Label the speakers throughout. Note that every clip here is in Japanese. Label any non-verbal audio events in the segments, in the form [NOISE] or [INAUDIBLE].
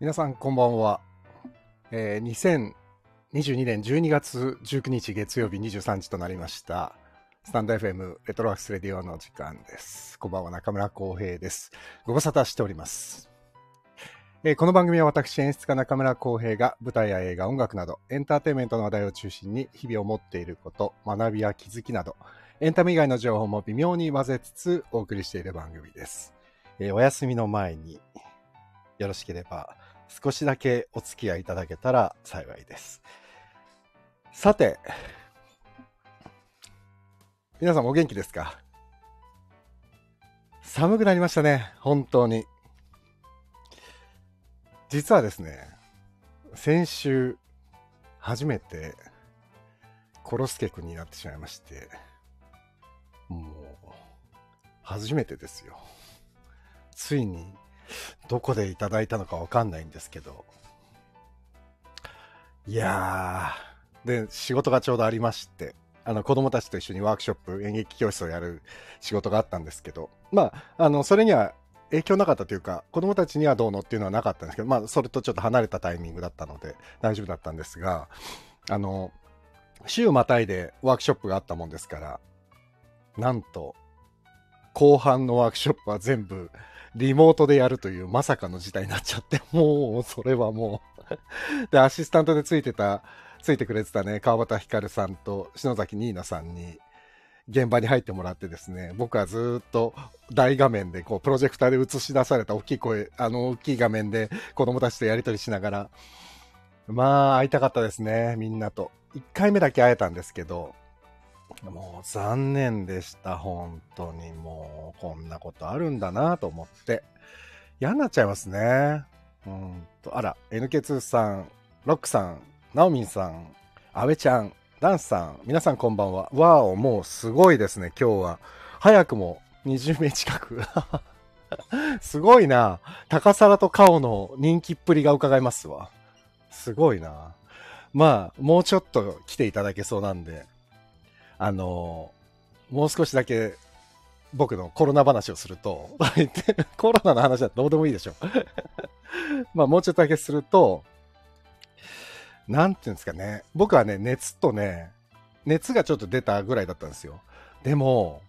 Speaker 1: 皆さんこんばんは、えー2022年12月19日月曜日23時となりましたスタンド FM レトロワークスレディオの時間ですこんばんは中村浩平ですご無沙汰しております、えーこの番組は私演出家中村浩平が舞台や映画音楽などエンターテインメントの話題を中心に日々思っていること学びや気づきなどエンタメ以外の情報も微妙に混ぜつつお送りしている番組です、えーお休みの前によろしければ少しだけお付き合いいただけたら幸いです。さて、皆さんお元気ですか寒くなりましたね、本当に。実はですね、先週、初めて、コロスケ君になってしまいまして、もう、初めてですよ。ついにどこでいただいたのかわかんないんですけど。いやー。で、仕事がちょうどありまして、あの、子供たちと一緒にワークショップ、演劇教室をやる仕事があったんですけど、まあ、あの、それには影響なかったというか、子供たちにはどうのっていうのはなかったんですけど、まあ、それとちょっと離れたタイミングだったので、大丈夫だったんですが、あの、週をまたいでワークショップがあったもんですから、なんと、後半のワークショップは全部、リモートでやるというまさかの事態になっちゃって、 [LAUGHS] もう、それはもう。で、アシスタントでついてた、ついてくれてたね、川端ひかるさんと篠崎ニーナさんに、現場に入ってもらってですね、僕はずーっと大画面で、こう、プロジェクターで映し出された大きい声、あの、大きい画面で子供たちとやりとりしながら、まあ、会いたかったですね、みんなと。1回目だけ会えたんですけど、もう残念でした、本当にもう、こんなことあるんだなと思って。嫌になっちゃいますね。うんと、あら、NK2 さん、ロックさん、ナオミンさん、阿部ちゃん、ダンスさん、皆さんこんばんは。わお、もうすごいですね、今日は。早くも20名近く。 [LAUGHS] すごいな。高皿とカオの人気っぷりが伺えますわ。すごいな。まあ、もうちょっと来ていただけそうなんで、あのもう少しだけ僕のコロナ話をすると、 [LAUGHS] コロナの話はどうで [LAUGHS] もいいでしょ。まあ、もうちょっとだけすると、なんていうんですかね、僕はね、熱とね、熱がちょっと出たぐらいだったんですよ。でも、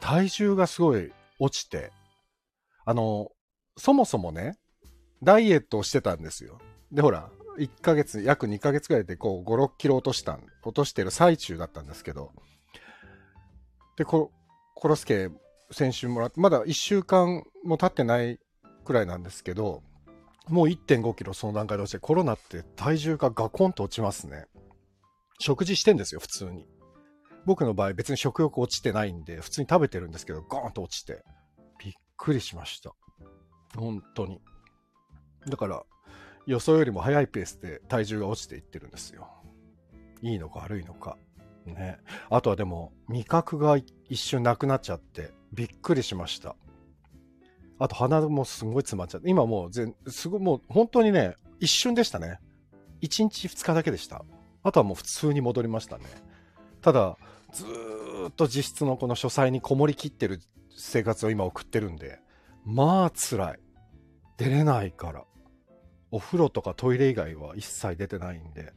Speaker 1: 体重がすごい落ちて、あの、そもそもね、ダイエットをしてたんですよ。で、ほら、1ヶ月、約2ヶ月ぐらいでこう、5、6キロ落としたん、落としてる最中だったんですけど、で、こコロスケ、先週もらって、まだ1週間も経ってないくらいなんですけど、もう1.5キロその段階で落ちて、コロナって体重がガコンと落ちますね。食事してんですよ、普通に。僕の場合、別に食欲落ちてないんで、普通に食べてるんですけど、ゴーンと落ちて。びっくりしました。本当に。だから、予想よりも早いペースで体重が落ちていってるんですよ。いいのか悪いのか。ね。あとはでも、味覚が一瞬なくなっちゃって、びっくりしました。あと鼻もすごい詰まっちゃって、今もう全、すごい、もう本当にね、一瞬でしたね。1日2日だけでした。あとはもう普通に戻りましたね。ただ、ずーっと実質のこの書斎にこもりきってる生活を今送ってるんで、まあ辛い。出れないから。お風呂とかトイレ以外は一切出てないんで、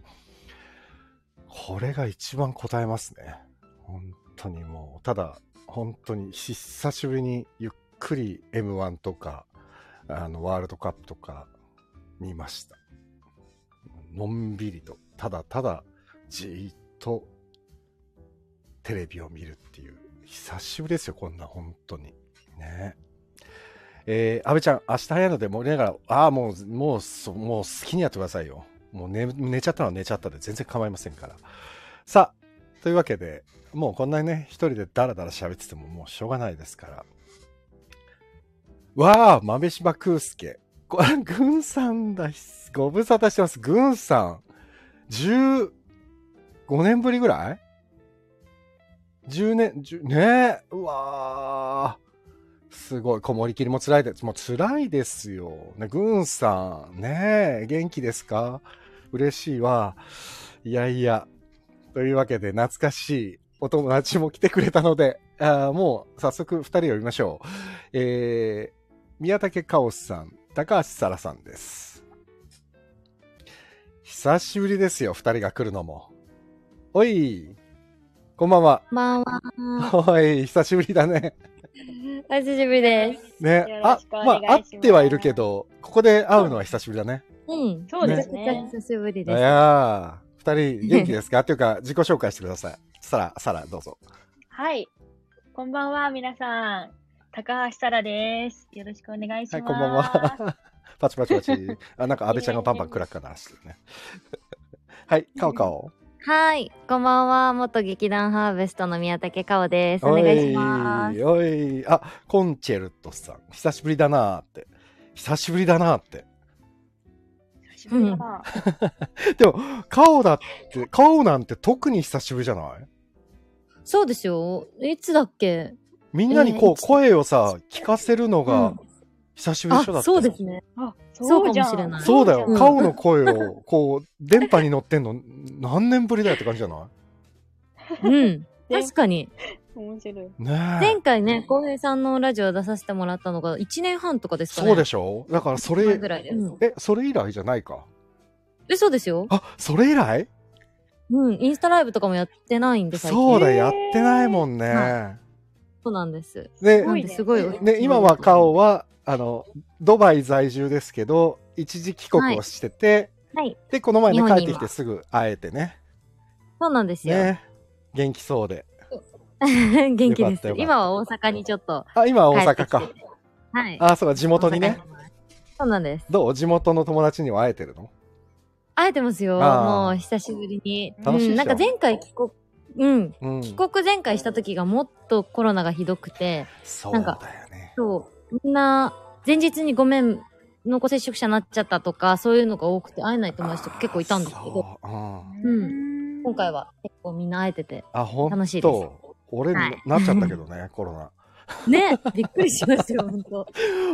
Speaker 1: これが一番答えますね。本当にもう、ただ、本当に久しぶりにゆっくり M1 とか、あの、ワールドカップとか見ました。のんびりと、ただただじーっとテレビを見るっていう、久しぶりですよ、こんな、本当に。ねえー、安倍ちゃん、明日早いので、もう寝ながら、ああ、もう、もう、そもう好きにやってくださいよ。もう寝、寝ちゃったのは寝ちゃったで、全然構いませんから。さあ、というわけで、もうこんなにね、一人でダラダラ喋っててももうしょうがないですから。わあ、豆柴空介。これ、軍さんだ。ご無沙汰してます。軍さん。15年ぶりぐらい ?10 年、10ねえ。うわあ。すごい。こもりきりも辛いです。もう辛いですよ。ね、軍さん。ねえ。元気ですか嬉しいわ。いやいや。というわけで、懐かしいお友達も来てくれたので、あーもう早速2人呼びましょう。えー、宮武カオスさん、高橋沙羅さんです。久しぶりですよ、二人が来るのも。おい、こんばんは。
Speaker 2: こんばんは。
Speaker 1: おい、久しぶりだね。
Speaker 2: [LAUGHS] お久しぶりです。
Speaker 1: ね
Speaker 3: よ。ろ
Speaker 1: あ
Speaker 3: しくお、願い
Speaker 1: まあ
Speaker 3: し、ます
Speaker 1: 会ってはいるけど、ここで会うのは久しぶりだね。
Speaker 2: うん。
Speaker 3: そう
Speaker 1: です
Speaker 3: ね
Speaker 2: めちゃくちゃ久しぶり
Speaker 1: い
Speaker 2: です。
Speaker 1: やー、二人元気です
Speaker 2: [LAUGHS]
Speaker 1: かっていうか、自己紹介してください。サラ、サラ、どうぞ。
Speaker 3: はい。こんばんは、皆さん。高橋沙羅です。よろしくお願いしま
Speaker 1: は
Speaker 3: す。
Speaker 1: い、こんばんは。 [LAUGHS] パチパチパチ。あ、なんか安倍ちゃんがパンパンクラッカー鳴らしてるね。はい、カオカオ。
Speaker 2: はい。こんばんは。元劇団ハーベストの宮武かおです。お願いします。
Speaker 1: おい、おい、あ、コンチェルトさん。久しぶりだなーって。久しぶりだなーって。
Speaker 3: 久しぶりだな。
Speaker 1: でも、カオだって、カオなんて特に久しぶりじゃない
Speaker 2: そうでしょいつだっけ
Speaker 1: みんなにこ
Speaker 2: えー
Speaker 1: う、声をさ、聞かせるのが
Speaker 2: うん
Speaker 1: 久しぶりでしょだっ
Speaker 2: あ、
Speaker 1: て。
Speaker 2: そうですね。
Speaker 3: あ、
Speaker 2: そうかもしれない
Speaker 1: そうだよ
Speaker 2: う。ん
Speaker 1: カオの声を、こう、電波に乗ってんの、何年ぶりだよって感じじゃな
Speaker 2: [LAUGHS] うん。確かに。
Speaker 3: 面白い。
Speaker 1: いねえ
Speaker 2: 前。回ね、浩平さんのラジオ出させてもらったのが1年半とかですかね。
Speaker 1: そうで
Speaker 2: し
Speaker 1: しょだからそ
Speaker 2: ょ
Speaker 1: れ
Speaker 2: ぐ、らいです。うん
Speaker 1: え、それ以来じゃないか。
Speaker 2: え、そうですよ。
Speaker 1: あ、それ以来
Speaker 2: うん。インスタライブとかもやってないんで、最近。
Speaker 1: そうだ、
Speaker 3: えー
Speaker 1: やってないもん
Speaker 2: は
Speaker 1: ね。
Speaker 2: そうなんです。
Speaker 1: で
Speaker 3: ご
Speaker 2: ないん
Speaker 3: ね
Speaker 2: ですごいお久しぶりです。
Speaker 1: ね、今はカオは、あの、ドバイ在住ですけど、一時帰国をしてて、
Speaker 2: はい。
Speaker 1: で、この前ね、
Speaker 2: 日本
Speaker 1: 帰
Speaker 2: に
Speaker 1: っ
Speaker 2: は
Speaker 1: てきてすぐ会えてね。
Speaker 2: そうなんですよ。
Speaker 1: ね。元気そうで。
Speaker 2: [LAUGHS] 元気
Speaker 1: よか
Speaker 2: で
Speaker 1: った
Speaker 2: す
Speaker 1: よかった
Speaker 2: 今は大阪にちょっと
Speaker 1: あ、今は大阪
Speaker 2: 帰っ
Speaker 1: か
Speaker 2: て。きてはい
Speaker 1: あ、そうか、地元にね。
Speaker 2: 大阪そうなんです
Speaker 1: どう地元の友達には会えてるの
Speaker 2: 会えてますよ
Speaker 1: あー
Speaker 2: もう久しぶりに
Speaker 1: 楽しいでしょ
Speaker 2: うん、なんか前回帰国うん
Speaker 1: うん。
Speaker 2: 帰国前回した時がもっとコロナがひどくて
Speaker 1: そうだ
Speaker 2: なん
Speaker 1: よ
Speaker 2: か
Speaker 1: ね。
Speaker 2: そうみんな前日にごめん濃厚接触者になっちゃったとかそういうのが多くて会えない友達とか結構いたんですけど
Speaker 1: あそううん
Speaker 3: うん
Speaker 2: 今回。は結構みんな会えてて
Speaker 1: あ、ほんと。
Speaker 2: 楽しいです
Speaker 1: 俺、
Speaker 2: はい
Speaker 1: なっちゃったけどね、 [LAUGHS] コロナ。
Speaker 2: ねびっくりしましたよ本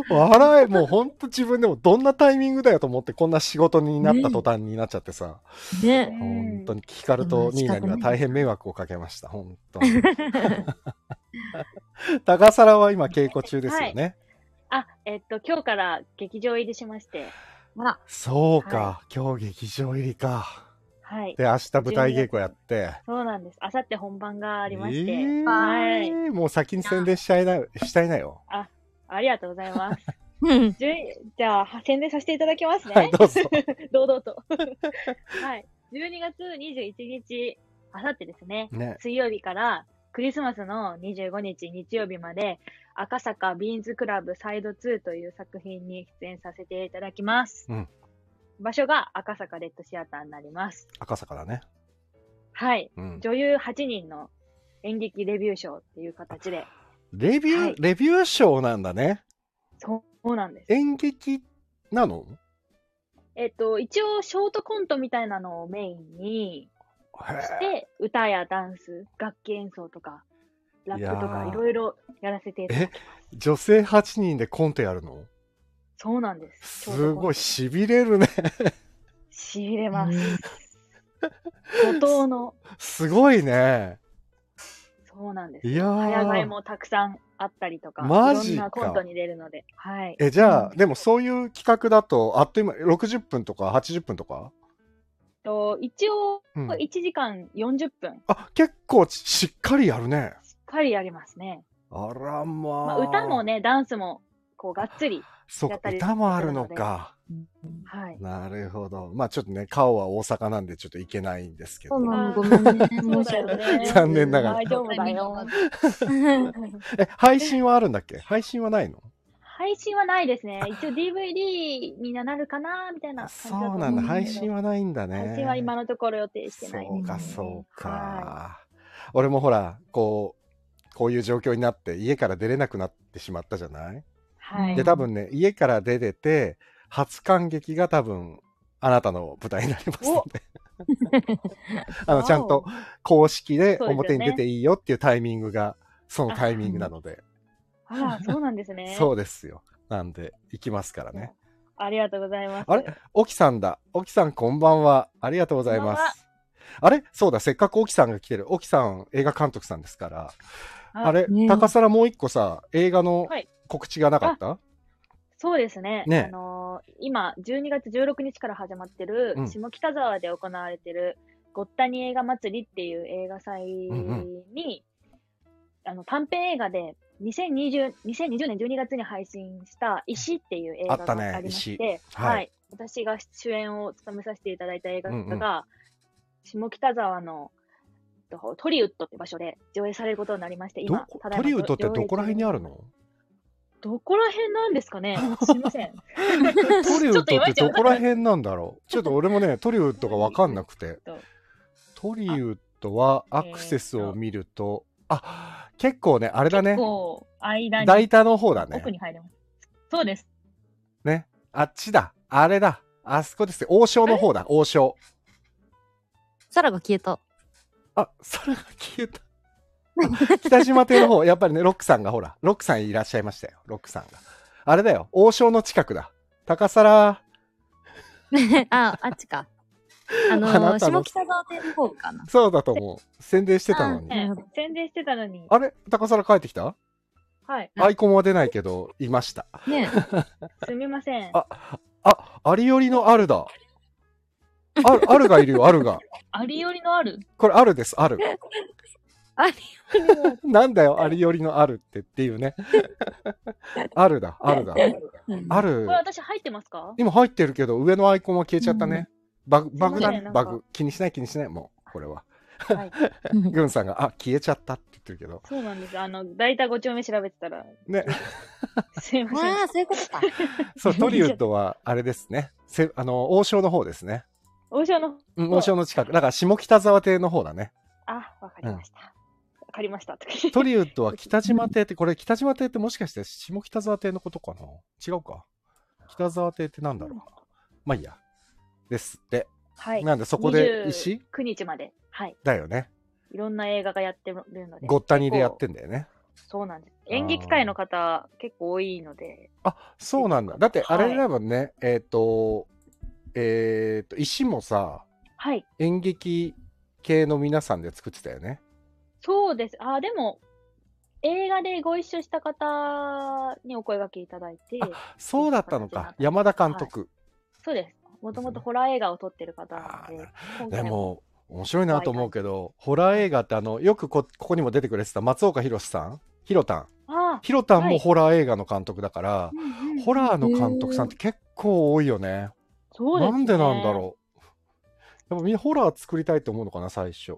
Speaker 2: 当
Speaker 1: 笑え、もうほんと自分でもどんなタイミングだよと思って、こんな仕事になった途端になっちゃってさ、
Speaker 2: ね
Speaker 1: 本当に聞かると
Speaker 2: でも
Speaker 1: ニー
Speaker 2: 仕
Speaker 1: ナ
Speaker 2: 方
Speaker 1: に
Speaker 2: な
Speaker 1: は
Speaker 2: い
Speaker 1: 大変迷惑をかけました、本当
Speaker 2: [LAUGHS]
Speaker 1: に。高皿は今稽古中ですよね。
Speaker 3: あ、えっと、今日から劇場入りしまして。
Speaker 2: あら
Speaker 1: そうか、
Speaker 3: は
Speaker 1: 今日劇場入りか。
Speaker 3: はい。
Speaker 1: で、明日舞台稽古やって。
Speaker 3: そうなんです。あさって本番がありまして。
Speaker 1: えー
Speaker 3: はい。
Speaker 1: もう先に宣伝しちゃいな、したいなよ。
Speaker 3: ありがとうございます。
Speaker 2: うん
Speaker 3: じゅじゃあ、宣伝させていただきますね。
Speaker 1: はい、どうぞ。
Speaker 3: 堂々と。はい。12月21日、あさってですね、
Speaker 1: ね。
Speaker 3: 水曜日からクリスマスの25日日曜日まで、赤坂ビーンズクラブサイド2という作品に出演させていただきます。
Speaker 1: うん
Speaker 3: 場所が赤坂レッドシアターになります。
Speaker 1: 赤坂だね。
Speaker 3: はい。
Speaker 1: うん。
Speaker 3: 女優8人の演劇レビュー賞っていう形で。
Speaker 1: レビュー、
Speaker 3: はい
Speaker 1: レビュー賞なんだね。
Speaker 3: そうなんです。
Speaker 1: 演劇なの
Speaker 3: えっと、一応ショートコントみたいなのをメインに、
Speaker 1: へえ
Speaker 3: で、歌やダンス、楽器演奏とか、ラップと
Speaker 1: いや
Speaker 3: か
Speaker 1: ー、
Speaker 3: いろいろやらせていただきます。
Speaker 1: 女性8人でコントやるの
Speaker 3: そうなんです。
Speaker 1: すごい、
Speaker 3: ち
Speaker 1: しびれるね。 [LAUGHS]
Speaker 3: ょうどこの。しびれます
Speaker 2: う。
Speaker 3: 怒涛の、
Speaker 1: すごいね。
Speaker 3: そうなんです。
Speaker 1: いやー
Speaker 3: 早替えもたくさんあったりとか、
Speaker 1: マジか
Speaker 3: いろんなコントに出るので。はい。
Speaker 1: え、じゃあ、
Speaker 3: うん
Speaker 1: でもそういう企画だと、あっという間、60分とか80分とか、
Speaker 3: と一応、
Speaker 1: うん
Speaker 3: 1時間40分、し
Speaker 1: あ、結構ししっかりやるね。
Speaker 3: っかりやりますね。
Speaker 1: あらまあ。
Speaker 3: まあ、歌もね、ダンスも、こう、がっつり。
Speaker 1: そう
Speaker 3: や
Speaker 1: か
Speaker 3: っ、たり
Speaker 1: 歌もあるのか。 [LAUGHS]
Speaker 3: はい。
Speaker 1: なるほど。まあちょっとね、顔は大阪なんでちょっと行けないんですけど
Speaker 2: そう。なの
Speaker 3: あー
Speaker 2: ごめんね
Speaker 3: [LAUGHS] そうだよね
Speaker 1: 残念ながら
Speaker 3: 大丈夫だよ。
Speaker 2: [LAUGHS]
Speaker 1: え、配信はあるんだっけ配信はないの
Speaker 3: 配信はないですね。一応 DVD になるかな、みたいな感じだ
Speaker 1: そ
Speaker 3: と思
Speaker 1: う
Speaker 3: ですけど。
Speaker 1: なんだ。配信はないんだね。
Speaker 3: 配信は今のところ予定してない
Speaker 1: そうか、
Speaker 3: です、
Speaker 1: そう
Speaker 3: は
Speaker 1: か。俺もほら、こう、こういう状況になって、家から出れなくなってしまったじゃない、
Speaker 3: い。はい。
Speaker 1: で、多分ね、家から出てて、初感激が多分、あなたの舞台になりますので。 [LAUGHS] あの、ちゃんと公式で
Speaker 3: そうですよね
Speaker 1: 表に出ていいよっていうタイミングが、そのタイミングなので。
Speaker 3: あら、そうなんです
Speaker 1: [LAUGHS]
Speaker 3: ね。
Speaker 1: そうですよ。なんで、行きますからね。
Speaker 3: ありがとうございます。
Speaker 1: あれ沖さんだ。沖さんこんばんは。ありがとうございま
Speaker 3: こんばんは
Speaker 1: す。あれそうだ、せっかく沖さんが来てる。沖さん、映画監督さんですから。
Speaker 3: あ
Speaker 1: あれ、
Speaker 2: ね
Speaker 1: 高皿もう一個さ、映画の
Speaker 3: はい
Speaker 1: 告知がなかった、
Speaker 3: そうですね。
Speaker 1: ね
Speaker 3: あのー今、12月16日から始まってる、
Speaker 1: うん
Speaker 3: 下北沢で行われてる、ごったに映画祭りっていう映画祭に、
Speaker 1: ん
Speaker 3: あの短編映画で2020、2020年12月に配信した、石っていう映画
Speaker 1: あったね
Speaker 3: がありまして、
Speaker 1: 石はい
Speaker 3: はい私が主演を務めさせていただいた映画
Speaker 1: う
Speaker 3: が、
Speaker 1: んうん
Speaker 3: 下北沢の、とトリウッドって場所で上映されることになりまして、
Speaker 1: ど
Speaker 3: 今、
Speaker 1: こ
Speaker 3: ただい
Speaker 1: ト
Speaker 3: ま
Speaker 1: リウッドって
Speaker 3: 上映中
Speaker 1: どこら辺にあるの
Speaker 3: どこら辺なんです
Speaker 1: [LAUGHS]
Speaker 3: かねすいません。
Speaker 1: トリウッドっ
Speaker 3: ちょっといま
Speaker 1: て
Speaker 3: いちわ
Speaker 1: ど
Speaker 3: か
Speaker 1: こ
Speaker 3: んな
Speaker 1: ら
Speaker 3: い
Speaker 1: 辺なんだろ
Speaker 3: [LAUGHS]
Speaker 1: うちょっと俺もね、トリウッドがわかんなくて
Speaker 3: トリウッ。
Speaker 1: トリウッドはアクセスを見ると、あ、結構ね、あれだね
Speaker 3: 結。構、間に、
Speaker 1: 大胆の方だね
Speaker 3: 奥。に入れます。そうです。
Speaker 1: ね。あっちだ。あれだ。あそこですよ。王将の方だ。王将。
Speaker 2: 皿が消えた。
Speaker 1: あ、それが消えた。北島邸の方、やっぱりね、ロックさんがほら、ロックさんいらっしゃいましたよ。ロックさんが。あれだよ。王将の近くだ。高皿。
Speaker 2: あ、あっちか。あの
Speaker 1: あな
Speaker 2: ー、
Speaker 1: たの
Speaker 2: 下北沢で行こうかな。
Speaker 1: そうだと思う。宣伝してたのに。
Speaker 2: なる
Speaker 3: ね
Speaker 2: ほど、
Speaker 3: 宣伝してたのに。
Speaker 1: あれ高皿帰ってきた
Speaker 3: はい。
Speaker 1: アイコンは出ないけど、いました。
Speaker 2: ね
Speaker 3: すみません。
Speaker 1: ああ、ありよりのあるだ。ある、あるがいるよ、あるが。
Speaker 3: ありよりのある。
Speaker 1: これ、あるです、ある。
Speaker 2: あり
Speaker 1: なんだよ、ありよりのあるってっていうね。あるだ、あるだ。ある
Speaker 3: これ。私入ってますか
Speaker 1: 今入ってるけど、上のアイコンは消えちゃったね。バグ、バグだ
Speaker 3: すいませ
Speaker 1: ね
Speaker 3: んなんか
Speaker 1: バグ。気にしない、気にしない、もう、これは。
Speaker 3: はい。
Speaker 1: グンさんが、あ、消えちゃったって言ってるけど。
Speaker 3: そうなんです。あの、大体ご丁目調べてたら、
Speaker 1: ね。
Speaker 3: すみません。
Speaker 2: ああ、そういうことか。
Speaker 1: そう、トリウッドは、あれですね。せあの、王将の方ですね。
Speaker 3: 王将の、
Speaker 1: うん王将の近く。だから、下北沢邸の方だね。
Speaker 3: あ、わかりました。わ、かりました。
Speaker 1: トリウッドは北島邸って、これ北島邸ってもしかして下北沢邸のことかな違うか。北沢邸ってなんだろう。まあいいや。ですって。
Speaker 3: はい。
Speaker 1: なんでそこで石
Speaker 3: ?9 日まで。はい。
Speaker 1: だよね。
Speaker 3: いろんな映画がやってるので。
Speaker 1: ごったにでやってんだよね。
Speaker 3: そうなんです。演劇界の方、結構多いので。
Speaker 1: あ、そうなんだ。だってあれだもんね、えっ、と、えっ、と、石もさ、
Speaker 3: はい。
Speaker 1: 演劇系の皆さんで作ってたよね。
Speaker 3: そうです。あ、でも、映画でご一緒した方にお声掛けいただいて、
Speaker 1: そうだったのか。山田監督。
Speaker 3: そうです。もともとホラー映画を撮ってる方なので、今
Speaker 1: で
Speaker 3: 回
Speaker 1: も、面白いなと思うけど、ホラー映画ってあの、よくこここにも出てくれてた松岡弘さんひろたん
Speaker 3: ああ、
Speaker 1: ヒロタン
Speaker 3: は
Speaker 1: も
Speaker 3: い
Speaker 1: ホラー映画の監督だから、
Speaker 3: うんうん
Speaker 1: ホラーの監督さんって結構多いよね。
Speaker 3: そうです、
Speaker 1: な
Speaker 3: ね。
Speaker 1: んでなんだろう。やっぱみんなホラー作りたいって思うのかな、最
Speaker 3: [LAUGHS]
Speaker 1: 初。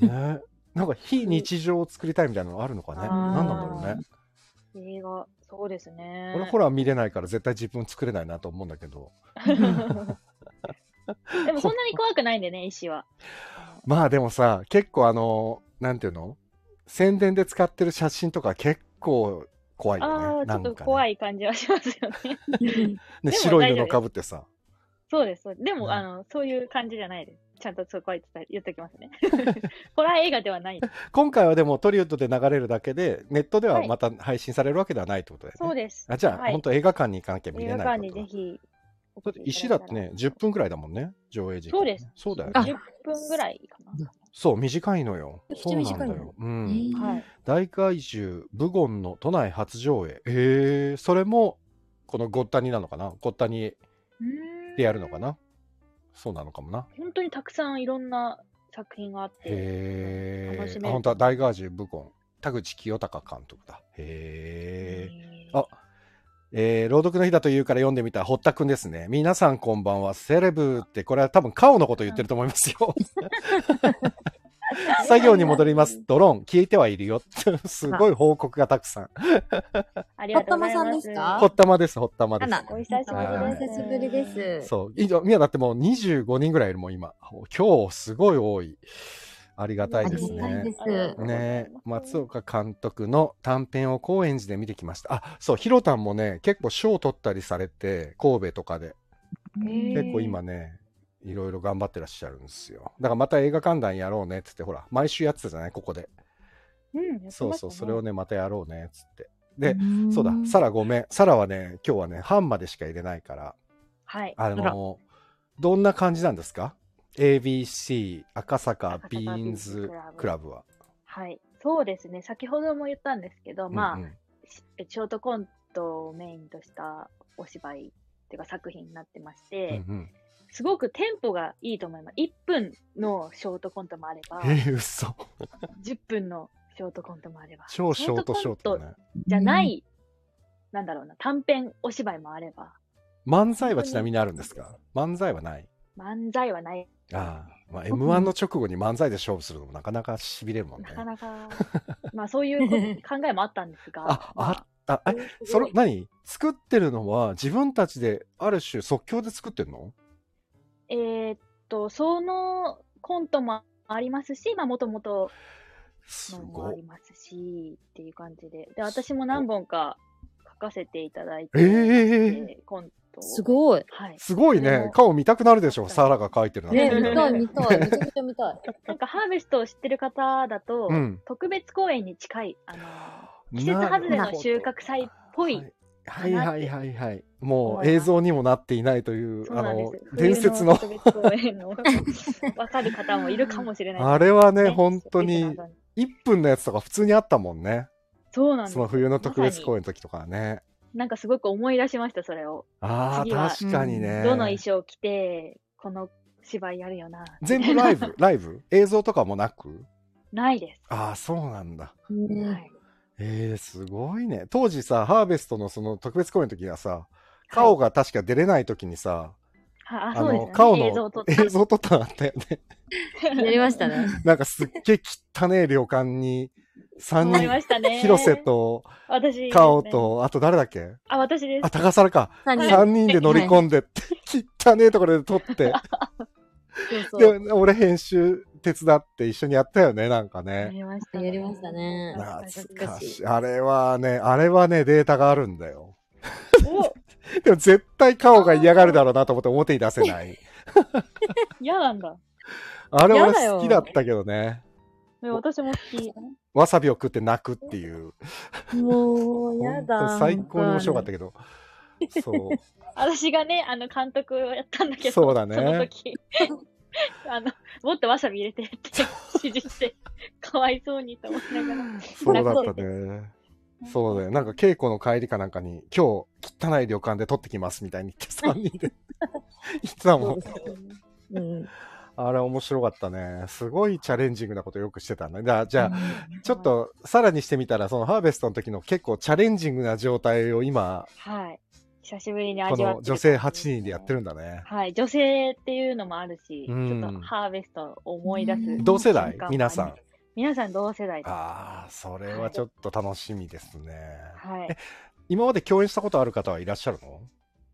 Speaker 1: ね。なんか非日常を作りたいみたいなのあるのかね。
Speaker 3: あー
Speaker 1: なんなんだろうね。
Speaker 3: 映画、そうですね。
Speaker 1: 俺
Speaker 3: [LAUGHS]
Speaker 1: ホラー見れないから絶対自分作れないなと思うんだけど。
Speaker 3: でもそんなに怖くないんでね、石は。
Speaker 1: まあでもさ、結構あの、なんていうの宣伝で使ってる写真とか結構怖い
Speaker 3: あ
Speaker 1: よね。
Speaker 3: あ、ち
Speaker 1: な
Speaker 3: ょ
Speaker 1: ん
Speaker 3: っ
Speaker 1: か
Speaker 3: と怖
Speaker 1: ね。
Speaker 3: い感じはしますよね。
Speaker 1: ね、
Speaker 3: でも
Speaker 1: 白い
Speaker 3: 大丈夫で
Speaker 1: 布
Speaker 3: す
Speaker 1: かぶってさ。
Speaker 3: そうです。そうですでも、
Speaker 1: うん
Speaker 3: あの、そういう感じじゃないです。ちゃんとそこは言ってた言っておきま
Speaker 1: [LAUGHS]
Speaker 3: すね。ホラー映画ではない。
Speaker 1: 今回はでもトリウッドで流れるだけでネットでは
Speaker 3: はい
Speaker 1: また配信されるわけではないってことだよね。
Speaker 3: そうです。
Speaker 1: あじゃあ、
Speaker 3: はい
Speaker 1: 本当映画館に行かなきゃ見
Speaker 3: 映
Speaker 1: れ
Speaker 3: 画
Speaker 1: ない
Speaker 3: 館
Speaker 1: って
Speaker 3: に
Speaker 1: こと
Speaker 3: ぜ
Speaker 1: だだ
Speaker 3: ひ。
Speaker 1: って石だってね、10分くらいだもんね、上映時間。
Speaker 3: そうです。
Speaker 1: そうだよね。
Speaker 3: 10分ぐらいか
Speaker 1: そう、短いのよ。
Speaker 2: めっ
Speaker 1: そ
Speaker 2: ち
Speaker 1: うな
Speaker 2: ゃ
Speaker 1: ん
Speaker 2: 短
Speaker 1: だ
Speaker 2: いの
Speaker 1: よ。う
Speaker 2: え
Speaker 1: ん。
Speaker 2: ー
Speaker 3: な。はい。
Speaker 1: 大怪獣、ブゴンの都内初上映。えー、それも、このごったになのかなごったにでやるのかなそうなのかもな。
Speaker 3: 本当にたくさんいろんな作品があって、
Speaker 1: へ
Speaker 3: 楽し
Speaker 1: ー
Speaker 3: め。る
Speaker 1: あ、本当は大怪獣、ブゴン。田口清隆監督だ。へー。あえー朗読の日だというから読んでみた堀田くんですね。皆さんこんばんは。セレブって、これは多分カオのこと言ってると思います
Speaker 2: [LAUGHS]
Speaker 1: よ。作業に戻ります。ドローン、消えてはいるよ。 [LAUGHS] すごい報告がたくさん。
Speaker 3: ありがとうござい
Speaker 2: 堀田さ
Speaker 3: ます。
Speaker 2: んですか
Speaker 1: 堀田まです、堀田まで
Speaker 2: あら
Speaker 1: す。
Speaker 3: お久しぶ
Speaker 1: は
Speaker 3: り
Speaker 1: い
Speaker 3: です。
Speaker 2: お久しぶりで。す。
Speaker 1: そう。いや、みやだってもう25人ぐらいいるもん、今。今日すごい多い。ありがたいです
Speaker 2: ありがたい
Speaker 1: ね
Speaker 2: で。す
Speaker 1: ね松岡監督の短編を高円寺で見てきました。あ、そう、ひろたんもね、結構賞取ったりされて、神戸とかで。
Speaker 3: へー
Speaker 1: 結構今ね、いろいろ頑張ってらっしゃるんですよ。だからまた映画観覧やろうねっつって、ほら、毎週やってたじゃない、ここで。
Speaker 3: うん、
Speaker 1: そうそう、それを
Speaker 3: ね。
Speaker 1: ね、またやろうねっつって。で、
Speaker 2: ん
Speaker 1: そうだ、サラごめん。サラはね、今日はね、半までしか入れないから、
Speaker 3: はい。
Speaker 1: あ
Speaker 2: あら
Speaker 1: の、どんな感じなんですか ?ABC、赤坂
Speaker 3: 赤坂
Speaker 1: ビ
Speaker 3: ビ
Speaker 1: ー
Speaker 3: ー
Speaker 1: ン
Speaker 3: ン
Speaker 1: ズ
Speaker 3: ズ
Speaker 1: クラブは。
Speaker 3: はい。そうですね。先ほども言ったんですけど、まあ、
Speaker 1: うんうん
Speaker 3: ショートコントをメインとしたお芝居っていうか作品になってまして、
Speaker 1: うん
Speaker 3: すごくテンポがいいと思います。1分のショートコントもあれば
Speaker 1: うん、、えー、嘘。
Speaker 3: 10分のショートコントもあれば、
Speaker 1: 超ショートショートだね。
Speaker 3: じゃな。い、なんだろうな、短編お芝居もあれば、
Speaker 1: 漫才はちなみにあるんですか漫才はない。
Speaker 3: 漫才はない。
Speaker 1: ああ、まあ、M1 の直後に漫才で勝負するのもなかなか痺れるもんね
Speaker 3: な。かなか、 [LAUGHS] まあそういうこ考えもあったんです
Speaker 1: [LAUGHS]
Speaker 3: が、
Speaker 1: あ、
Speaker 3: ま
Speaker 1: あった。え、それ、何作ってるのは自分たちである種即興で作ってるの
Speaker 3: えーっと、そのコントもありますし、まあもともと
Speaker 1: す
Speaker 3: のも
Speaker 1: ご
Speaker 3: あ
Speaker 1: い
Speaker 3: り。ますし、っていう感じで、で、私も何本か書かせていただいて、
Speaker 1: えー、
Speaker 3: えーコントを
Speaker 2: すごい。
Speaker 3: はい。
Speaker 1: すごい
Speaker 3: それ
Speaker 1: ね
Speaker 3: も。
Speaker 1: 顔見たくなるでしょ。サラが描いてるなん
Speaker 2: ね
Speaker 1: て
Speaker 3: え
Speaker 1: 見
Speaker 2: 見
Speaker 1: た
Speaker 2: た
Speaker 1: ら
Speaker 2: い、見たい。めちゃくちゃ見たい。
Speaker 3: なんかハーベストを知ってる方だと、
Speaker 1: うん
Speaker 3: 特別公演に近い、あの季節
Speaker 1: なるほど
Speaker 3: 外れの収穫祭っぽい。
Speaker 1: はいはいはいはいはい。も
Speaker 3: 思
Speaker 1: う
Speaker 3: います
Speaker 1: 映像にもなっていないという、
Speaker 3: そう
Speaker 1: あ
Speaker 3: なんで
Speaker 1: の
Speaker 3: す。、
Speaker 1: 伝説の。
Speaker 3: 冬特別公
Speaker 1: [LAUGHS]
Speaker 3: 演のわかる方もいるかもしれないです。
Speaker 1: あれはね、
Speaker 3: ね
Speaker 1: 本当に、1分のやつとか普通にあったもんね。
Speaker 3: そうなんです
Speaker 1: その冬の特別公
Speaker 3: 演。
Speaker 1: 演の時とかはね。
Speaker 3: なんかすごく思い出しました、それを。
Speaker 1: あ
Speaker 3: 次
Speaker 1: あ
Speaker 3: は、
Speaker 1: 確かにね。
Speaker 3: どの衣装着て、この芝居やるよな。
Speaker 1: 全部ライブライブ映像とかもなく
Speaker 3: ないです。
Speaker 1: ああ、そうなんだ。
Speaker 3: は
Speaker 2: ね
Speaker 3: い
Speaker 1: えー、すごいね。当時さ、ハーベストのその特別公演の時はさ、カオが確か出れない時にさ、
Speaker 3: はあ、
Speaker 1: あ
Speaker 3: そうです
Speaker 1: の、
Speaker 3: ね。
Speaker 1: カオ
Speaker 3: 映像を
Speaker 1: の
Speaker 3: 撮っ
Speaker 1: [LAUGHS] 映像撮ったのあったよね。
Speaker 2: やりましたね。
Speaker 1: [LAUGHS] なんかすっげえ汚ねえ旅館に、
Speaker 3: 思い
Speaker 1: 3
Speaker 3: ました
Speaker 1: 人、
Speaker 3: ね。
Speaker 1: 広瀬、と
Speaker 3: 私、
Speaker 1: カオ。と、あと誰だっけ
Speaker 3: あ、私で
Speaker 1: あ、
Speaker 3: す。
Speaker 1: 高皿か。
Speaker 2: 三人
Speaker 1: 3人で乗り込んで
Speaker 3: [LAUGHS]
Speaker 1: って、汚ねえところで撮って、
Speaker 2: そうそう。
Speaker 1: で、俺編集手伝って一緒にやったよね、なんかね
Speaker 3: や。りましたね。
Speaker 2: やりましたね。
Speaker 1: 懐か
Speaker 2: 懐か
Speaker 1: し
Speaker 2: し
Speaker 1: い。あれはね、あれはね、データがあるんだよ。
Speaker 3: お
Speaker 1: [LAUGHS] でも絶対顔が嫌がるだろうなと思って表に出せない。
Speaker 3: 嫌なんだ。
Speaker 1: あれ
Speaker 2: 嫌
Speaker 1: 俺
Speaker 2: だよ
Speaker 1: 好きだったけどね。
Speaker 3: え私も好き。
Speaker 1: わさびを食って泣くっていう。
Speaker 2: もう、や
Speaker 1: 本
Speaker 2: だ
Speaker 1: 当。最高に面白かったけど。
Speaker 3: [LAUGHS]
Speaker 1: そう。
Speaker 3: 私がね、あの、監督をやったんだけど、
Speaker 1: そうだね
Speaker 3: その時、 [LAUGHS] あの、もっとわさび入れてって
Speaker 1: [LAUGHS]
Speaker 3: 指示して、かわいそうにと思いながら。
Speaker 1: そうだったね。そうだよ。なんか稽古の帰りかなんかに、今日汚い旅館で撮ってきますみたいに言って3人で
Speaker 3: [LAUGHS]
Speaker 1: 行ってたもん。
Speaker 2: うん。
Speaker 1: あれ面白かったね。すごいチャレンジングなことよくしてたね。だじゃあ、
Speaker 3: うん
Speaker 1: ちょっ、とさらにしてみたら、そのハーベストの時の結構チャレンジングな状態を今、
Speaker 3: はい。久しぶりに
Speaker 1: こ
Speaker 3: 味わって
Speaker 1: の
Speaker 3: る
Speaker 1: 女性8人でやってるんだね。
Speaker 3: はい。女性っていうのもあるし、
Speaker 1: うん
Speaker 3: ちょっとハーベストを思い出
Speaker 2: う
Speaker 3: す。
Speaker 2: ん
Speaker 1: 同世代皆さん。。
Speaker 3: 皆さん同世代です。
Speaker 1: ああ、それはちょっと楽しみですね。
Speaker 3: はい。
Speaker 1: 今まで共演したことある方はいらっしゃるの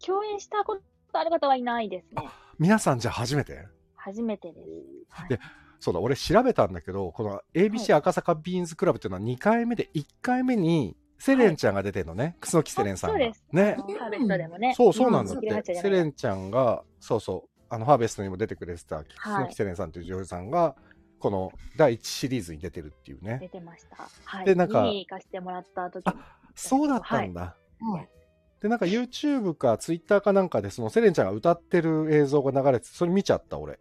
Speaker 3: 共演したことある方はいないですね。
Speaker 1: 皆さんじゃあ初めて
Speaker 3: 初めてです。
Speaker 1: でそうだ、俺調べたんだけど、この ABC 赤坂ビーンズクラブっていうのは2回目で1回目にセレンちゃんが出てるのね。楠木セレンさんが。
Speaker 3: あそうです
Speaker 1: ね
Speaker 3: あ。のハーベストでもね。
Speaker 1: そうそうなんだっ
Speaker 3: うん
Speaker 1: て。セレンちゃんが、そうそう、あの、ハーベストにも出てくれてた、
Speaker 3: はい
Speaker 1: 楠木セレンさんという女優さんが、この第1シリーズに出てるっていうね。
Speaker 3: 出てました。はい。
Speaker 1: でなんか
Speaker 3: 見に行かせてもらった時に
Speaker 1: そうだったんだ。で、なんか YouTube か Twitter かなんかで、そのセレンちゃんが歌ってる映像が流れて、それ見ちゃった、俺。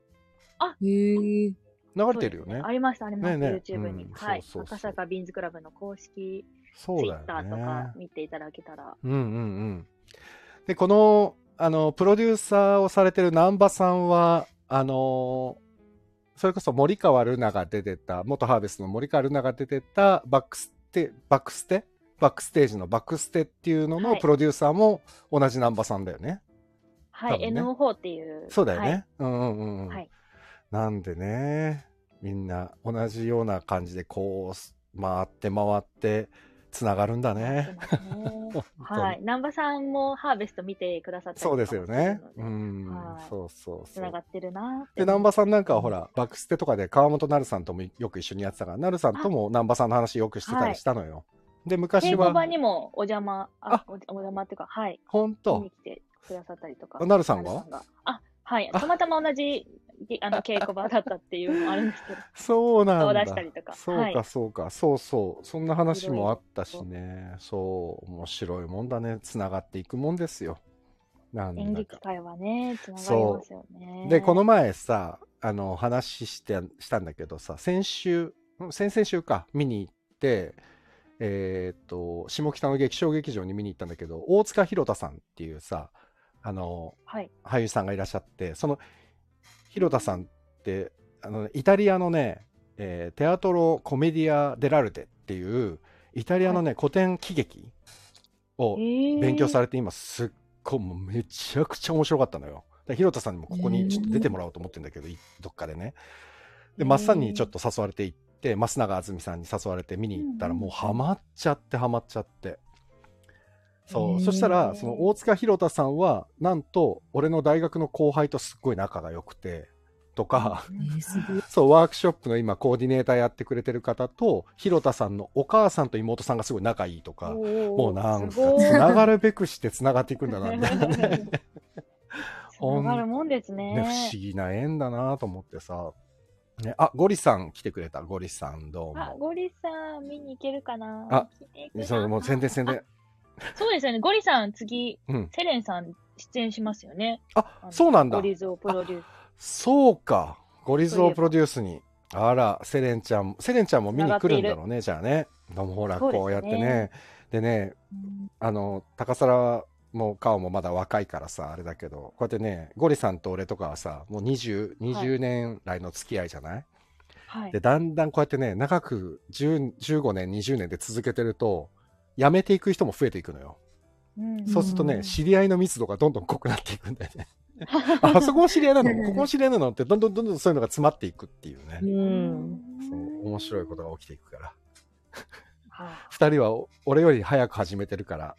Speaker 2: へえ。
Speaker 1: 流れてるよね。
Speaker 3: ありました、ありました、
Speaker 1: ねえねえ
Speaker 3: YouTube に。
Speaker 1: うん
Speaker 3: はい
Speaker 1: そうそうそう
Speaker 3: 赤坂ビーンズクラブの公式
Speaker 1: そうだ
Speaker 3: Twitter と
Speaker 1: よね
Speaker 3: か。見ていただけたら。
Speaker 1: うんうんうん。で、この、あの、プロデューサーをされてる南波さんは、あのそれこそ森川ルナが出てた、元ハーベストの森川ルナが出てた、バックステ、バックステバックステージのバックステっていうのの
Speaker 3: はい
Speaker 1: プロデューサーも同じ南波さんだよね。
Speaker 3: はい、
Speaker 1: 多分ね
Speaker 3: NO4 っていう。
Speaker 1: そうだよ
Speaker 3: はい
Speaker 1: ね。うんうんうんうん。
Speaker 3: はい
Speaker 1: なんでね、みんな同じような感じでこう、回って回って、つながるんだ
Speaker 3: やって
Speaker 1: ね。
Speaker 3: ますねはい。南波さんもハーベスト見てくださったりと
Speaker 1: そう
Speaker 3: かも
Speaker 1: で
Speaker 3: し
Speaker 1: す
Speaker 3: て
Speaker 1: よ
Speaker 3: るの
Speaker 1: ね。うん
Speaker 3: は。い
Speaker 1: そうそう
Speaker 3: つ
Speaker 1: そ
Speaker 3: なが
Speaker 1: う。
Speaker 3: ってるなっ
Speaker 1: で、
Speaker 3: て。
Speaker 1: 南波さんなんかはほら、バックステとかで川本なるさんともよく一緒にやってたから、なるさんとも南波さんの話よくしてたりしたのよ。で、昔
Speaker 3: 稽古
Speaker 1: は、
Speaker 3: 場にもお邪魔、
Speaker 1: あ
Speaker 3: あ、おお邪魔っていうか、はい。
Speaker 1: 本
Speaker 3: 見
Speaker 1: 当
Speaker 3: に来てくださったりとか。
Speaker 1: あなるさんが
Speaker 3: あ、はい。
Speaker 1: あ
Speaker 3: たまたま同じ、あの、稽古場だったっていうのもあるんです
Speaker 1: [LAUGHS]
Speaker 3: けど。
Speaker 1: そうなん
Speaker 3: 顔
Speaker 1: だ
Speaker 3: 出したりとか。
Speaker 1: そ
Speaker 3: は
Speaker 1: う
Speaker 3: い
Speaker 1: かそうか、そうそうそんな話もあったしねそう面白いもんだねつながっていくもんですよなん
Speaker 3: 演
Speaker 1: だ
Speaker 3: 劇
Speaker 1: か
Speaker 3: 界はね、つながりますよね。
Speaker 1: でこの前さあの話してしたんだけどさ先週ん先々週か見に行ってえーっと、下北の劇場劇場に見に行ったんだけど、大塚広太さんっていうさ、あの、
Speaker 3: はい。
Speaker 1: 俳優さんがいらっしゃって、その、広田さんって、あの、イタリアのね、えーテアトロ・コメディア・デラルテっていう、イタリアのね、古典喜劇を勉
Speaker 3: 勉
Speaker 1: 強さ
Speaker 3: れ
Speaker 1: れて、今、すっごい、もうめちゃくちゃ面白かったのよ。で広田さんにもここにちょっと出てもらおうと思ってんだけど、いどっかでね。で、
Speaker 3: へー
Speaker 1: マッサンにちょっと誘われて行って、増永あずみさんに誘われて見に行ったら、
Speaker 3: うんうん
Speaker 1: もうハマっちゃって、ハマっちゃって。そ
Speaker 2: へ
Speaker 1: う、
Speaker 2: ー
Speaker 1: そしたら、その大塚広田さんは、なんと、俺の大学の後輩とすっごい仲が良くて、と
Speaker 3: [LAUGHS]
Speaker 1: か、
Speaker 2: えー、すごい。
Speaker 1: そう、ワークショップの今、コーディネーターやってくれてる方と、広田さんのお母さんと妹さんがすごい仲いいとか、も
Speaker 3: も
Speaker 1: うなんか、
Speaker 3: すごい
Speaker 1: つながるべくしてつながっていくんだな、
Speaker 3: [LAUGHS]
Speaker 1: みたいなね。
Speaker 3: 繋がるもんです
Speaker 1: [LAUGHS]
Speaker 3: ね。
Speaker 1: ね不思議な縁だなと思ってさ。ね、あ、ゴリさん来てくれた。ゴリさん、どう
Speaker 3: あ、
Speaker 1: も。
Speaker 3: ゴリさん、見に行けるかな
Speaker 1: あ、
Speaker 3: 来てくだ
Speaker 1: そう、もう宣伝宣伝。
Speaker 3: そうですよね。ゴリさん、次、
Speaker 1: うん
Speaker 3: セレンさん出演しますよね。
Speaker 1: あ、そうなんだ
Speaker 3: ゴ。リズをプロデュース。
Speaker 1: そうか。ゴリズをプロデュースに。あら、セレンちゃん、セレンちゃんも見に来るんだろうね、じゃあね。でもほら、
Speaker 3: そうですね
Speaker 1: こうやってね。でね、あの、高皿も顔もまだ若いからさ、あれだけど、こうやってね、ゴリさんと俺とかはさ、もう20、20年来の付き合いじゃない
Speaker 3: はい
Speaker 1: で、。だんだんこうやってね、長く10 15年、20年で続けてると、辞めていく人も増えていくのよ。
Speaker 3: うん
Speaker 1: そうすると
Speaker 2: う
Speaker 1: ね、
Speaker 2: ん
Speaker 1: 知り合いの密度がどんどん濃くなっていくんだ
Speaker 3: [LAUGHS]
Speaker 1: よね。ああそこも知り合いなのここも知り合いなのって、どんどんどんどんそういうのが詰まっていくっていうね。
Speaker 2: うん。
Speaker 1: そう面白いことが起きていくから。
Speaker 3: は
Speaker 1: 二人はお俺より早く始めてるから、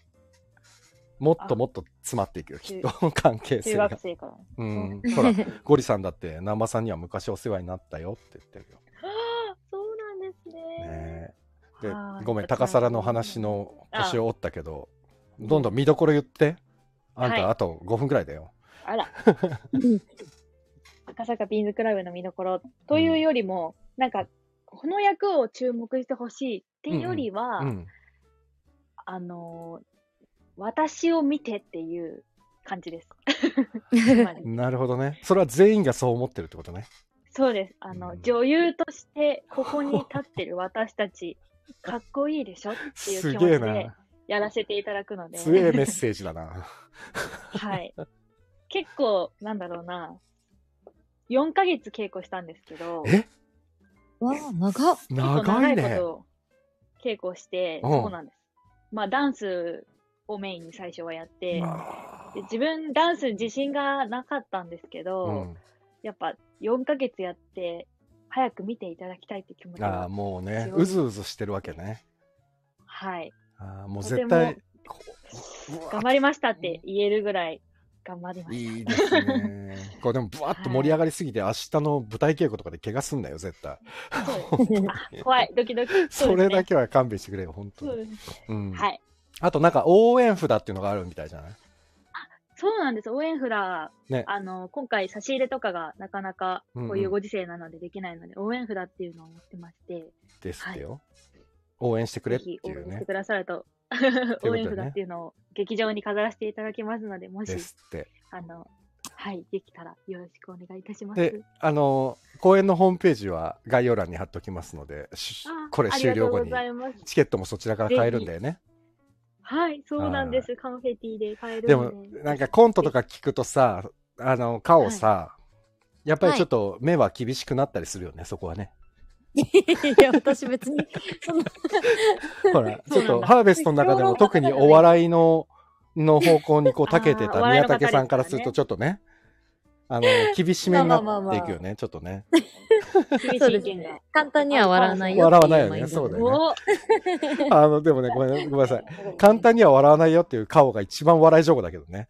Speaker 1: もっともっと詰まっていくよ、きっと。 [LAUGHS] 関係
Speaker 3: い中
Speaker 1: 性が
Speaker 3: 学。生から。
Speaker 1: うん。ほ
Speaker 2: [LAUGHS]
Speaker 1: ら、ゴリさんだって、南波さんには昔お世話になったよって言ってるよ。
Speaker 3: あーそうなんですね。
Speaker 1: ねえで
Speaker 3: はい
Speaker 1: ごめん高皿の話の腰を折ったけどどんどん見どころ言ってあん
Speaker 3: はい
Speaker 1: たあと5分くらいだよ、
Speaker 3: あら、 [LAUGHS] 赤坂ビーンズクラブの見どころというよりも、なんか、この役を注目してほしいっていうよりは、
Speaker 1: うん、
Speaker 3: あのー私を見てっていう感じ
Speaker 1: [LAUGHS]
Speaker 3: です。つまり
Speaker 1: なるほどねそれは全員がそう思ってるってことね
Speaker 3: そうです。あの、
Speaker 1: うん
Speaker 3: 女優としてここに立ってる私たち、かっこいいでしょっていう
Speaker 1: す
Speaker 3: 気持
Speaker 1: げえ
Speaker 3: ちで
Speaker 1: な
Speaker 3: やらせていただくので、
Speaker 1: すげえメッセージだ
Speaker 3: [LAUGHS]
Speaker 1: な
Speaker 3: はい。結構、なんだろうな、4ヶ月稽古したんですけど、
Speaker 1: え
Speaker 2: わあ、長っ。
Speaker 3: 結構
Speaker 1: 長い
Speaker 3: 長い
Speaker 1: ね
Speaker 3: こと稽古して、
Speaker 1: うん
Speaker 3: そうなんです。まあ、ダンスをメインに最初はやって、
Speaker 1: あ
Speaker 3: で自分、ダンス自信がなかったんですけ
Speaker 1: ー
Speaker 3: ど、
Speaker 1: うん
Speaker 3: やっぱ4ヶ月やって、早く見ていただきたいって気持ち
Speaker 1: あー
Speaker 3: が、
Speaker 1: もうね
Speaker 3: 強いう
Speaker 1: ずうずしてるわけね
Speaker 3: はい。
Speaker 1: あーもう絶対こううわ
Speaker 3: 頑張りましたって言えるぐらい頑張りまし
Speaker 1: いいですね
Speaker 3: [LAUGHS]
Speaker 1: こうでもぶわっと盛り上がりすぎて明日の舞台稽古とかで怪我すんなよ絶対
Speaker 3: た。そうですあ怖い、ドキドキ。
Speaker 1: [LAUGHS] それだ
Speaker 3: け。
Speaker 1: けは勘弁してくれよ本当
Speaker 3: そう
Speaker 1: に
Speaker 3: ですね
Speaker 1: うん
Speaker 3: はい。
Speaker 1: あとなんか応援札っていうのがあるみたいじゃない
Speaker 3: そうなんです。応援フラ、
Speaker 1: ね
Speaker 3: あの、今回差し入れとかがなかなか
Speaker 1: うんうん
Speaker 3: こういうご時世なのでできないので、応援フラっていうのを持ってまして、
Speaker 1: ですってよ。応援してくれ
Speaker 3: ぜ
Speaker 1: ってい
Speaker 3: ひ応援
Speaker 1: う
Speaker 3: して
Speaker 1: ね。
Speaker 3: くださると、
Speaker 1: とね
Speaker 3: 応援フラっていうのを劇場に飾らせていただきますので、もし
Speaker 1: で、すって。
Speaker 3: あの、はい、できたらよろしくお願いいたします。
Speaker 1: で、あの、公演のホームページは概要欄に貼っときますので、し
Speaker 3: あ
Speaker 1: これ終了後
Speaker 3: あり
Speaker 1: に
Speaker 3: がとうございます。
Speaker 1: チケットもそちらから買えるんだよね。
Speaker 3: はい、そうなんです。カンフェティで買える
Speaker 1: で
Speaker 3: の
Speaker 1: も
Speaker 3: で。、
Speaker 1: なんかコントとか聞くとさ、あの、顔さ、やっぱり
Speaker 2: はい
Speaker 1: ちょっと目は厳しくなったりするよね、そこはね。
Speaker 2: [LAUGHS] いや、私別に、その、
Speaker 1: ほら、ち
Speaker 3: そ
Speaker 1: ょ
Speaker 3: う
Speaker 1: っ
Speaker 3: なん
Speaker 1: と
Speaker 3: だ
Speaker 1: ハーベストの中でも特にお笑いの、の方向にこう、長けて
Speaker 3: [LAUGHS] あーお
Speaker 1: た
Speaker 3: 笑
Speaker 1: 宮
Speaker 3: いの方
Speaker 1: 武さんからするとちょっとね、あの、厳しめになっていくよね、ちょっとね。
Speaker 3: 厳
Speaker 2: そう
Speaker 3: し
Speaker 2: です
Speaker 3: い意見が
Speaker 2: ね。簡単には笑わないよ。
Speaker 1: 笑わないよねそうだよね [LAUGHS]
Speaker 3: おー
Speaker 1: あの、でもね、ごめんごめんなさい。簡単には笑わないよっていう顔が一番笑い情報だけどね。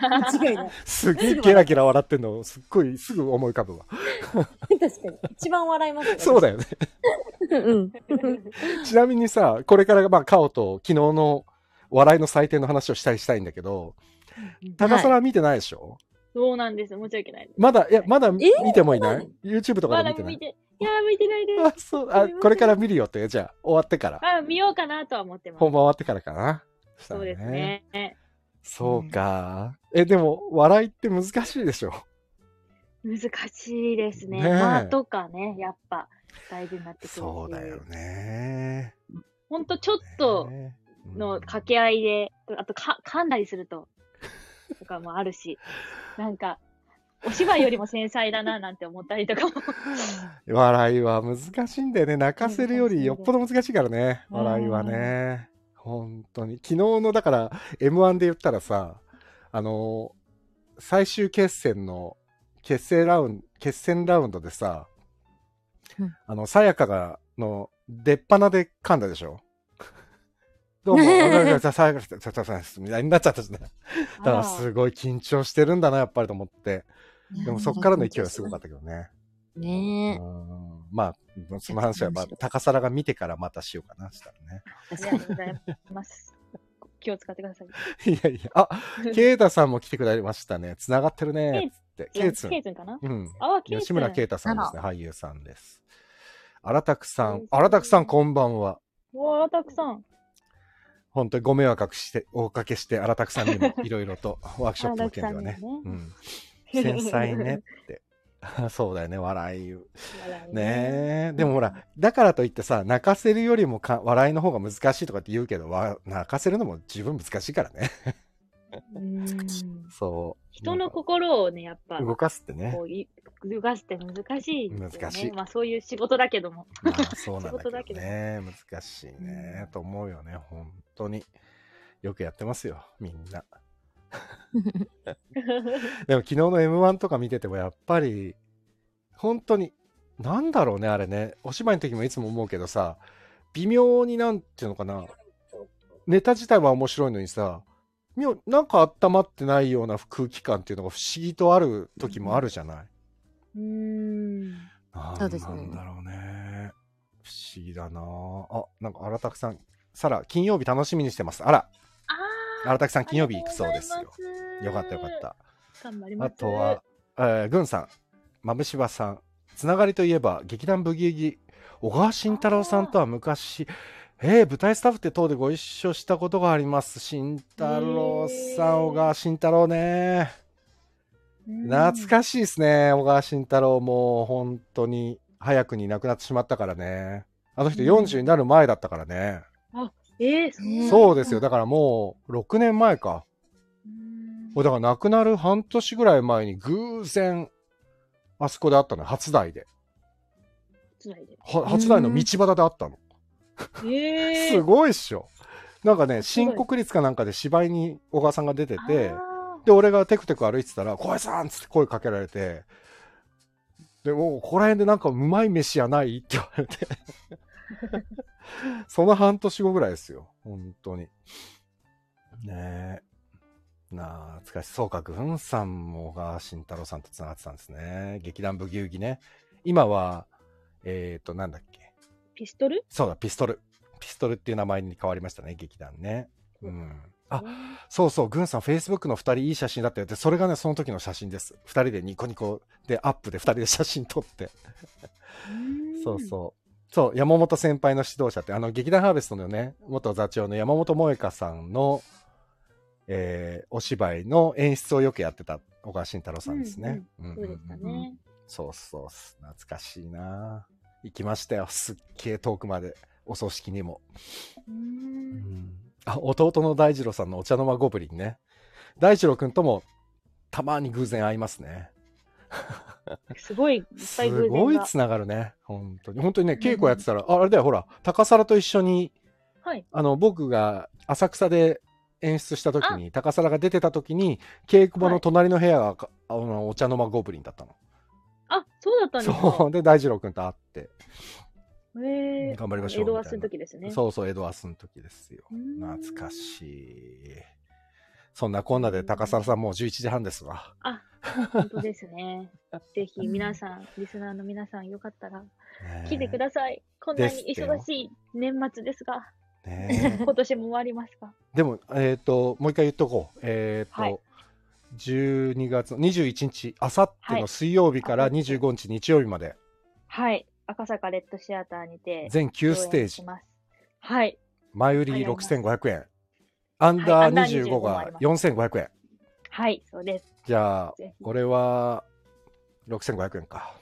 Speaker 2: 間違いない。
Speaker 1: すげえゲラゲラ笑ってんの、すっごいすぐ思い浮かぶわ。
Speaker 2: 確かに。一番笑いますよね
Speaker 1: そうだよね。
Speaker 2: うん。
Speaker 1: ちなみにさ、これからまあ、カオと昨日の笑いの採点の話をしたりしたいんだけど、高皿は見てないでしょ、
Speaker 3: そうなんです。申し訳ないです。
Speaker 1: まだ、いや、まだ見
Speaker 2: え
Speaker 1: てもいな
Speaker 2: ま
Speaker 1: い ?YouTube とか
Speaker 3: ま
Speaker 1: で見
Speaker 3: だ
Speaker 1: てな
Speaker 3: 見
Speaker 1: い、
Speaker 3: て、いやー、見てないで
Speaker 1: あ、そう、あ、これから見るよって、じゃあ、終わってから
Speaker 3: す。。あ、見ようかなとは思ってます
Speaker 1: 本。番終わってからかな。した
Speaker 3: そ
Speaker 1: ら
Speaker 3: うです。ね。
Speaker 1: そうか。え、でも、笑いって難しいでしょ
Speaker 3: 難しいですね。
Speaker 1: ねえ
Speaker 3: 間とかね、やっぱ大事になってくるし。
Speaker 1: そうだよね。
Speaker 3: ほんとちょっと
Speaker 1: ねうん
Speaker 3: の掛け合いで、あとか噛んだりすると、とかもあ
Speaker 1: [LAUGHS]
Speaker 3: るし、なんか、お芝居よりも繊細だななんて思ったり
Speaker 1: [LAUGHS]
Speaker 3: とかも。
Speaker 1: 笑いは難しいんだよね泣かせるよりよっぽど難しいからね
Speaker 3: うん
Speaker 1: 笑いはね本当に昨日のだから m 1で言ったらさあの最終決戦の決戦ラウンド決戦ラウンドでさ、
Speaker 2: うん。
Speaker 1: あのさやかがの出っ鼻で噛んだでしょ [LAUGHS] どうも、ささやかさささみたいになっちゃったじゃない。だからすごい緊張してるんだな、やっぱりと思って。でもそっからの勢いはすごかったたけどね。
Speaker 2: ね
Speaker 1: うんまあ、その話は、まあ、高皿が見てからまたしようかな、したらね。
Speaker 3: ありがとうございます。気を使ってくださ
Speaker 1: [LAUGHS]
Speaker 3: い。
Speaker 1: いやいや、あ、ケイタさんも来てくれましたね。つながってるね、つって。ケイツン
Speaker 3: ケ。イツンかな
Speaker 1: うん。
Speaker 3: あわ、ケイツン。
Speaker 1: 吉村圭太さんですね、俳優さんです。荒拓さ
Speaker 3: うん
Speaker 1: ん、荒拓さん、こんばんは。
Speaker 3: うわたくさん。
Speaker 1: 本当にご迷惑して、おかけして、荒拓さんにもいろいろとワークショップの件ではね。
Speaker 3: 荒拓さ
Speaker 1: うんん。
Speaker 3: [LAUGHS]
Speaker 1: 繊細ねって。 [LAUGHS] そうだよね、笑い。ねえ、でもほら、だからといってさ、泣かせるよりもか笑いの方が難しいとかって言うけど、わ泣かせるのも十分難しいからね。
Speaker 3: うん。
Speaker 1: そう。
Speaker 3: 人の心をね、やっぱ、
Speaker 1: 動かすってね
Speaker 3: こ。うい動かすって難しいですよね。
Speaker 1: 難しい
Speaker 3: まあそういう仕事だけ [LAUGHS] ども。
Speaker 1: まあ、そうなん [LAUGHS]
Speaker 3: 仕事
Speaker 1: だ
Speaker 3: だ
Speaker 1: け
Speaker 3: け
Speaker 1: ど
Speaker 3: ど
Speaker 1: ね。難しいね、と思うよね、本当に。よくやってますよ、みんな。でも昨日の M1 とか見ててもやっぱり本当になんだろうねあれねお芝居の時もいつも思うけどさ微妙になんていうのかなネタ自体は面白いのにさ妙なんか温まってないような空気感っていうのが不思議とある時もあるじゃない、
Speaker 3: うん。
Speaker 1: なん
Speaker 2: そうですね
Speaker 1: なんだろうね不思議だなあなんか荒拓さんさら金曜日楽しみにしてますあら
Speaker 3: ああ。
Speaker 1: 荒拓さん金曜日行くそうですよよかったよかった。
Speaker 3: 頑張りま
Speaker 1: あ
Speaker 3: す。
Speaker 1: とは、えー、軍さん、まぶしばさん、つながりといえば、劇団ブギウギ、小川慎太郎さんとは昔、えー、舞台スタッフって等でご一緒したことがあります。慎太郎さ
Speaker 3: へ
Speaker 1: ん、
Speaker 3: ー
Speaker 1: 小川慎太郎ね。
Speaker 3: うん、
Speaker 1: 懐かしいですね、小川慎太郎。もう本当に早くに亡くなってしまったからね。あの人
Speaker 3: うん
Speaker 1: 40になる前だったからね。
Speaker 3: えー、そ
Speaker 2: うん
Speaker 1: そうですよ。だからもう6年前か。
Speaker 3: うん
Speaker 1: もうだから亡くなる半年ぐらい前に偶然、あそこで会ったのよ、初台で。
Speaker 3: つないで
Speaker 1: は初台の道端で会ったの。
Speaker 3: え
Speaker 1: すごいっしょ。なんかね、
Speaker 3: すごい
Speaker 1: 新国立かなんかで芝居に小川さんが出てて、
Speaker 3: あ
Speaker 1: で、俺がテクテク歩いてたら、小林さんっつって声かけられて、で、もうここら辺でなんかうまい飯やないって言われて。 [LAUGHS] その半年後ぐらいですよ。本当に。ねえ。なあ、懐かしい。そうか、軍さんも小川慎太郎さんと繋がってたんですね。劇団ブギウギね。今は、えっ、ー、と、なんだっけ。
Speaker 3: ーピストル
Speaker 1: そうだ、ピストル。ピストルっていう名前に変わりましたね、劇団ね。うん。あ、そうそう、軍さん、Facebook の2人いい写真だったよって、それがね、その時の写真です。2人でニコニコでアップで2人で写真撮って。そうそう。そう、山本先輩の指導者って、あの、劇団ハーベストのね、元座長の山本萌香さんの、えーお芝居の演出をよくやってた小川慎太郎さんですね。うん
Speaker 3: うん。そうでした
Speaker 1: うんうん
Speaker 3: ね。
Speaker 1: そうそうす、懐かしいな行きましたよ、すっげえ遠くまで、お葬式にも。
Speaker 3: う
Speaker 1: うんんあ、弟の大二郎さんのお茶の間ゴブリンね。大二郎くんとも、たまに偶然会いますね。
Speaker 3: すごい、いっぱい偶
Speaker 1: す
Speaker 3: 然が
Speaker 1: ごいつながるね。本当に。本当にね、
Speaker 3: うん
Speaker 1: 稽古やってたら、ああれだよ、ほら、高皿と一緒に、
Speaker 3: はい。
Speaker 1: あの、僕が浅草で演出した時に、高皿が出てた時に、稽古場の隣の部屋が、あのお茶の間ゴブリンだったの。
Speaker 3: あ、そうだったんですか
Speaker 1: そう。で、大二郎くんと会って、
Speaker 3: えー、
Speaker 1: 頑張りましょう
Speaker 3: 江戸はする時ですね。
Speaker 1: そうそう、江戸明日の時ですよ。
Speaker 3: うん
Speaker 1: 懐かしい。そんなこんなで高沢さんもう11時半ですわ。
Speaker 3: 本当で
Speaker 1: [LAUGHS]
Speaker 3: すね。ぜひ皆さん、リスナーの皆さん、よかったら来てください。こんなに忙しい年末ですが、
Speaker 1: さい。ねえ
Speaker 3: 今年も終わりますが。
Speaker 1: でも、えっ、と、もう一回言っとこう。えっ、と、
Speaker 3: はい
Speaker 1: 12月の21日、あさっての水曜日から25日日曜日まで、
Speaker 3: はい。赤坂レッドシアターにて、
Speaker 1: 全9ステー
Speaker 3: 上演し
Speaker 1: ジ、
Speaker 3: ます。はい。
Speaker 1: 前売り6500円、アンダー25
Speaker 3: はいアン
Speaker 1: が
Speaker 3: ダー
Speaker 1: 4500円。
Speaker 3: はい、そうです。
Speaker 1: じゃあ、
Speaker 3: ぜひ。
Speaker 1: これは6500円か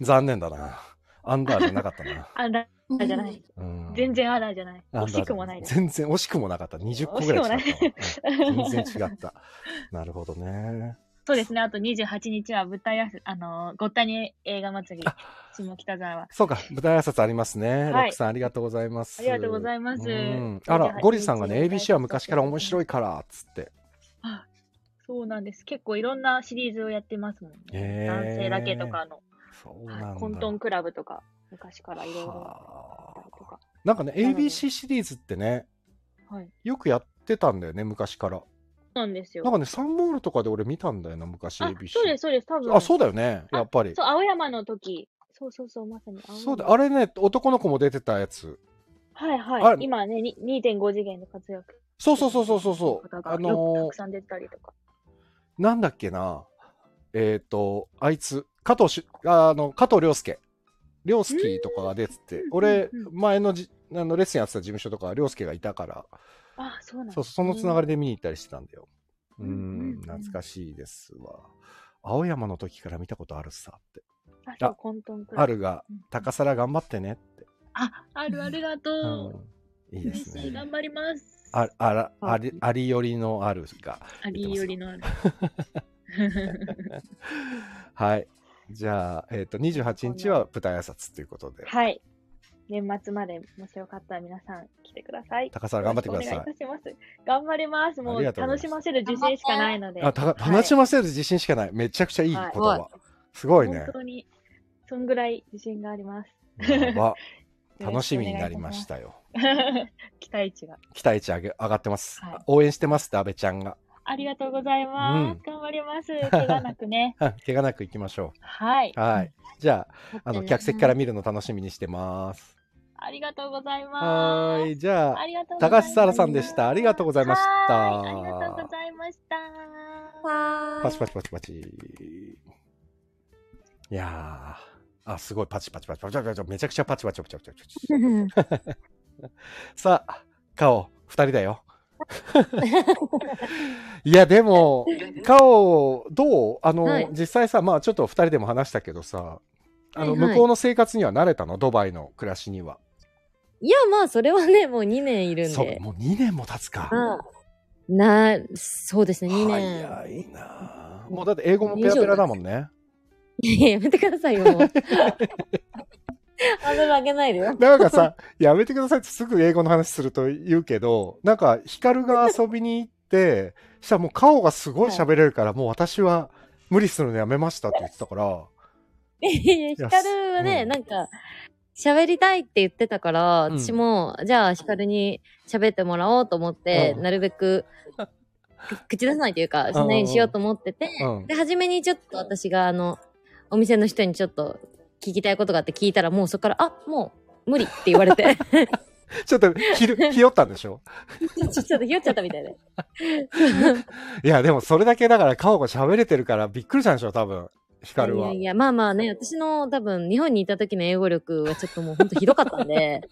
Speaker 1: 残念だなアンダーじゃなかったな
Speaker 3: あ、ラあ、じゃない。
Speaker 1: うん
Speaker 3: 全然あらじゃない。
Speaker 1: あ
Speaker 3: 惜しくもないです。
Speaker 1: 全然惜しくもなかった。20個ぐらい違った
Speaker 3: [LAUGHS]
Speaker 1: わ。うん全然違った。なるほどね。
Speaker 3: そうですね。あと28日は舞台やす、あのー、ごったに映画祭り
Speaker 1: あ、
Speaker 3: 下北沢は。
Speaker 1: そうか、舞台挨拶ありますね。
Speaker 3: はい
Speaker 1: ロックさんありがとうございます。
Speaker 3: ありがとうございます
Speaker 1: うんあら、ゴリさんがね、ABC は昔から面白いから、っつって。
Speaker 3: そうなんです。結構いろんなシリーズをやってますもん
Speaker 1: へ
Speaker 3: ね。
Speaker 1: ー
Speaker 3: 男性だけとかの、
Speaker 1: そう
Speaker 3: はい
Speaker 1: なんだ。
Speaker 3: 混沌クラブとか、昔からいろいろあった
Speaker 1: は
Speaker 3: りとか。
Speaker 1: あなんかね、
Speaker 3: なので
Speaker 1: ABC シリーズってね、
Speaker 3: はい。
Speaker 1: よくやってたんだよね、昔から。
Speaker 3: そうなんですよ
Speaker 1: なん。かね、サンモールとかで俺見たんだよな、昔
Speaker 3: あ
Speaker 1: ABC。、
Speaker 3: そうです、そうです。多分。
Speaker 1: あ、そうだよね、やっぱり
Speaker 3: そ。う、青山の時。そうそうそう、まさに青山。
Speaker 1: そうだ、あれね、男の子も出てたやつ。
Speaker 3: はい
Speaker 1: あ
Speaker 3: はい。今ね、に2.5次元で活躍。
Speaker 1: そうそうそうそうそうそう。
Speaker 3: 方が
Speaker 1: あ
Speaker 3: よくた
Speaker 1: のー
Speaker 3: くさん出てたりとか。
Speaker 1: なんだっけな、えっ、と、あいつ、加藤し、あの、加藤亮介。亮介とかが出てて
Speaker 3: う、ん
Speaker 1: 俺
Speaker 3: うん、
Speaker 1: 前のじあのレッスンやってた事務所とか、亮介がいたから、
Speaker 3: あ、そうなんです
Speaker 1: そう
Speaker 3: ね
Speaker 1: そのつながりで見に行ったりしてたんだよ。う
Speaker 3: うんうん
Speaker 1: ん、
Speaker 3: うん
Speaker 1: 懐かしいですわ。青山の時から見たことあるさって。
Speaker 3: あ、そ
Speaker 1: あ
Speaker 3: う、混沌クラブ。
Speaker 1: あるが
Speaker 3: うん、
Speaker 1: 高皿頑張ってねって。
Speaker 3: あ、あるありがと
Speaker 1: う
Speaker 3: う。
Speaker 1: ん、いいです
Speaker 3: 嬉しい
Speaker 1: ね
Speaker 3: 頑。張ります。
Speaker 1: あ、あら、
Speaker 3: はい
Speaker 1: あり、ありよりのあるが。
Speaker 3: ありよりのある。 [LAUGHS]
Speaker 1: [LAUGHS] はい。じゃあ、えっ、と、28日は舞台挨拶ということで。
Speaker 3: はい。年末までもしよかったら皆さん来てください。
Speaker 1: 高皿頑張ってくださ
Speaker 3: よ
Speaker 1: い
Speaker 3: ろ。しくお願いいたします。頑張ります。も
Speaker 1: あ
Speaker 3: う
Speaker 1: りがとうございます
Speaker 3: 楽しませる自信しかないので。
Speaker 1: あ、た
Speaker 3: はい
Speaker 1: 楽しませる自信しかない。めちゃくちゃいい言
Speaker 3: はい
Speaker 1: 葉。すごいね
Speaker 3: 本。当に、そんぐらい自信があります。
Speaker 1: や
Speaker 3: [LAUGHS]
Speaker 1: ば
Speaker 3: よ
Speaker 1: 楽
Speaker 3: ろく
Speaker 1: し
Speaker 3: お
Speaker 1: み
Speaker 3: 願い
Speaker 1: に
Speaker 3: い
Speaker 1: な
Speaker 3: た
Speaker 1: りましたよ。
Speaker 3: ます。 [LAUGHS] 期待値が。
Speaker 1: 期待値上げ上がってます、
Speaker 3: はい
Speaker 1: 応援してますって、安倍ちゃんが。
Speaker 3: ありがとうございます。
Speaker 1: うん。
Speaker 3: 頑張ります。怪我なくね
Speaker 1: [LAUGHS] 怪我なく行きましょ
Speaker 3: はい。
Speaker 1: う。はい。じゃあ、あ
Speaker 2: だって
Speaker 1: の、
Speaker 2: ね
Speaker 1: 客席から見るの楽しみにしてます。
Speaker 3: ありがとうござい
Speaker 1: は
Speaker 3: ます。
Speaker 1: ーい。じゃ
Speaker 3: あ
Speaker 1: あ、
Speaker 3: りがとうございま
Speaker 1: 高
Speaker 3: す
Speaker 1: 橋沙羅さんでした。ありがとうございまし
Speaker 3: は
Speaker 1: た。
Speaker 3: ーいありがとうございました。
Speaker 2: は
Speaker 1: パチパチパチパチ。いやー。あ、すごい。パチパチパチパチパチパチ。めちゃくちゃパチパチパチパチパチ。
Speaker 2: ーい。
Speaker 1: さあ、カオ、二人だよ。いや、で
Speaker 2: [LAUGHS]
Speaker 1: も、カオ、どうあの、
Speaker 2: はい
Speaker 1: 実際さ、まあちょっと二人でも話したけどさ、あの、
Speaker 2: はいはい
Speaker 1: 向こうの生活には慣れたのドバイの暮らしには。
Speaker 2: いや、まあ、それはね、もう2年いるんで。
Speaker 1: そう、もう2年も経つか。
Speaker 2: うんな、そうですね、2年。
Speaker 1: 早いなあもうだって英語もペラペラだもんね。
Speaker 2: いややめてくださいよ。もうハードル上げないでよ。
Speaker 1: なんかさ、やめてくださいってすぐ英語の話すると言うけど、なんか、ヒカルが遊びに行って、したらもう顔がすごい喋れるから、もう私は無理するのやめましたって言ってたから、
Speaker 2: ヒカルは
Speaker 1: う
Speaker 2: ね、
Speaker 1: ん
Speaker 2: なんか、喋りたいって言ってたから、
Speaker 1: うん
Speaker 2: 私も、じゃあヒカルに喋ってもらおうと思って、
Speaker 1: うん
Speaker 2: なるべく、口出さないというか、そのようにしようと思ってて、 [LAUGHS]
Speaker 1: うん。
Speaker 2: で、初めにちょっと私が、あの、お店の人にちょっと聞きたいことがあって聞いたら、もうそこから、あ、もう、無理って言わ
Speaker 1: [LAUGHS]
Speaker 2: れて、
Speaker 1: ちょっとひる、ひよったんでしょ
Speaker 2: ちょっとひよっちゃったみたいで。
Speaker 1: いや、でもそれだけだから顔が喋れてるからびっくりしたんでしょ多分、ヒカル
Speaker 2: い
Speaker 1: は
Speaker 2: や。いや、まあまあね、私の多分、日本にいた時の英語力はちょっともうほんとひどかったんで、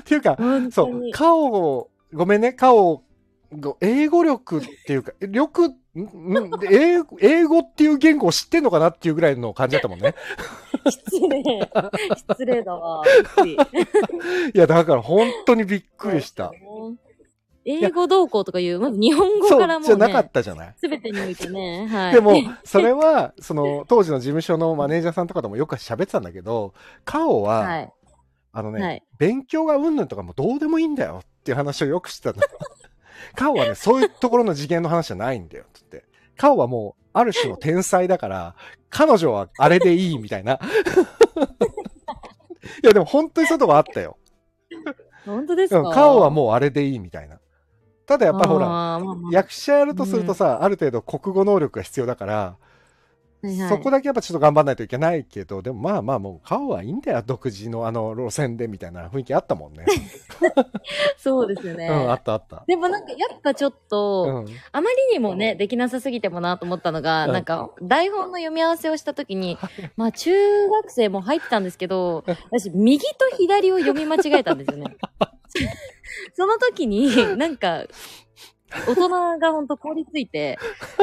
Speaker 1: っていうか、
Speaker 2: 本
Speaker 1: そ
Speaker 2: 当
Speaker 1: う、
Speaker 2: に。
Speaker 1: 顔を、ごめんね、顔を、ご英語力っていうか、力、んんで英語英語っていう言語を知ってんのかなっていうぐらいの感じだったもん
Speaker 2: [LAUGHS]
Speaker 1: ね。
Speaker 2: 失礼。失礼だわ。びっくり
Speaker 1: いや、だから本当にびっくりした。
Speaker 2: 英語動向とかいう、まず日本語
Speaker 1: そ
Speaker 2: から
Speaker 1: う、
Speaker 2: も
Speaker 1: じゃ
Speaker 2: う
Speaker 1: なかっ
Speaker 2: ね、
Speaker 1: たじゃない。
Speaker 2: すべてにおいてね、 [LAUGHS] はい。
Speaker 1: [LAUGHS] でも、それは、その、当時の事務所のマネージャーさんとかともよく喋ってたんだけど、カオは、
Speaker 2: はい。
Speaker 1: あのね、
Speaker 2: はい
Speaker 1: 勉強がうんぬんとかもどうでもいいんだよっていう話をよく [LAUGHS] してたの。カオはね、そういうところの次元の話じゃないんだよって言って。カオはもう、ある種の天才だから、彼女はあれでいいみたいな。 [LAUGHS] いや、でも本当にそういうとこあった
Speaker 2: [LAUGHS]
Speaker 1: よ。
Speaker 2: 本当です
Speaker 1: う
Speaker 2: か
Speaker 1: ん、カオはもうあれでいいみたいな。ただやっぱほら、
Speaker 2: あーまあまあ
Speaker 1: 役者やるとするとさ、ある程度国語能力が必要だから、
Speaker 2: はいはい
Speaker 1: そこだけやっぱちょっと頑張らないといけないけど、でもまあまあもう顔はいいんだよ、独自のあの路線でみたいな雰囲気あったもんね。
Speaker 2: そうですよね。
Speaker 1: うん、あったあった。
Speaker 2: でもなんかやっぱちょっと、
Speaker 1: うん、
Speaker 2: あまりにもね、できなさすぎてもなと思ったのが、
Speaker 1: うん
Speaker 2: なんか、台本の読み合わせをしたときに、まあ、中学生も入ってたんですけ
Speaker 1: [LAUGHS]
Speaker 2: ど、私、右と左を読み間違えたんですよね。その時に、なんか、大人がほんと凍りついて、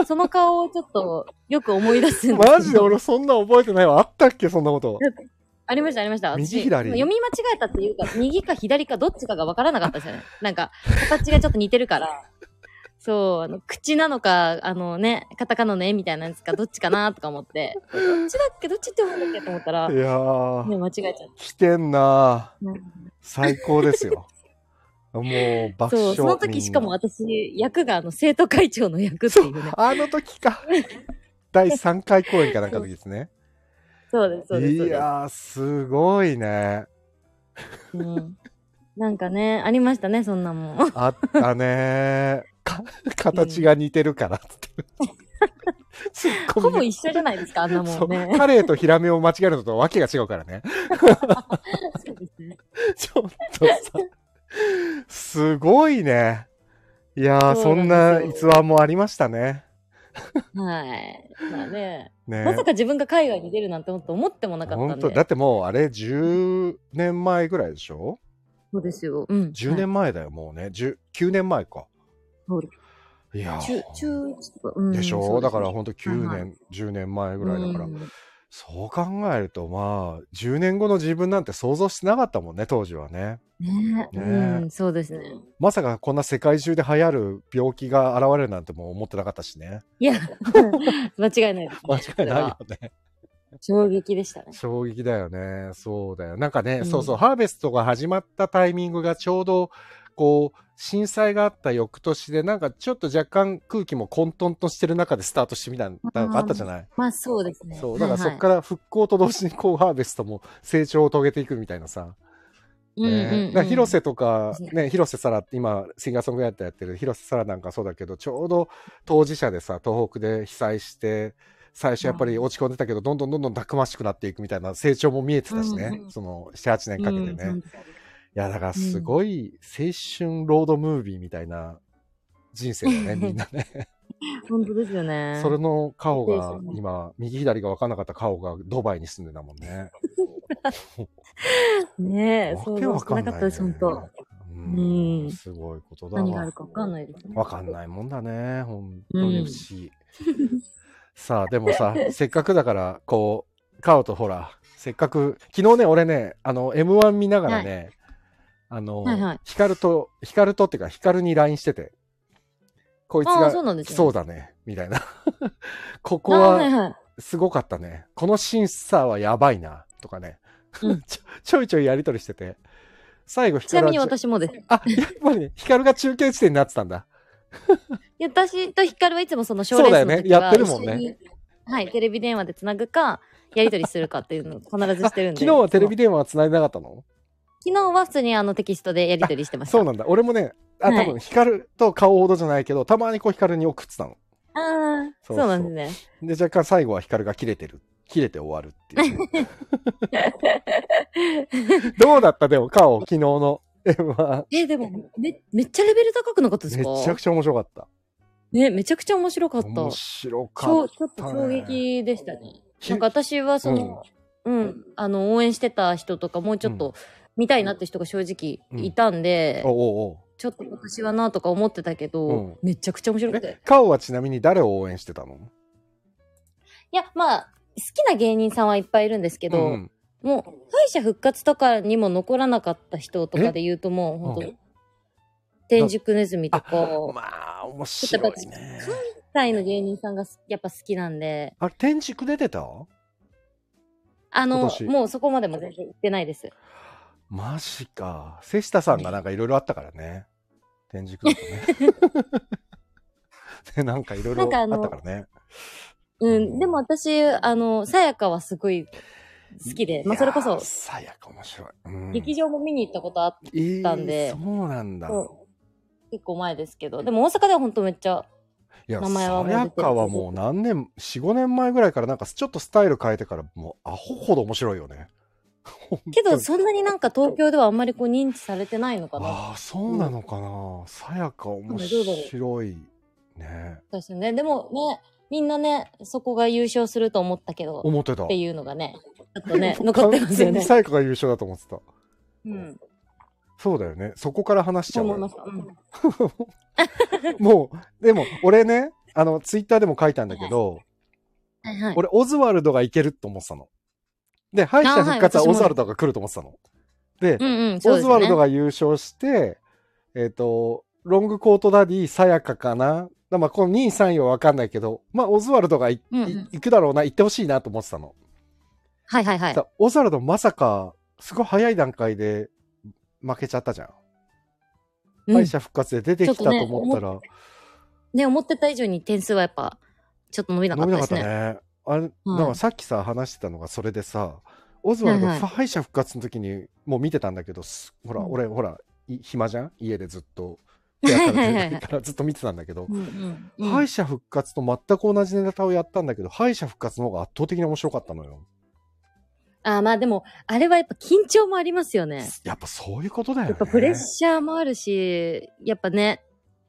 Speaker 2: その [LAUGHS] 顔をちょっとよく思い出すんですけど
Speaker 1: マジで俺そんな覚えてないわ。あったっけ、そんなこと。
Speaker 2: ありました、ありました。私
Speaker 1: 右左
Speaker 2: 読み間違えたっていうか、右か左かどっちかが分からなかったです
Speaker 1: [LAUGHS]
Speaker 2: よね。なんか、形がちょっと似てるから。そう、あの、口なのか、あのね、カタカナの絵みたいなやつか、どっちかなとか思って、どっちだっけ、どっちって思うんだっけと思ったら、
Speaker 1: い
Speaker 2: ね、
Speaker 1: やー、
Speaker 2: 間違えちゃっ
Speaker 1: 来てんなー
Speaker 2: うん
Speaker 1: 最高ですよ。もう
Speaker 2: た。
Speaker 1: 爆
Speaker 2: そ
Speaker 1: 笑
Speaker 2: う、その
Speaker 1: みん
Speaker 2: 時
Speaker 1: な
Speaker 2: しかも私、役が、あの、生徒会長の役っていうね。
Speaker 1: あの時か。第3回公演かなんかの時ですね。
Speaker 2: [LAUGHS] そうです、そうです。そう
Speaker 1: い
Speaker 2: です
Speaker 1: やー、すごいね。
Speaker 2: うんなんかね、ありましたね、そんなもん。
Speaker 1: あった
Speaker 2: [LAUGHS]
Speaker 1: ねー。か形が似てるからっつって。ツッコミ
Speaker 2: ほぼ一緒じゃないですか、あんなもん
Speaker 1: そう
Speaker 2: ね。
Speaker 1: カレーとヒラメを間違えるのとわけが違うからね。
Speaker 2: [LAUGHS] そうですね
Speaker 1: [LAUGHS] ちょっとさ、すごいね。いやー、
Speaker 2: そ
Speaker 1: そ
Speaker 2: うんな
Speaker 1: な
Speaker 2: んです
Speaker 1: 逸話もありましたね。
Speaker 2: はい。まあね、
Speaker 1: ね
Speaker 2: まさか自分が海外に出るなんて思ってもなかった
Speaker 1: 本
Speaker 2: ん
Speaker 1: 当
Speaker 2: で。
Speaker 1: だってもうあれ10年前ぐらいでしょ
Speaker 2: そうですよ。うん。
Speaker 1: 10
Speaker 2: はい
Speaker 1: 年前だよ、もうね。10 9年前か。
Speaker 2: そうで
Speaker 1: いやー
Speaker 2: 中、中一とか、うん。
Speaker 1: でしょ、
Speaker 2: そう
Speaker 1: だ
Speaker 2: す
Speaker 1: からほんと9
Speaker 2: はいは
Speaker 1: 年、10年前ぐらいだから、
Speaker 2: うん
Speaker 1: そう考えるとまあ10年後の自分なんて想像してなかったもんね当時はね
Speaker 2: ね
Speaker 1: ね
Speaker 2: うん、そうですね。
Speaker 1: まさかこんな世界中で流行る病気が現れるなんてもう思ってなかったしね
Speaker 2: い
Speaker 1: [LAUGHS]
Speaker 2: や、間違いないです。
Speaker 1: 間違いないよね
Speaker 2: 衝撃でしたね。
Speaker 1: [LAUGHS] 衝撃だよねそうだよなんかね、
Speaker 2: うん
Speaker 1: そうそうハーベストが始まったタイミングがちょうどこう震災があった翌年でなんかちょっと若干空気も混沌としてる中でスタートしてみたなんかあったじゃない
Speaker 2: まあそうですね。
Speaker 1: そう、だからそっ
Speaker 2: ら。
Speaker 1: から復興と同時にこうハーベストも成長を遂げていくみたいなさ。
Speaker 2: うんうん
Speaker 1: ね
Speaker 2: うん
Speaker 1: だから広瀬とか
Speaker 2: そうで、す
Speaker 1: ね、広瀬さら、今、シンガーソングライターやってる広瀬さらなんかそうだけど、ちょうど当事者でさ、東北で被災して、最初やっぱり落ち込んでたけど、どんどんどんどんたくましくなっていくみたいな成長も見えてたしね、
Speaker 2: うんうん
Speaker 1: その7、8年かけてね。
Speaker 2: うんうん
Speaker 1: いや、だからすごい青春ロードムービーみたいな人生だね、みんなね。
Speaker 2: 本当ですよ [LAUGHS] ね。
Speaker 1: それの顔
Speaker 2: そ
Speaker 1: が
Speaker 2: うですね
Speaker 1: 今右左が分からなかった顔がドバイに住んでたもんね。
Speaker 2: ねえ、
Speaker 1: わ
Speaker 2: 想
Speaker 1: け
Speaker 2: 像
Speaker 1: わ
Speaker 2: して
Speaker 1: かん
Speaker 2: な
Speaker 1: ない、ね。
Speaker 2: かったです、本当。
Speaker 1: うん
Speaker 2: うん
Speaker 1: すごいことだわ。
Speaker 2: 何があるかわかんないですね。
Speaker 1: わかん
Speaker 2: い。
Speaker 1: ないもんだね。本当に不思議。さあでも
Speaker 2: [LAUGHS]
Speaker 1: させっかくだからこうカオとほらせっかく昨日ね俺ねあの M1 見ながらね、あの、
Speaker 2: はいはい
Speaker 1: ヒカルとヒカルとっていうかヒカルに LINE しててこいつ
Speaker 2: あ
Speaker 1: が
Speaker 2: あ、そうなんですね
Speaker 1: そうだねみたいな [LAUGHS] ここ
Speaker 2: あ
Speaker 1: は
Speaker 2: はいはい。
Speaker 1: すごかったね。この審査はやばいな。とかね。
Speaker 2: うん
Speaker 1: [LAUGHS] ちょちょいちょいやりとりしてて。最後、ヒ
Speaker 2: ちな
Speaker 1: カル
Speaker 2: み
Speaker 1: は
Speaker 2: に私もです。
Speaker 1: あ、やっぱりね、ヒカルが中継地点になってたんだ。
Speaker 2: いや私とヒカルはいつもその賞レースの
Speaker 1: そう
Speaker 2: 時
Speaker 1: だよね
Speaker 2: は
Speaker 1: やってるもんね
Speaker 2: 一緒にはい、テレビ電話でつなぐか、やりとりするかっていうのを必ずしてる
Speaker 1: [LAUGHS]
Speaker 2: ん
Speaker 1: あ
Speaker 2: で。
Speaker 1: 昨日はテレビ電話は繋いでなかったの
Speaker 2: 昨日は普通にあのテキストでやりとりし
Speaker 1: [LAUGHS]
Speaker 2: てました。
Speaker 1: そうなんだ。俺もね、あ、
Speaker 2: はい
Speaker 1: 多分、ヒカルと顔ほどじゃないけど、たまにこうヒカルに送ってたの。
Speaker 2: ああ、
Speaker 1: そ
Speaker 2: そう
Speaker 1: そう
Speaker 2: うなんですね。
Speaker 1: で、若干最後はヒカルが切れてる。切れて終わる
Speaker 2: [LAUGHS]
Speaker 1: っていう。どうだったでも、顔、昨日の M1。
Speaker 2: え、でも、め、めっちゃレベル高くなかったです
Speaker 1: め
Speaker 2: か
Speaker 1: ちゃくちゃ面白かった。
Speaker 2: ね、めちゃくちゃ面白かった。
Speaker 1: 面白か
Speaker 2: ちょ
Speaker 1: っ
Speaker 2: ちょっと衝撃でしたね。
Speaker 1: た。
Speaker 2: なんか私はその、うん、あの、応援してた人とか、もうちょっと見たいなって人が正直いたんで、
Speaker 1: おうおうおう
Speaker 2: ちょっと今年はなとか思ってたけど、
Speaker 1: うん
Speaker 2: めちゃくちゃ面白くて。
Speaker 1: え、カオはちなみに誰を応援してたの
Speaker 2: いや、まあ、好きな芸人さんはいっぱいいるんですけど、
Speaker 1: うん
Speaker 2: もう、敗者復活とかにも残らなかった人とかで言うともう、本当、
Speaker 1: うん
Speaker 2: 天竺ネズミとか、
Speaker 1: まあ、面白いね。
Speaker 2: 海外の芸人さんがすやっぱ好きなんで、
Speaker 1: あれ、天竺出てた
Speaker 2: あ
Speaker 1: 今
Speaker 2: の
Speaker 1: 年、
Speaker 2: もうそこまでも全然行ってないです。
Speaker 1: マジか。瀬下さんがなんかいろいろあったからね。天竺だとね。
Speaker 2: [LAUGHS]
Speaker 1: でなんかいろいろあ
Speaker 2: なんかあ
Speaker 1: っ
Speaker 2: の
Speaker 1: たからね。
Speaker 2: うん、でも私、あの、さやかはすごい好きで、まあそれこ
Speaker 1: いや
Speaker 2: そ
Speaker 1: ー、さやか面白い。うん
Speaker 2: 劇場も見に行ったことあって、たんで
Speaker 1: えーそうなんだ。
Speaker 2: 結構前ですけど、でも大阪では本当めっちゃ、
Speaker 1: いや、
Speaker 2: 名前は
Speaker 1: さ
Speaker 2: もう出て
Speaker 1: や
Speaker 2: る
Speaker 1: かはもう何年、4、5年前ぐらいからなんかちょっとスタイル変えてからもうアホほど面白いよね。
Speaker 2: け
Speaker 1: 本当
Speaker 2: ど
Speaker 1: に
Speaker 2: そんなになんか東京ではあんまりこう認知されてないのかな
Speaker 1: ああそうなのかなさやか面白いね
Speaker 2: そうですよね。でもね、みんなね、そこが優勝すると思ったけど、っ
Speaker 1: 思ってた、
Speaker 2: ていうのがね、ちょっとね残ってますよ
Speaker 1: 完全に
Speaker 2: ね。
Speaker 1: さやかが優勝だと思ってた
Speaker 2: うん。
Speaker 1: そうだよねそこから話しち
Speaker 2: そ
Speaker 1: ゃ
Speaker 2: う
Speaker 1: うの
Speaker 2: 思い
Speaker 1: よ
Speaker 2: ました。うん
Speaker 1: [LAUGHS] もうでも俺ねあのツイッターでも書いたんだけど、
Speaker 2: はいはい。
Speaker 1: 俺オズワルドがいけると思ってたので、敗者復活は
Speaker 2: あはい
Speaker 1: オズワルドが来ると思ってたの。で、
Speaker 2: うんうん、そう
Speaker 1: オ
Speaker 2: で
Speaker 1: ズ
Speaker 2: す
Speaker 1: ワ
Speaker 2: よね
Speaker 1: ルドが優勝して、えっ、と、ロングコートダディ、さやかかな。だまあ、この2位、3位は分かんないけど、まあ、オズワルドがい,い、
Speaker 2: うんうん
Speaker 1: 行くだろうな、行ってほしいなと思ってたの。
Speaker 2: はいはいはい。
Speaker 1: だオズワルドまさか、すごい早い段階で負けちゃったじゃん。
Speaker 2: うん
Speaker 1: 敗者復活で出てきたと思ったら、
Speaker 2: ね、思ってた以上に点数はやっぱ、ちょっと伸びなか
Speaker 1: 飲
Speaker 2: っ
Speaker 1: め
Speaker 2: た
Speaker 1: な
Speaker 2: で
Speaker 1: かった
Speaker 2: すね。
Speaker 1: ね。あれ、
Speaker 2: はい
Speaker 1: なんかさっきさ、話してたのがそれでさ、オズワルド
Speaker 2: はいはい
Speaker 1: 敗者復活の時にもう見てたんだけど、すほら、
Speaker 2: うん
Speaker 1: 俺、ほら、い暇じゃん家でずっと。
Speaker 2: [LAUGHS]
Speaker 1: 部屋から出てないからずっと見てたんだけど、
Speaker 2: うんうんうん
Speaker 1: 敗者復活と全く同じネタをやったんだけど、敗者復活の方が圧倒的に面白かったのよ。
Speaker 2: あーまあでも、あれはやっぱ緊張もありますよね。
Speaker 1: やっぱそういうことだよね。
Speaker 2: やっぱプレッシャーもあるし、やっぱね、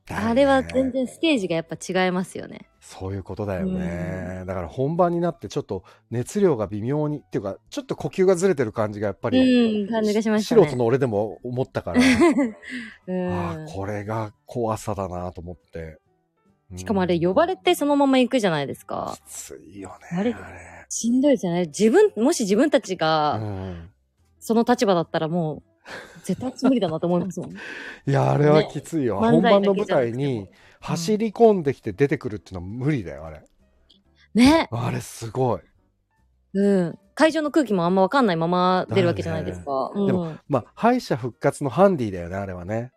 Speaker 1: だよね
Speaker 2: あれは全然ステージがやっぱ違いますよね。
Speaker 1: そういうことだよね、だから本番になってちょっと熱量が微妙にっていうかちょっと呼吸がずれてる感じがやっぱり、
Speaker 2: うん、感じがしました
Speaker 1: 素人
Speaker 2: ね。
Speaker 1: の俺でも思った
Speaker 2: [LAUGHS]
Speaker 1: から、
Speaker 2: う
Speaker 1: ああ
Speaker 2: ん。
Speaker 1: これが怖さだなと思って、うん
Speaker 2: しかもあれ、呼ばれてそのまま行くじゃないですか
Speaker 1: き。ついよねあ
Speaker 2: あ
Speaker 1: れ
Speaker 2: れしんどいですよね。自分、もし自分たち
Speaker 1: う
Speaker 2: が
Speaker 1: ん、
Speaker 2: その立場だったらもう、絶対無理だなと思いますもん。
Speaker 1: いやあれはきついよ、[LAUGHS]
Speaker 2: ね
Speaker 1: 本番の舞
Speaker 2: 漫才だけじゃなく
Speaker 1: 台
Speaker 2: ても
Speaker 1: に走り込んできて出てくるっていうのは無理だよあれ
Speaker 2: ね。
Speaker 1: あれすごい
Speaker 2: うん。会場の空気もあんまわかんないまま出るわけじゃないですか。
Speaker 1: [LAUGHS] ねで
Speaker 2: うん。
Speaker 1: まあ敗者復活のハンディだよねあれはね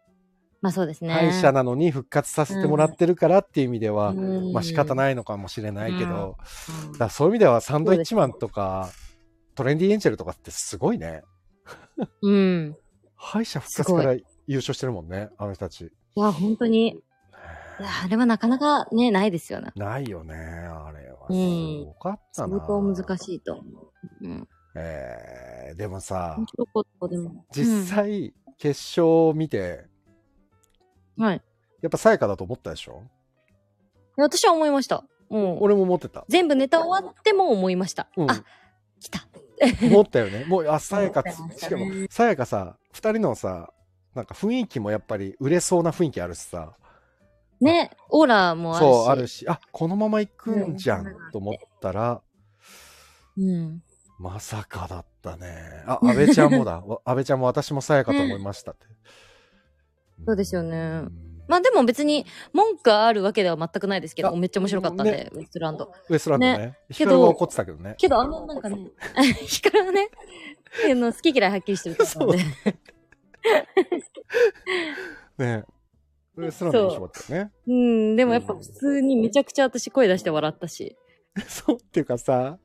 Speaker 2: まあそうですね。
Speaker 1: 敗者なのに復活させてもらってるからっていう意味では、まあ仕方
Speaker 2: い。
Speaker 1: ないのかもしれないけど、
Speaker 2: うん
Speaker 1: だからそういう意味ではサンドイッチマンとか、トレンディエンジェルとかってすごいね。
Speaker 2: うん。
Speaker 1: 敗者復活から優勝してるもんね、あの人たち。
Speaker 2: いや、本当に、いやあれはなかなかね、ないですよね。
Speaker 1: ないよね、あれは。
Speaker 2: うん
Speaker 1: すごかった
Speaker 2: 相
Speaker 1: な。
Speaker 2: 当難しいと思う。うん。
Speaker 1: えーでもさ
Speaker 2: 面、白かった、でも。
Speaker 1: 実際、決勝を見て、
Speaker 2: うん。はい。い
Speaker 1: やっぱさやかだと思ったでしょ
Speaker 2: や私は思いました。もう、
Speaker 1: 俺も思ってた。
Speaker 2: 全部ネタ終わっても思いました。
Speaker 1: うん
Speaker 2: あ、 [LAUGHS] 来た。
Speaker 1: 思ったよね。もう、あ、さやか、
Speaker 2: [LAUGHS] 思ってま
Speaker 1: し
Speaker 2: した
Speaker 1: かも
Speaker 2: ね、
Speaker 1: さやかさ、二人のさ、なんか雰囲気もやっぱり売れそうな雰囲気あるしさ。
Speaker 2: ね、オーラもあるし。
Speaker 1: そうあるしあこのまま行くんじゃんと思ったら、
Speaker 2: うん。
Speaker 1: まさかだったねあ安倍ちゃんもだ
Speaker 2: [LAUGHS]
Speaker 1: わ安倍ちゃんも私もさやかと思いましたって
Speaker 2: そうですよね
Speaker 1: ん
Speaker 2: まあでも別に文句あるわけでは全くないですけ
Speaker 1: あ
Speaker 2: ど、めっちゃ面白かったんで、ウエストランド。
Speaker 1: ウエストランドねヒカル
Speaker 2: け
Speaker 1: が
Speaker 2: ど
Speaker 1: 怒ってたけどね
Speaker 2: けどあのなんかね、 [LAUGHS] ヒカルはね、あの好き嫌いはっきりしてると思うんで。
Speaker 1: ねウエストランド面白かったよね
Speaker 2: うん、でもやっぱ普通にめちゃくちゃ私声出して笑ったし。
Speaker 1: そうっていうかさ、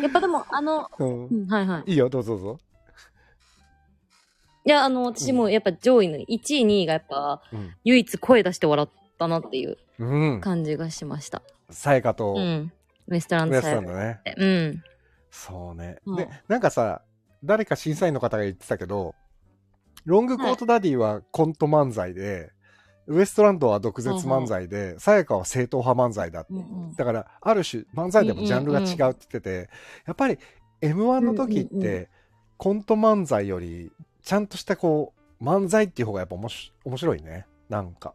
Speaker 2: やっぱでもあの、
Speaker 1: うん
Speaker 2: うん、はいはい。
Speaker 1: いいよどうぞどうぞ、
Speaker 2: いや、あの、私もやっぱ上位の1位、2位がやっぱ唯一声出して笑ったなっていう
Speaker 1: うんうん
Speaker 2: 感じがしました。
Speaker 1: さやかと
Speaker 2: う
Speaker 1: ウエ
Speaker 2: ん。ウエストランド
Speaker 1: ス
Speaker 2: さ
Speaker 1: トラ
Speaker 2: ん
Speaker 1: ン。ドね、
Speaker 2: うん。
Speaker 1: そうね、
Speaker 2: うん
Speaker 1: でなんかさ誰か審査員の方が言ってたけどロングコートダディはコント漫才で、ウエストランドは毒舌漫才でさやかは正統派漫才だって
Speaker 2: うんうん
Speaker 1: だからある種漫才でもジャンルが違うって言ってて、やっぱり m 1の時って、
Speaker 2: うんうんう
Speaker 1: コント漫才よりちゃんとしたこう漫才っていう方がやっぱ面白面白いねなんか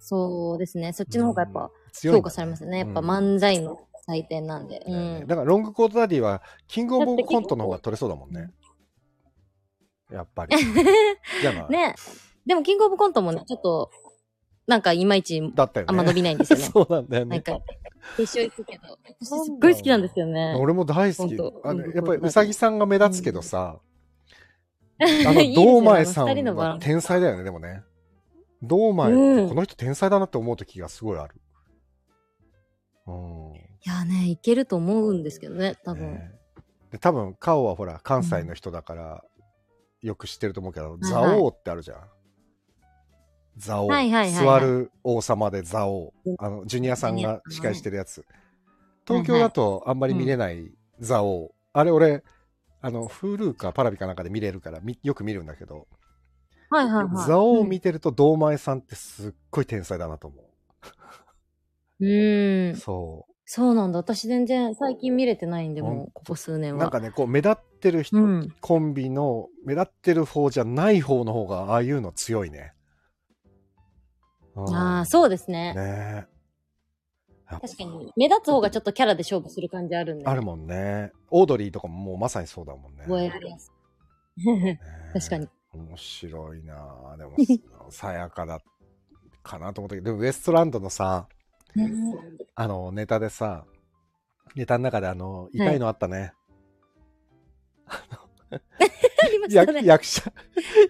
Speaker 2: そうですね。そっちの方がやっぱ
Speaker 1: 強いんだ
Speaker 2: 評価されますね。やっぱ
Speaker 1: うん
Speaker 2: 漫才の採点なんで。うん。
Speaker 1: だからロングコートダディはキングオブコントの方が取れそうだもんね。やっぱり。じゃない。
Speaker 2: [LAUGHS] ね。でも、キングオブコントもね、ちょっと、なんかいまいち
Speaker 1: だったよ
Speaker 2: あんま伸
Speaker 1: ね。
Speaker 2: びないんですよね。
Speaker 1: [LAUGHS] そうなんだよ
Speaker 2: 毎
Speaker 1: ね。
Speaker 2: 回。決勝行くけど。私すっごい好きなんですよね。
Speaker 1: 俺も大好き
Speaker 2: 本当。
Speaker 1: あの
Speaker 2: うん
Speaker 1: やっぱりうさぎさんが目立つけどさ、あ
Speaker 2: [LAUGHS] いい
Speaker 1: の
Speaker 2: ですよ
Speaker 1: 堂前さん
Speaker 2: あの二人のバラ
Speaker 1: は
Speaker 2: ンス
Speaker 1: 天才だよね、でもね。堂前っ
Speaker 2: う
Speaker 1: て
Speaker 2: ん
Speaker 1: この人天才だなって思う時がすごいある。うん。
Speaker 2: いやね、いけると思うんですけどね、多分。
Speaker 1: ねで多分、カオはほら、関西の人だから、よく知ってると思うけど、
Speaker 2: い
Speaker 1: 蔵王ってあるじゃん。蔵王。
Speaker 2: はいはいはい
Speaker 1: 座
Speaker 2: はい
Speaker 1: る王様で蔵王。あの、ジュニアさんが司会してるやつ。東京だとあんまり見れない蔵王。あれ、俺、あの、Hulu かパラビかなんかで見れるから、みよく見るんだけど、
Speaker 2: はいはいはい。
Speaker 1: 蔵王を見てると、堂前さんってすっごい天才だなと思
Speaker 2: うん。う
Speaker 1: う。
Speaker 2: ん。
Speaker 1: そ
Speaker 2: そうなんだ。私全然最近見れてないんで、もう、ここ数
Speaker 1: う。
Speaker 2: 年は。
Speaker 1: なんかね、こう、目立ってる人、
Speaker 2: うん。
Speaker 1: コンビの目立ってる方じゃない方の方がああいうの強いね。
Speaker 2: ああ、
Speaker 1: う
Speaker 2: そうですね
Speaker 1: んねえ。やっぱ
Speaker 2: 確かに、目立つ方がちょっとキャラで勝負する感じあるんで。
Speaker 1: あるもんね。オードリーとかももうまさにそうだもんね。
Speaker 2: 覚えられやすい。 [LAUGHS]
Speaker 1: ね
Speaker 2: 確
Speaker 1: [LAUGHS]
Speaker 2: かに。
Speaker 1: 面白いなぁでも、 [LAUGHS] さやかだ、かなと思ったけど、でもウエストランドのさ、あの、ネタでさ、ネタの中であの、痛いのあったね。
Speaker 2: あ [LAUGHS] りました
Speaker 1: 役
Speaker 2: ね。
Speaker 1: 役者、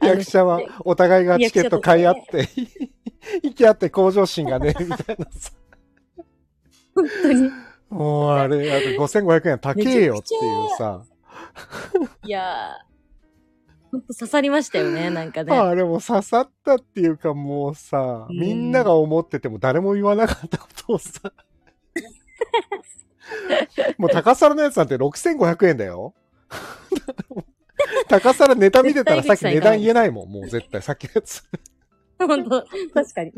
Speaker 2: あの
Speaker 1: 役者はお互いがチケット買い合って、行き合って向上心がね、 [LAUGHS] みたいなさ。
Speaker 2: 本当に。
Speaker 1: もうあれ、あと5500円高えよっていうさ、
Speaker 2: いやー、ほんと刺さりましたよね、なんかね。
Speaker 1: あれも刺さったっていうかもうさ、
Speaker 2: うん
Speaker 1: みんなが思ってても誰も言わなかったことをさ、 [LAUGHS] もう高皿のやつなんて6500円だよ。 [LAUGHS] 高皿ネタ見てたらさっき値段言えないもん、もう絶対さっきのやつ。
Speaker 2: [LAUGHS]
Speaker 1: [LAUGHS]
Speaker 2: 本当確かに。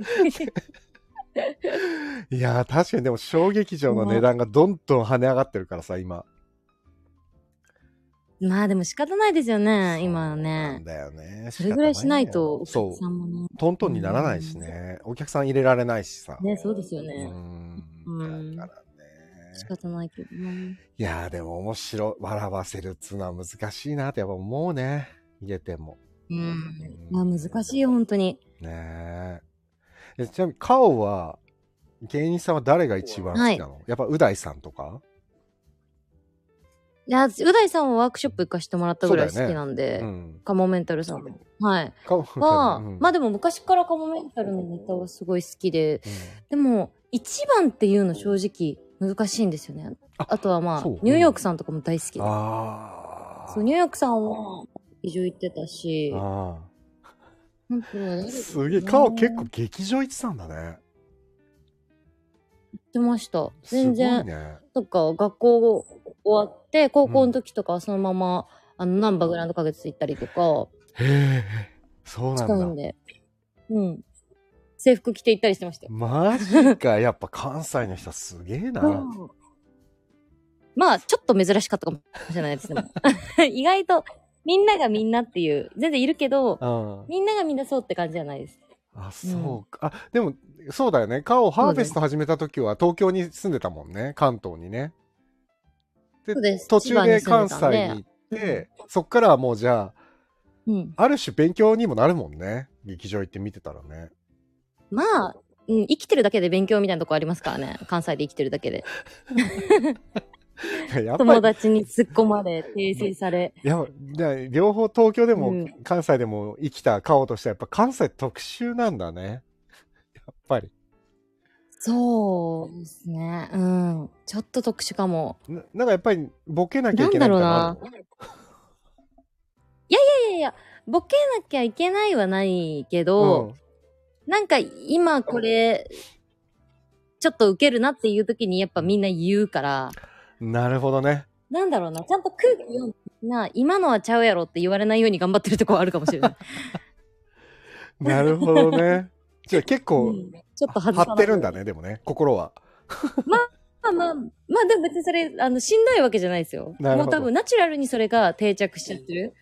Speaker 1: いやー確かにでも小劇場の値段がどんどん跳ね上がってるからさ今
Speaker 2: [LAUGHS] まあでも仕方ないですよね、今
Speaker 1: そ
Speaker 2: は
Speaker 1: うなん
Speaker 2: ね。
Speaker 1: だよね
Speaker 2: それぐらいしないと、お
Speaker 1: 仕方ない
Speaker 2: 客
Speaker 1: よ
Speaker 2: さ
Speaker 1: そうん
Speaker 2: もね。
Speaker 1: トントンにならないしねお客さん入れられないしさ
Speaker 2: ね、そうですよ
Speaker 1: う
Speaker 2: ね。
Speaker 1: んだから
Speaker 2: 仕
Speaker 1: ね
Speaker 2: 方ないけどね。
Speaker 1: いやーでも面白い笑わせるっつうのは難しいなってやっぱ思うね見てても
Speaker 2: うん。まあ難しいよ、本当に。
Speaker 1: ねええちなみにカオは芸人さんは誰が一番好きなの、やっぱう大さんとか
Speaker 2: いや、う大さんはワークショップ行かしてもらったぐらい好きなんで、
Speaker 1: うん
Speaker 2: カモメンタルさんも。はい。
Speaker 1: カオ
Speaker 2: は、
Speaker 1: うん
Speaker 2: まあでも昔からカモメンタルのネタはすごい好き
Speaker 1: う
Speaker 2: で、
Speaker 1: ん
Speaker 2: でも、一番っていうの正直難しいんですよね。
Speaker 1: あ
Speaker 2: あとはまあ
Speaker 1: そう、
Speaker 2: ニューヨークさんとかも大好きで。
Speaker 1: ああ
Speaker 2: そう、ニューヨークさんは、劇場行ってたし、
Speaker 1: あ
Speaker 2: 本当は
Speaker 1: あ
Speaker 2: 誰行
Speaker 1: すげえ顔結構劇場行ってたんだね
Speaker 2: ってました。
Speaker 1: すごい
Speaker 2: 全然、
Speaker 1: ね
Speaker 2: とか、学校終わって、高校の時とかはそのまま、あの、ナンバグランド花月行ったりとか、
Speaker 1: へえそうな
Speaker 2: 近いん
Speaker 1: んだ
Speaker 2: で、うん。制服着て行ったりしてましたよ。
Speaker 1: マジかやっぱ関西の人はすげえな
Speaker 2: うんまあ、ちょっと珍しかったかも [LAUGHS] しれないですね。意外と、みんながみんなっていう、全然いるけど、
Speaker 1: うん
Speaker 2: みんながみんなそうって感じじゃないです。
Speaker 1: あそうか、あでもそうだよね顔ハーベスト始めた時は東京に住んでたもんね関東にねで
Speaker 2: そうです
Speaker 1: 途中で関西
Speaker 2: 千葉に住ん
Speaker 1: に行ってそっからはもうじゃ
Speaker 2: うん。
Speaker 1: あある種勉強にもなるもんね劇場行って見てたらね [LAUGHS]
Speaker 2: まあ、うん、生きてるだけで勉強みたいなとこありますからね。関西で生きてるだけで。
Speaker 1: やっぱ
Speaker 2: 友
Speaker 1: り
Speaker 2: 達に突っ込まれ、訂正され。
Speaker 1: いやで両方東京で
Speaker 2: う
Speaker 1: も
Speaker 2: ん
Speaker 1: 関西でも生きた顔としてはやっぱ関西特殊なんだねやっぱり
Speaker 2: そうですね。うん。ちょっと特殊かも。
Speaker 1: ななんかやっぱりボケなきゃいけないみたいなのあるの
Speaker 2: いやいや、ボケなきゃいけないはないけど、なんか今これ、ちょっとウケるなっていう時にやっぱみんな言うから、
Speaker 1: うんなるほどね
Speaker 2: なんだろうな、ちゃんと空気読んでな、今のはちゃうやろって言われないように頑張ってるとこはあるかもし
Speaker 1: [LAUGHS]
Speaker 2: れない。
Speaker 1: なるほどねじ
Speaker 2: [LAUGHS]
Speaker 1: ゃあ結構、
Speaker 2: うんちょっと外さない
Speaker 1: 張ってるんだね、でもね、心は。
Speaker 2: まあまあ、まあでも別にそれ、あの、しんどいわけじゃないですよ。
Speaker 1: なるほど
Speaker 2: もう多分ナチュラルにそれが定着しちゃってる。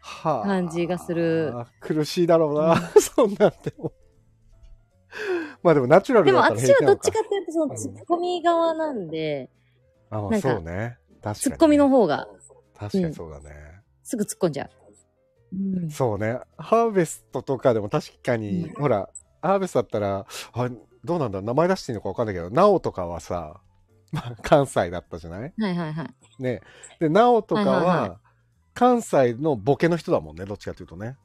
Speaker 1: はあ
Speaker 2: 感じがする。
Speaker 1: 苦しいだろうな、 [LAUGHS] そんなんでも。まあでもナチュラル
Speaker 2: でも
Speaker 1: だったら
Speaker 2: 私はどっち
Speaker 1: か。
Speaker 2: かっていうとそのツッコミ側なんで、
Speaker 1: あ、ま
Speaker 2: な
Speaker 1: あ
Speaker 2: んか
Speaker 1: そうね。確かに。
Speaker 2: ツッコミの。方が
Speaker 1: 確かにそうだね。
Speaker 2: すぐ突っ込んじゃう。うん
Speaker 1: そうね。ハーベストとかでも確かに、
Speaker 2: うん
Speaker 1: ほら、ハーベストだったら、あどうなんだ名前出していいのかわかんないけど、ナオとかはさ、まあ関西だったじゃない
Speaker 2: はいはいはい。
Speaker 1: ね。で、ナオとか
Speaker 2: はいはい
Speaker 1: は、関西のボケの人だもんね、どっちかというとね。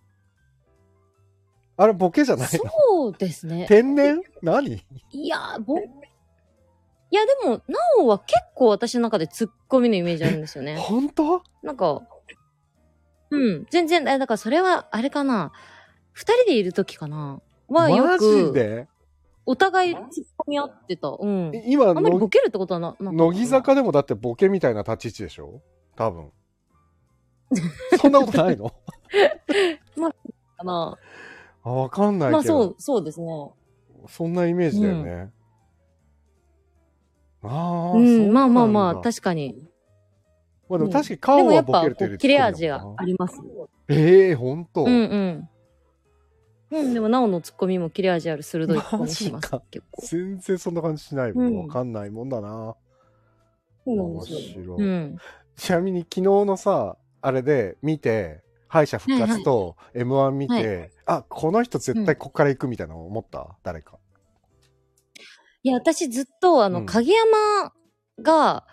Speaker 1: あれ、ボケじゃないの
Speaker 2: そうですね。
Speaker 1: 天然何
Speaker 2: いやー、ぼ、いやでも、なおは結構私の中でツッコミのイメージあるんです
Speaker 1: [LAUGHS]
Speaker 2: よね。
Speaker 1: 本当
Speaker 2: なんか、うん、全然、えだからそれは、あれかな。二人でいる時かな。はよ
Speaker 1: マジ
Speaker 2: く、
Speaker 1: で
Speaker 2: お互いツッコミ合ってた。うん。
Speaker 1: 今
Speaker 2: あんまりボ
Speaker 1: の
Speaker 2: ケるってことはな、なんか
Speaker 1: 乃木坂でもだってボケみたいな立ち位置でしょ多
Speaker 2: [LAUGHS]
Speaker 1: 分そんなことないの
Speaker 2: かな。
Speaker 1: あわかんないけど、
Speaker 2: まあそう、そうですね。
Speaker 1: そんなイメージだよね、ああ
Speaker 2: うん、まあまあまあ、
Speaker 1: 確か
Speaker 2: 確かに。
Speaker 1: まあでも確かに
Speaker 2: で
Speaker 1: 顔
Speaker 2: もや
Speaker 1: は
Speaker 2: っ
Speaker 1: ボ
Speaker 2: ぱ、
Speaker 1: ケ
Speaker 2: こ
Speaker 1: るというよ
Speaker 2: う
Speaker 1: り
Speaker 2: 切れ味が
Speaker 1: ツッコミだもん
Speaker 2: あ
Speaker 1: な
Speaker 2: ります。
Speaker 1: ええー、ほんと、
Speaker 2: うんうん。うん、でも、なおのツッコミも切れ味ある鋭いツッコミしてます
Speaker 1: マジか。
Speaker 2: 結構。
Speaker 1: 全然そんな感じしないもん。
Speaker 2: うん
Speaker 1: わかんないもんだな。
Speaker 2: そうなんですよ。
Speaker 1: 白い。
Speaker 2: うん。
Speaker 1: ちなみに昨日のさ、あれで見て、敗者復活と M1 見て、
Speaker 2: は
Speaker 1: あ、この人絶対こっから行くみたいなの思った、誰か。
Speaker 2: いや、私ずっと、あの、
Speaker 1: うん
Speaker 2: 影山が、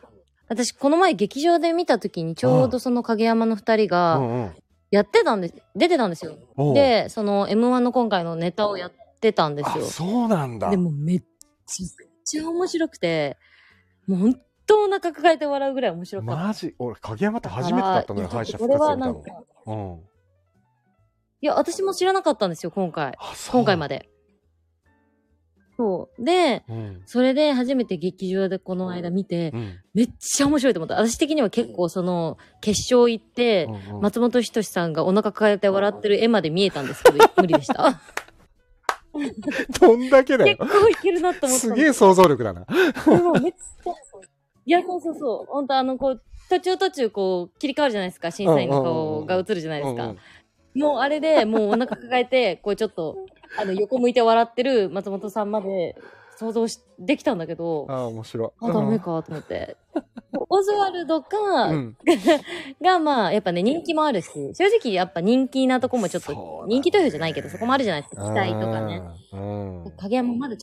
Speaker 2: 私、この前劇場で見た時に、ちょうどその影山の二人
Speaker 1: う
Speaker 2: が、
Speaker 1: んうん
Speaker 2: やってたんです、出てたんですよ。
Speaker 1: おう。
Speaker 2: で、その M1 の今回のネタをやってたんです
Speaker 1: あ、
Speaker 2: よ。
Speaker 1: そうなんだ。
Speaker 2: でもめっちゃ面白くて、もう本当お腹抱えて笑うぐらい面白かった。
Speaker 1: マジ俺、影山って初めてだったのよ、
Speaker 2: から
Speaker 1: 敗者
Speaker 2: こ
Speaker 1: 復
Speaker 2: れ
Speaker 1: 活で
Speaker 2: は
Speaker 1: 見
Speaker 2: な
Speaker 1: た
Speaker 2: ん
Speaker 1: の
Speaker 2: か。、
Speaker 1: うん。
Speaker 2: いや、私も知らなかったんですよ、今回。
Speaker 1: あ、そう。
Speaker 2: 今回まで。そう。で、
Speaker 1: うん。
Speaker 2: それで初めて劇場でこの間見て
Speaker 1: う、ん。
Speaker 2: めっちゃ面白いと思った。私的には結構その、決勝行って、
Speaker 1: うんうん
Speaker 2: 松本人志さんがお腹抱えて笑ってる絵まで見えたんですけ
Speaker 1: [LAUGHS]
Speaker 2: ど、無理でした。
Speaker 1: どんだけだ
Speaker 2: 結
Speaker 1: よ。
Speaker 2: 構いけるなと思ったん
Speaker 1: す
Speaker 2: です
Speaker 1: げえ想像力だな。
Speaker 2: でもめっちゃ、いや、そうそうそう。本当あの、こう、途中途中、こう、切り替わるじゃないですか。審査員の顔が映るじゃないです
Speaker 1: うんう
Speaker 2: か
Speaker 1: ん。
Speaker 2: もうあれで、もうお腹抱えて、こう、ちょっと、あの、横向いて笑ってる松本さんまで想像し、できたんだけど、
Speaker 1: あ、面白い。
Speaker 2: あ、ダメか、と思って。オズワルドか、
Speaker 1: うん。
Speaker 2: が、まあ、やっぱね、人気もあるし、正直やっぱ人気なとこもちょっ
Speaker 1: そうだ
Speaker 2: と
Speaker 1: ね、
Speaker 2: 人気投票じゃないけど、そこもあるじゃないですか。期待とかね。
Speaker 1: うん。うん。
Speaker 2: 影山まだ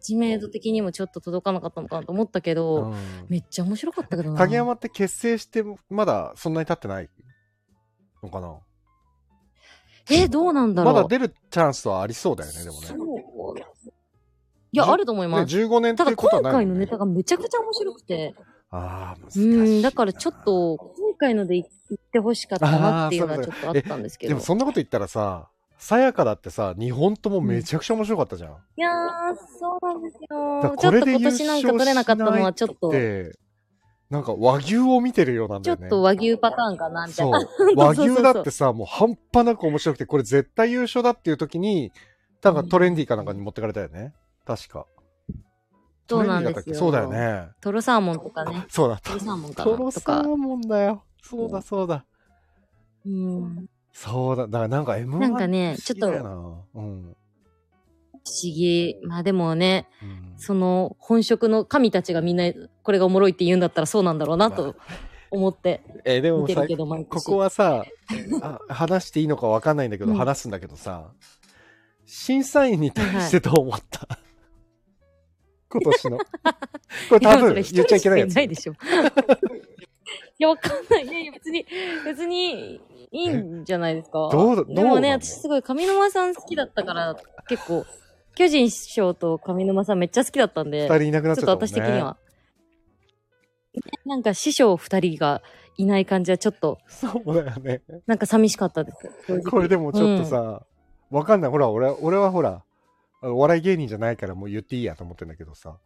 Speaker 2: 知名度的にもちょっと届かなかったのかなと思ったけど、
Speaker 1: うん
Speaker 2: めっちゃ面白かったけどな。
Speaker 1: 影山って結成してまだそんなに経ってないのかな
Speaker 2: え、どうなんだろ
Speaker 1: ま
Speaker 2: う。
Speaker 1: だ出るチャンスはありそうだよね、でもね。
Speaker 2: そういや、あると思い
Speaker 1: ね
Speaker 2: ます。
Speaker 1: 15年って
Speaker 2: た
Speaker 1: い
Speaker 2: だ
Speaker 1: うこと
Speaker 2: 今
Speaker 1: はないも
Speaker 2: 回
Speaker 1: ん
Speaker 2: の
Speaker 1: ね、
Speaker 2: ネタがめちゃくちゃ面白くて、
Speaker 1: ああ、難し
Speaker 2: う
Speaker 1: いな。
Speaker 2: ん、だからちょっと、今回のでい行ってほしかったなっていうのはちょっとあったんですけ
Speaker 1: で
Speaker 2: ど。
Speaker 1: も
Speaker 2: い
Speaker 1: そんなこと言ったらさ、さやかだってさ、2本ともめちゃくちゃ面白かったじゃん。
Speaker 2: やー、そうなんです
Speaker 1: だ
Speaker 2: よ。ち
Speaker 1: か
Speaker 2: ょ
Speaker 1: らこ
Speaker 2: っ
Speaker 1: れ
Speaker 2: と
Speaker 1: で
Speaker 2: 今
Speaker 1: 優
Speaker 2: 年
Speaker 1: 勝
Speaker 2: なん
Speaker 1: し
Speaker 2: か取れなかったのはちょっと、
Speaker 1: で、なんか和牛を見てるようなんだ
Speaker 2: ちょ
Speaker 1: よ
Speaker 2: っ
Speaker 1: ね。
Speaker 2: と和牛パターンかな、みたい
Speaker 1: そう
Speaker 2: な。。
Speaker 1: 和
Speaker 2: [LAUGHS] そうそうそう
Speaker 1: 牛だってさ、もう半端なく面白くて、これ絶対優勝だっていう時に、なんかトレンディーかなんかに持ってかれたよね。確か。
Speaker 2: そうな
Speaker 1: トレン
Speaker 2: んで
Speaker 1: ディーだったっ
Speaker 2: す
Speaker 1: け
Speaker 2: よ。
Speaker 1: そうだよ。ね。
Speaker 2: トロサーモンとかね。
Speaker 1: [LAUGHS] そうだ。
Speaker 2: トロサーモンか
Speaker 1: ト
Speaker 2: な
Speaker 1: ロ
Speaker 2: と
Speaker 1: サー
Speaker 2: か。
Speaker 1: モンだよ。そうだそうだ。
Speaker 2: うん。
Speaker 1: そうだ。だからなんか M1
Speaker 2: なんかねちょっと
Speaker 1: 不思議だよな。うん。
Speaker 2: 不思議。まあでもね、
Speaker 1: うん
Speaker 2: その本職の神たちがみんなこれがおもろいって言うんだったらそうなんだろうなと思って
Speaker 1: え、で
Speaker 2: 見
Speaker 1: も
Speaker 2: て
Speaker 1: さ
Speaker 2: る、けど毎年
Speaker 1: ここはさ、あ話していいのかわかんないんだけど、
Speaker 2: うん
Speaker 1: 話すんだけどさ、審査員に対してどう思った、今年の。これ多
Speaker 2: いやそ
Speaker 1: 分
Speaker 2: れ
Speaker 1: 言っちゃいけないや
Speaker 2: 一人し
Speaker 1: つ
Speaker 2: か。ないでしょ [LAUGHS] いやわかんないいやいや別に別にいいんじゃないですか
Speaker 1: えどうだ
Speaker 2: でもね
Speaker 1: どうなの
Speaker 2: 私すごい上沼さん好きだったから結構巨人師匠と上沼さんめっちゃ好きだったん
Speaker 1: 二
Speaker 2: で
Speaker 1: 人いなくなっ
Speaker 2: ち
Speaker 1: ち
Speaker 2: ょ
Speaker 1: ゃ
Speaker 2: っ
Speaker 1: っ
Speaker 2: と
Speaker 1: たもんね。
Speaker 2: 私的には。なんか師匠二人がいない感じはちょっと
Speaker 1: そうだよね。
Speaker 2: なんか寂しかったです。正直
Speaker 1: これでもちょっとさ、わかんない。ほら、俺、俺はほら、あのお笑い芸人じゃないからもう言っていいやと思ってんだけどさ、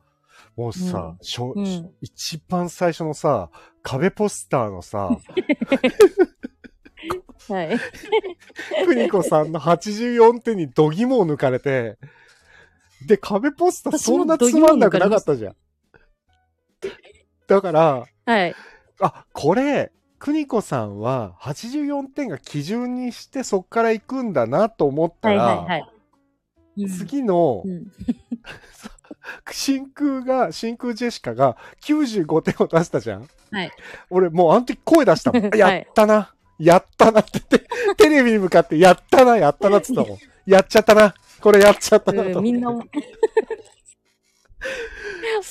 Speaker 1: もうさ、しょ
Speaker 2: うん
Speaker 1: 一番最初のさ、壁ポスターのさ、
Speaker 2: はい。
Speaker 1: 邦子さんの84点に度肝を抜かれて、で、壁ポスターそんなつまんなくなかったじゃん。だから、
Speaker 2: はい。
Speaker 1: あ、これ、邦子さんは84点が基準にしてそっから行くんだなと思った
Speaker 2: はい
Speaker 1: ら、
Speaker 2: はいはい。うん
Speaker 1: 次の
Speaker 2: うん
Speaker 1: 真空が、真空ジェシカが95点を出したじゃん。
Speaker 2: はい
Speaker 1: 俺もうあの時声出したもん。
Speaker 2: [LAUGHS] はい
Speaker 1: やったな。やったなって言って、テレビに向かって、やったな、やったなって言ったもん。やっちゃったな。これやっちゃったなと思って、
Speaker 2: うんみん
Speaker 1: [LAUGHS]
Speaker 2: な思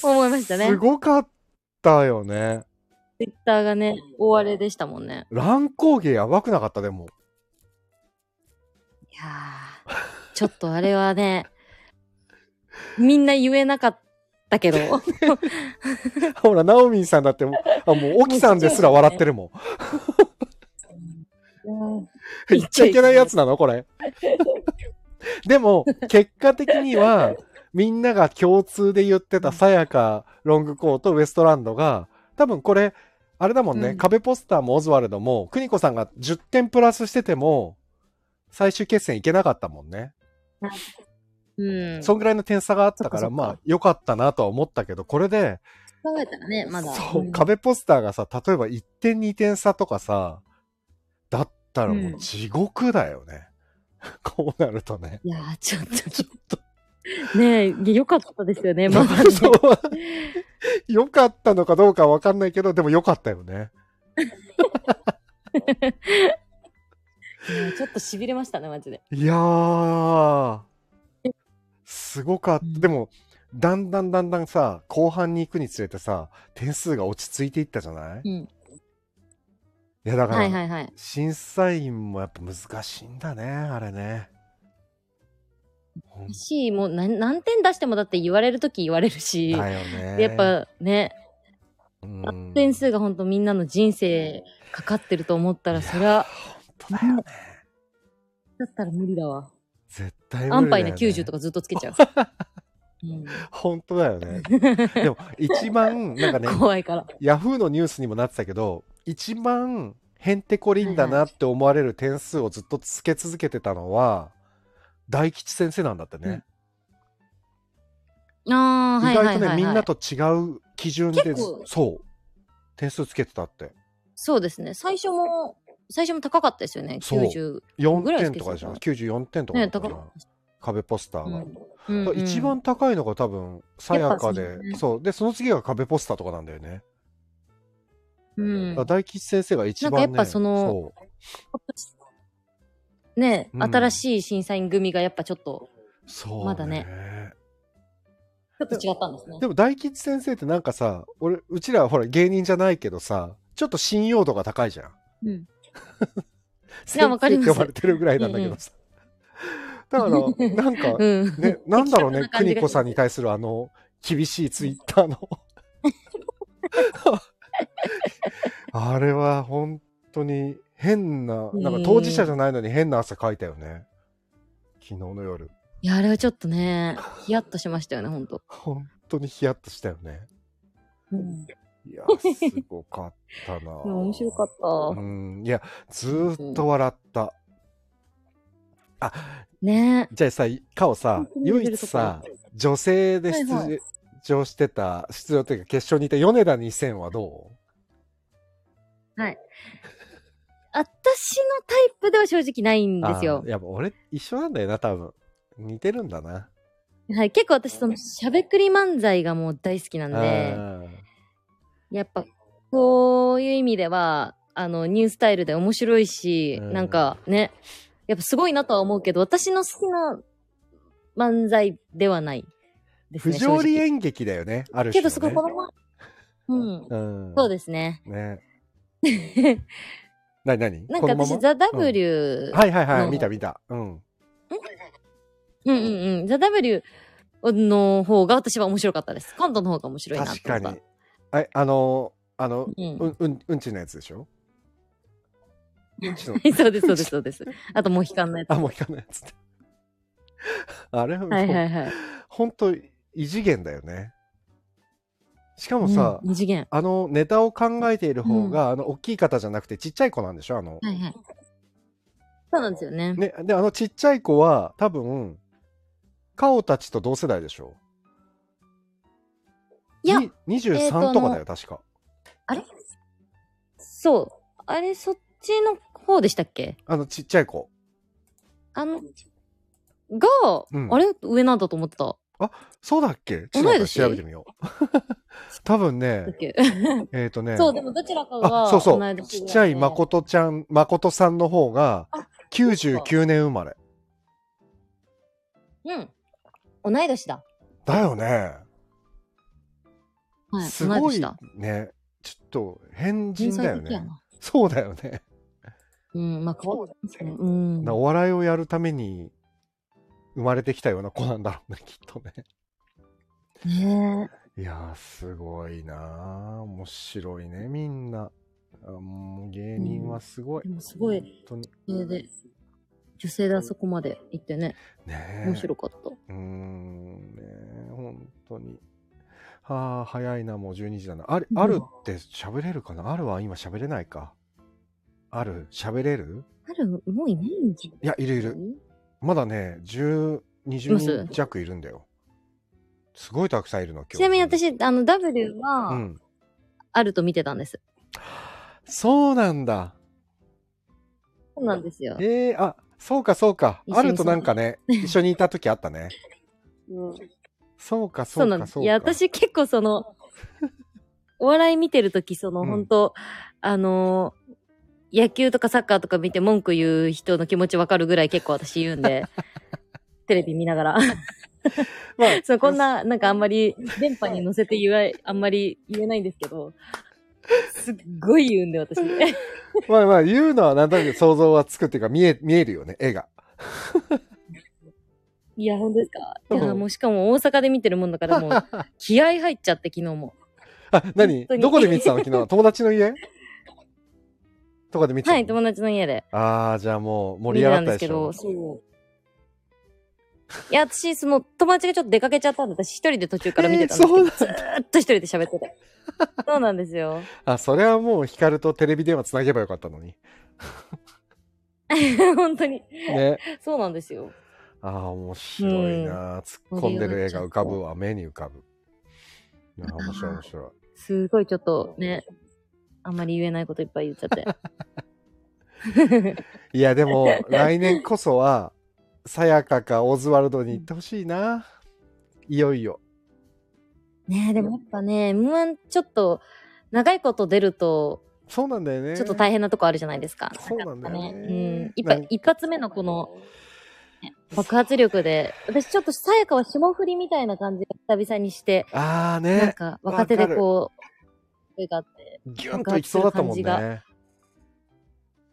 Speaker 2: 思いましたね
Speaker 1: すごかったよね。
Speaker 2: ツイッターがね、大荒れでしたもんね。
Speaker 1: 乱高下やばくなかった、でも。
Speaker 2: いやー、ちょっとあれはね、 [LAUGHS] みんな言えなかったけど、
Speaker 1: [LAUGHS] ほら、ナオミンさんだってもう、あ、もう、沖さんですら笑ってるもん。
Speaker 2: うん
Speaker 1: [LAUGHS] 言っちゃいけないやつなのこれ。 [LAUGHS] でも、結果的には、みんなが共通で言ってたさやか、ロングコート、ウエストランドが、多分これ、あれだもんね、
Speaker 2: うん
Speaker 1: 壁ポスターもオズワルドも、邦子さんが10点プラスしてても、最終決戦いけなかったもんね。
Speaker 2: うん。そ
Speaker 1: そんぐらいの点差があったから、
Speaker 2: そっかそっ
Speaker 1: ま
Speaker 2: か
Speaker 1: あ、良かったなとは思ったけど、これで、
Speaker 2: う考えたらね、まだ。
Speaker 1: そう、
Speaker 2: ん
Speaker 1: 壁ポスターがさ、例えば1点、2点差とかさ、だったらもううん地獄だよね。 [LAUGHS] こうなるとね。
Speaker 2: いやー、ちょっ
Speaker 1: ちょっと、
Speaker 2: と、 [LAUGHS] ねえ、良かったですよね、まあ、
Speaker 1: [LAUGHS] そう。良かったのかどうかわかんないけど、でも良かったよね。
Speaker 2: ねちょっと痺れましたね、マジで。
Speaker 1: いやー、すごかっ
Speaker 2: うん
Speaker 1: た。でも、だんだんだんだんさ、後半に行くにつれてさ、点数が落ち着いていったじゃない、
Speaker 2: う
Speaker 1: い
Speaker 2: ん。
Speaker 1: や、だから、
Speaker 2: はいはいはい。
Speaker 1: 審査員もやっぱ難しいんだね、あれね。ほん
Speaker 2: し、もう何何点出してもだって言われるとき言われるし、
Speaker 1: だよね。
Speaker 2: やっぱね、
Speaker 1: うん、
Speaker 2: 点数が本当みんなの人生かかってると思ったら、そりゃ、
Speaker 1: 本当だよね。
Speaker 2: だったら無理だわ。
Speaker 1: 絶対無理だよ、ね。
Speaker 2: 安牌な90とかずっとつけちゃ
Speaker 1: [LAUGHS]
Speaker 2: う。うん
Speaker 1: 本当だよ
Speaker 2: [LAUGHS]
Speaker 1: ね。でも、一番、なんかね、
Speaker 2: 怖いから。
Speaker 1: ヤフーのニュースにもなってたけど、一番へんてこりんだなって思われる点数をずっとつけ続けてたのは、大吉先生なんだってね。
Speaker 2: ああ、はい
Speaker 1: 意
Speaker 2: はいは
Speaker 1: 外
Speaker 2: い、
Speaker 1: と
Speaker 2: は
Speaker 1: ね、
Speaker 2: い。
Speaker 1: みんなと違う基準で
Speaker 2: 結構、
Speaker 1: そう、点数つけてたって。
Speaker 2: そうですね。最初も、最初も高かったですよね。
Speaker 1: そう
Speaker 2: 90。
Speaker 1: 4
Speaker 2: ぐらいつ
Speaker 1: 点
Speaker 2: け
Speaker 1: と
Speaker 2: てた
Speaker 1: かでしょ ?94 点とかだ
Speaker 2: ね、
Speaker 1: った
Speaker 2: 高
Speaker 1: か
Speaker 2: か
Speaker 1: な
Speaker 2: っ
Speaker 1: 壁ポスタ
Speaker 2: た。
Speaker 1: ーが。
Speaker 2: うんうん
Speaker 1: 一番高いのが多分、さやか
Speaker 2: やっ
Speaker 1: で
Speaker 2: ぱそうね、
Speaker 1: そう。で、その次が壁ポスターとかなんだよね。
Speaker 2: うん、
Speaker 1: だから大吉先生が一番ね。
Speaker 2: なんかやっぱそ
Speaker 1: う、
Speaker 2: のね、
Speaker 1: うん
Speaker 2: 新しい審査員組がやっぱちょっと、
Speaker 1: そう。
Speaker 2: まだね。ちょっと違ったんですね。
Speaker 1: でも大吉先生ってなんかさ、俺、うちらはほら芸人じゃないけどさ、ちょっと信用度が高いじゃん。
Speaker 2: うん。
Speaker 1: 先生
Speaker 2: わかります
Speaker 1: って呼ばれてるぐらいなんだけどさ。だから、なんか、
Speaker 2: う
Speaker 1: [LAUGHS]
Speaker 2: ん。
Speaker 1: ね、なんだろう
Speaker 2: 適当な
Speaker 1: ね、
Speaker 2: 感じ
Speaker 1: 邦
Speaker 2: が
Speaker 1: 子さんに対するあの、厳しいツイッター [LAUGHS] の。あれは本当に変な、なんか当事者じゃないのに変な汗かいたよね。昨日の夜。
Speaker 2: いや、あれはちょっとね、ヒヤッとしましたよね、ほんと。
Speaker 1: 本当にヒヤッとしたよね。
Speaker 2: うん。で
Speaker 1: い [LAUGHS] や、すごかったな。
Speaker 2: も面白かっ
Speaker 1: う
Speaker 2: た。
Speaker 1: ん、いや、ずーっと笑った。
Speaker 2: ね
Speaker 1: じゃあさ、かおさ、唯一さ、女性で出
Speaker 2: はいは
Speaker 1: 場してた、出場というか決勝にいた米田2000はど
Speaker 2: 私のタイプでは正直ないん
Speaker 1: う
Speaker 2: ですよ
Speaker 1: あー。やっぱ俺、一緒なんだよな、多分。似てるんだな。
Speaker 2: はい、結構私、その、しゃべくり漫才がもう大好きなんで、やっぱ、こういう意味では、あの、ニュースタイルで面白いし、
Speaker 1: うん
Speaker 2: なんかね、やっぱすごいなとは思うけど、私の好きな漫才ではないですね。
Speaker 1: 不条理
Speaker 2: 正直
Speaker 1: 演劇だよね、ある種、ね。
Speaker 2: けど、すごいこのまま、うん、
Speaker 1: うん。
Speaker 2: そうですね。 [LAUGHS]
Speaker 1: す。ね。なになに
Speaker 2: なんか私、ザ・ W、
Speaker 1: はいはいは
Speaker 2: う
Speaker 1: い、
Speaker 2: ん
Speaker 1: 見た見た。うん。
Speaker 2: うんうんうん、ザ・ W の方が私は面白かったです。関東の方が面白いなと
Speaker 1: 確
Speaker 2: 思
Speaker 1: か
Speaker 2: った。
Speaker 1: に。ああの、あの、
Speaker 2: う
Speaker 1: うんん、うん、うんちのやつでしょうん
Speaker 2: [LAUGHS]
Speaker 1: ちの、
Speaker 2: [LAUGHS] そうです、そうです、そうです。あと、モヒカンのやつ。
Speaker 1: あ、もういかないやつって。あれはもう、
Speaker 2: はいはいはい。
Speaker 1: ほんと異次元だよね。しかもさ、
Speaker 2: うん二次元。
Speaker 1: あのネタを考えている方が、あの大きい方じゃなくてちっちゃい子なんでしょあの、
Speaker 2: はいはい。そうなんですよね。
Speaker 1: ね、であのちっちゃい子は多分カオたちと同世代でしょ
Speaker 2: いや、
Speaker 1: に
Speaker 2: えーと
Speaker 1: 23
Speaker 2: あの
Speaker 1: とかだよ、確か
Speaker 2: あれそう。あれ、そっちの方でしたっけ
Speaker 1: あのちっちゃい子
Speaker 2: あの、が、
Speaker 1: うん
Speaker 2: あれ上なんだと思ってた。
Speaker 1: そうだっけちょっ
Speaker 2: 同い
Speaker 1: と
Speaker 2: 年
Speaker 1: 調べてみよ
Speaker 2: [LAUGHS]
Speaker 1: う多分ね
Speaker 2: だ [LAUGHS] っけ
Speaker 1: えっ、とね
Speaker 2: そう、でもどちらかが、
Speaker 1: あそうそ
Speaker 2: 同
Speaker 1: う
Speaker 2: い年ぐらい
Speaker 1: ちっちゃい
Speaker 2: で
Speaker 1: 誠ちゃん誠さんの方が
Speaker 2: あ
Speaker 1: 99年生まれ
Speaker 2: うん。同い年だ。
Speaker 1: だよね
Speaker 2: はい、
Speaker 1: す
Speaker 2: 同
Speaker 1: ご
Speaker 2: 年
Speaker 1: い
Speaker 2: だ。
Speaker 1: ね。ちょっと変人だよ
Speaker 2: 天才的や
Speaker 1: ね。
Speaker 2: な。
Speaker 1: そうだよね。
Speaker 2: うん、まあ、変わってますね。うん。
Speaker 1: お笑いをやるために生まれてきたような子なんだろうね、きっとね。
Speaker 2: ね
Speaker 1: いやー、すごいなー。面白いね、みんな。あもう芸人はすごい。
Speaker 2: でもすごい
Speaker 1: 本当に。
Speaker 2: え。それで、女性であそこまで行ってね、
Speaker 1: ねえ。
Speaker 2: 面白かった。
Speaker 1: うーん、ねえ本当に。ああ、早いな、もう12時だな。ある、
Speaker 2: うん
Speaker 1: あるって喋れるかなあるは今喋れないか。ある喋れる
Speaker 2: ある、もういないんじゃ
Speaker 1: いや、いるい
Speaker 2: な
Speaker 1: る
Speaker 2: い。
Speaker 1: まだね、10、
Speaker 2: いま
Speaker 1: 20
Speaker 2: す
Speaker 1: 人弱いるんだよ。すごいたくさんいるの、今日。
Speaker 2: ちなみに、私、あの、W は、
Speaker 1: うん。
Speaker 2: あると見てたんです。
Speaker 1: そうなんだ。
Speaker 2: そうなんですよ。
Speaker 1: えー、あ、そうか、そうか。
Speaker 2: 一緒に
Speaker 1: あるとなんかね、一緒にいた時あったね。
Speaker 3: うん。
Speaker 1: そうか、
Speaker 2: そ
Speaker 1: そうう
Speaker 2: なん
Speaker 1: か、
Speaker 2: です。
Speaker 1: そうか。
Speaker 2: いや、私結構
Speaker 1: [LAUGHS]
Speaker 2: その、お笑い見てるとき、その、
Speaker 1: うん
Speaker 2: 本当あのー野球とかサッカーとか見て文句言う人の気持ちわかるぐらい結構私言う
Speaker 1: [LAUGHS]
Speaker 2: んで、テレビ見ながら。 [LAUGHS]
Speaker 1: まあ、
Speaker 2: そう、こんな、なんかあんまり、電波に乗せて言わ、あんまり言えないんですけど、すっごい言うん
Speaker 1: [LAUGHS]
Speaker 2: で私。
Speaker 1: [LAUGHS] まあまあ、言うのはなんとなく想像はつくっていうか、見え、見えるよね、絵が。
Speaker 2: いや、本当ですか。
Speaker 1: うん
Speaker 2: いや、もうしかも大阪で見てるもんだから、
Speaker 1: [LAUGHS]
Speaker 2: もう、気合入っちゃって昨日も。
Speaker 1: あ、何
Speaker 2: 本当に
Speaker 1: どこで見てたの
Speaker 2: [LAUGHS]
Speaker 1: 昨日友達の家とかで見てたの
Speaker 2: はい、友達の家で。
Speaker 1: ああ、じゃあもう盛り
Speaker 2: 見
Speaker 1: 上
Speaker 2: てた
Speaker 1: がっ
Speaker 2: ん
Speaker 1: た
Speaker 2: で
Speaker 1: です
Speaker 2: け
Speaker 1: し
Speaker 2: ど、
Speaker 1: ょ。 [LAUGHS]
Speaker 2: そう。いや、私、その、友達がちょっと出かけちゃったんで、私一人で途中から見てた
Speaker 1: え
Speaker 2: んで
Speaker 1: ー
Speaker 2: すけ
Speaker 1: そうなん
Speaker 2: ど、
Speaker 1: だ
Speaker 2: ずーっと一人で喋っ
Speaker 1: [LAUGHS]
Speaker 2: てて。そうなんですよ。 [LAUGHS]
Speaker 1: あ、それはもう光とテレビ電話つなげばよかったのに。
Speaker 2: 本当に。
Speaker 1: ね。
Speaker 2: そうなんですよ。
Speaker 1: ああ、面白いな、突っ込んでる絵が浮かぶわ。目に浮かぶ。いや、
Speaker 2: [LAUGHS]
Speaker 1: 面白い面白い。
Speaker 2: すごいちょっとね、あんまり言えないこといっぱい言っち
Speaker 1: [LAUGHS]
Speaker 2: ゃって。
Speaker 1: いや、でも、
Speaker 2: [LAUGHS]
Speaker 1: 来年こそは、さやかかオズワルドに行ってほしいな。いよいよ。
Speaker 2: ねえ、でもやっぱね、M1 ちょっと、長いこと出ると、
Speaker 1: そうなんだよね。
Speaker 2: ちょっと大変なとこあるじゃないですか。
Speaker 1: そうなんだよね
Speaker 2: うん。一
Speaker 1: な
Speaker 2: 発
Speaker 1: ん
Speaker 2: 一発目のこの、ね爆発力で、私ちょっとさやかは霜降りみたいな感じが久々にして、
Speaker 1: ああ
Speaker 2: なん
Speaker 1: ね、
Speaker 2: か若手でこう、声があって、
Speaker 1: ギュンといきそうだったもん
Speaker 2: 爆
Speaker 1: ね。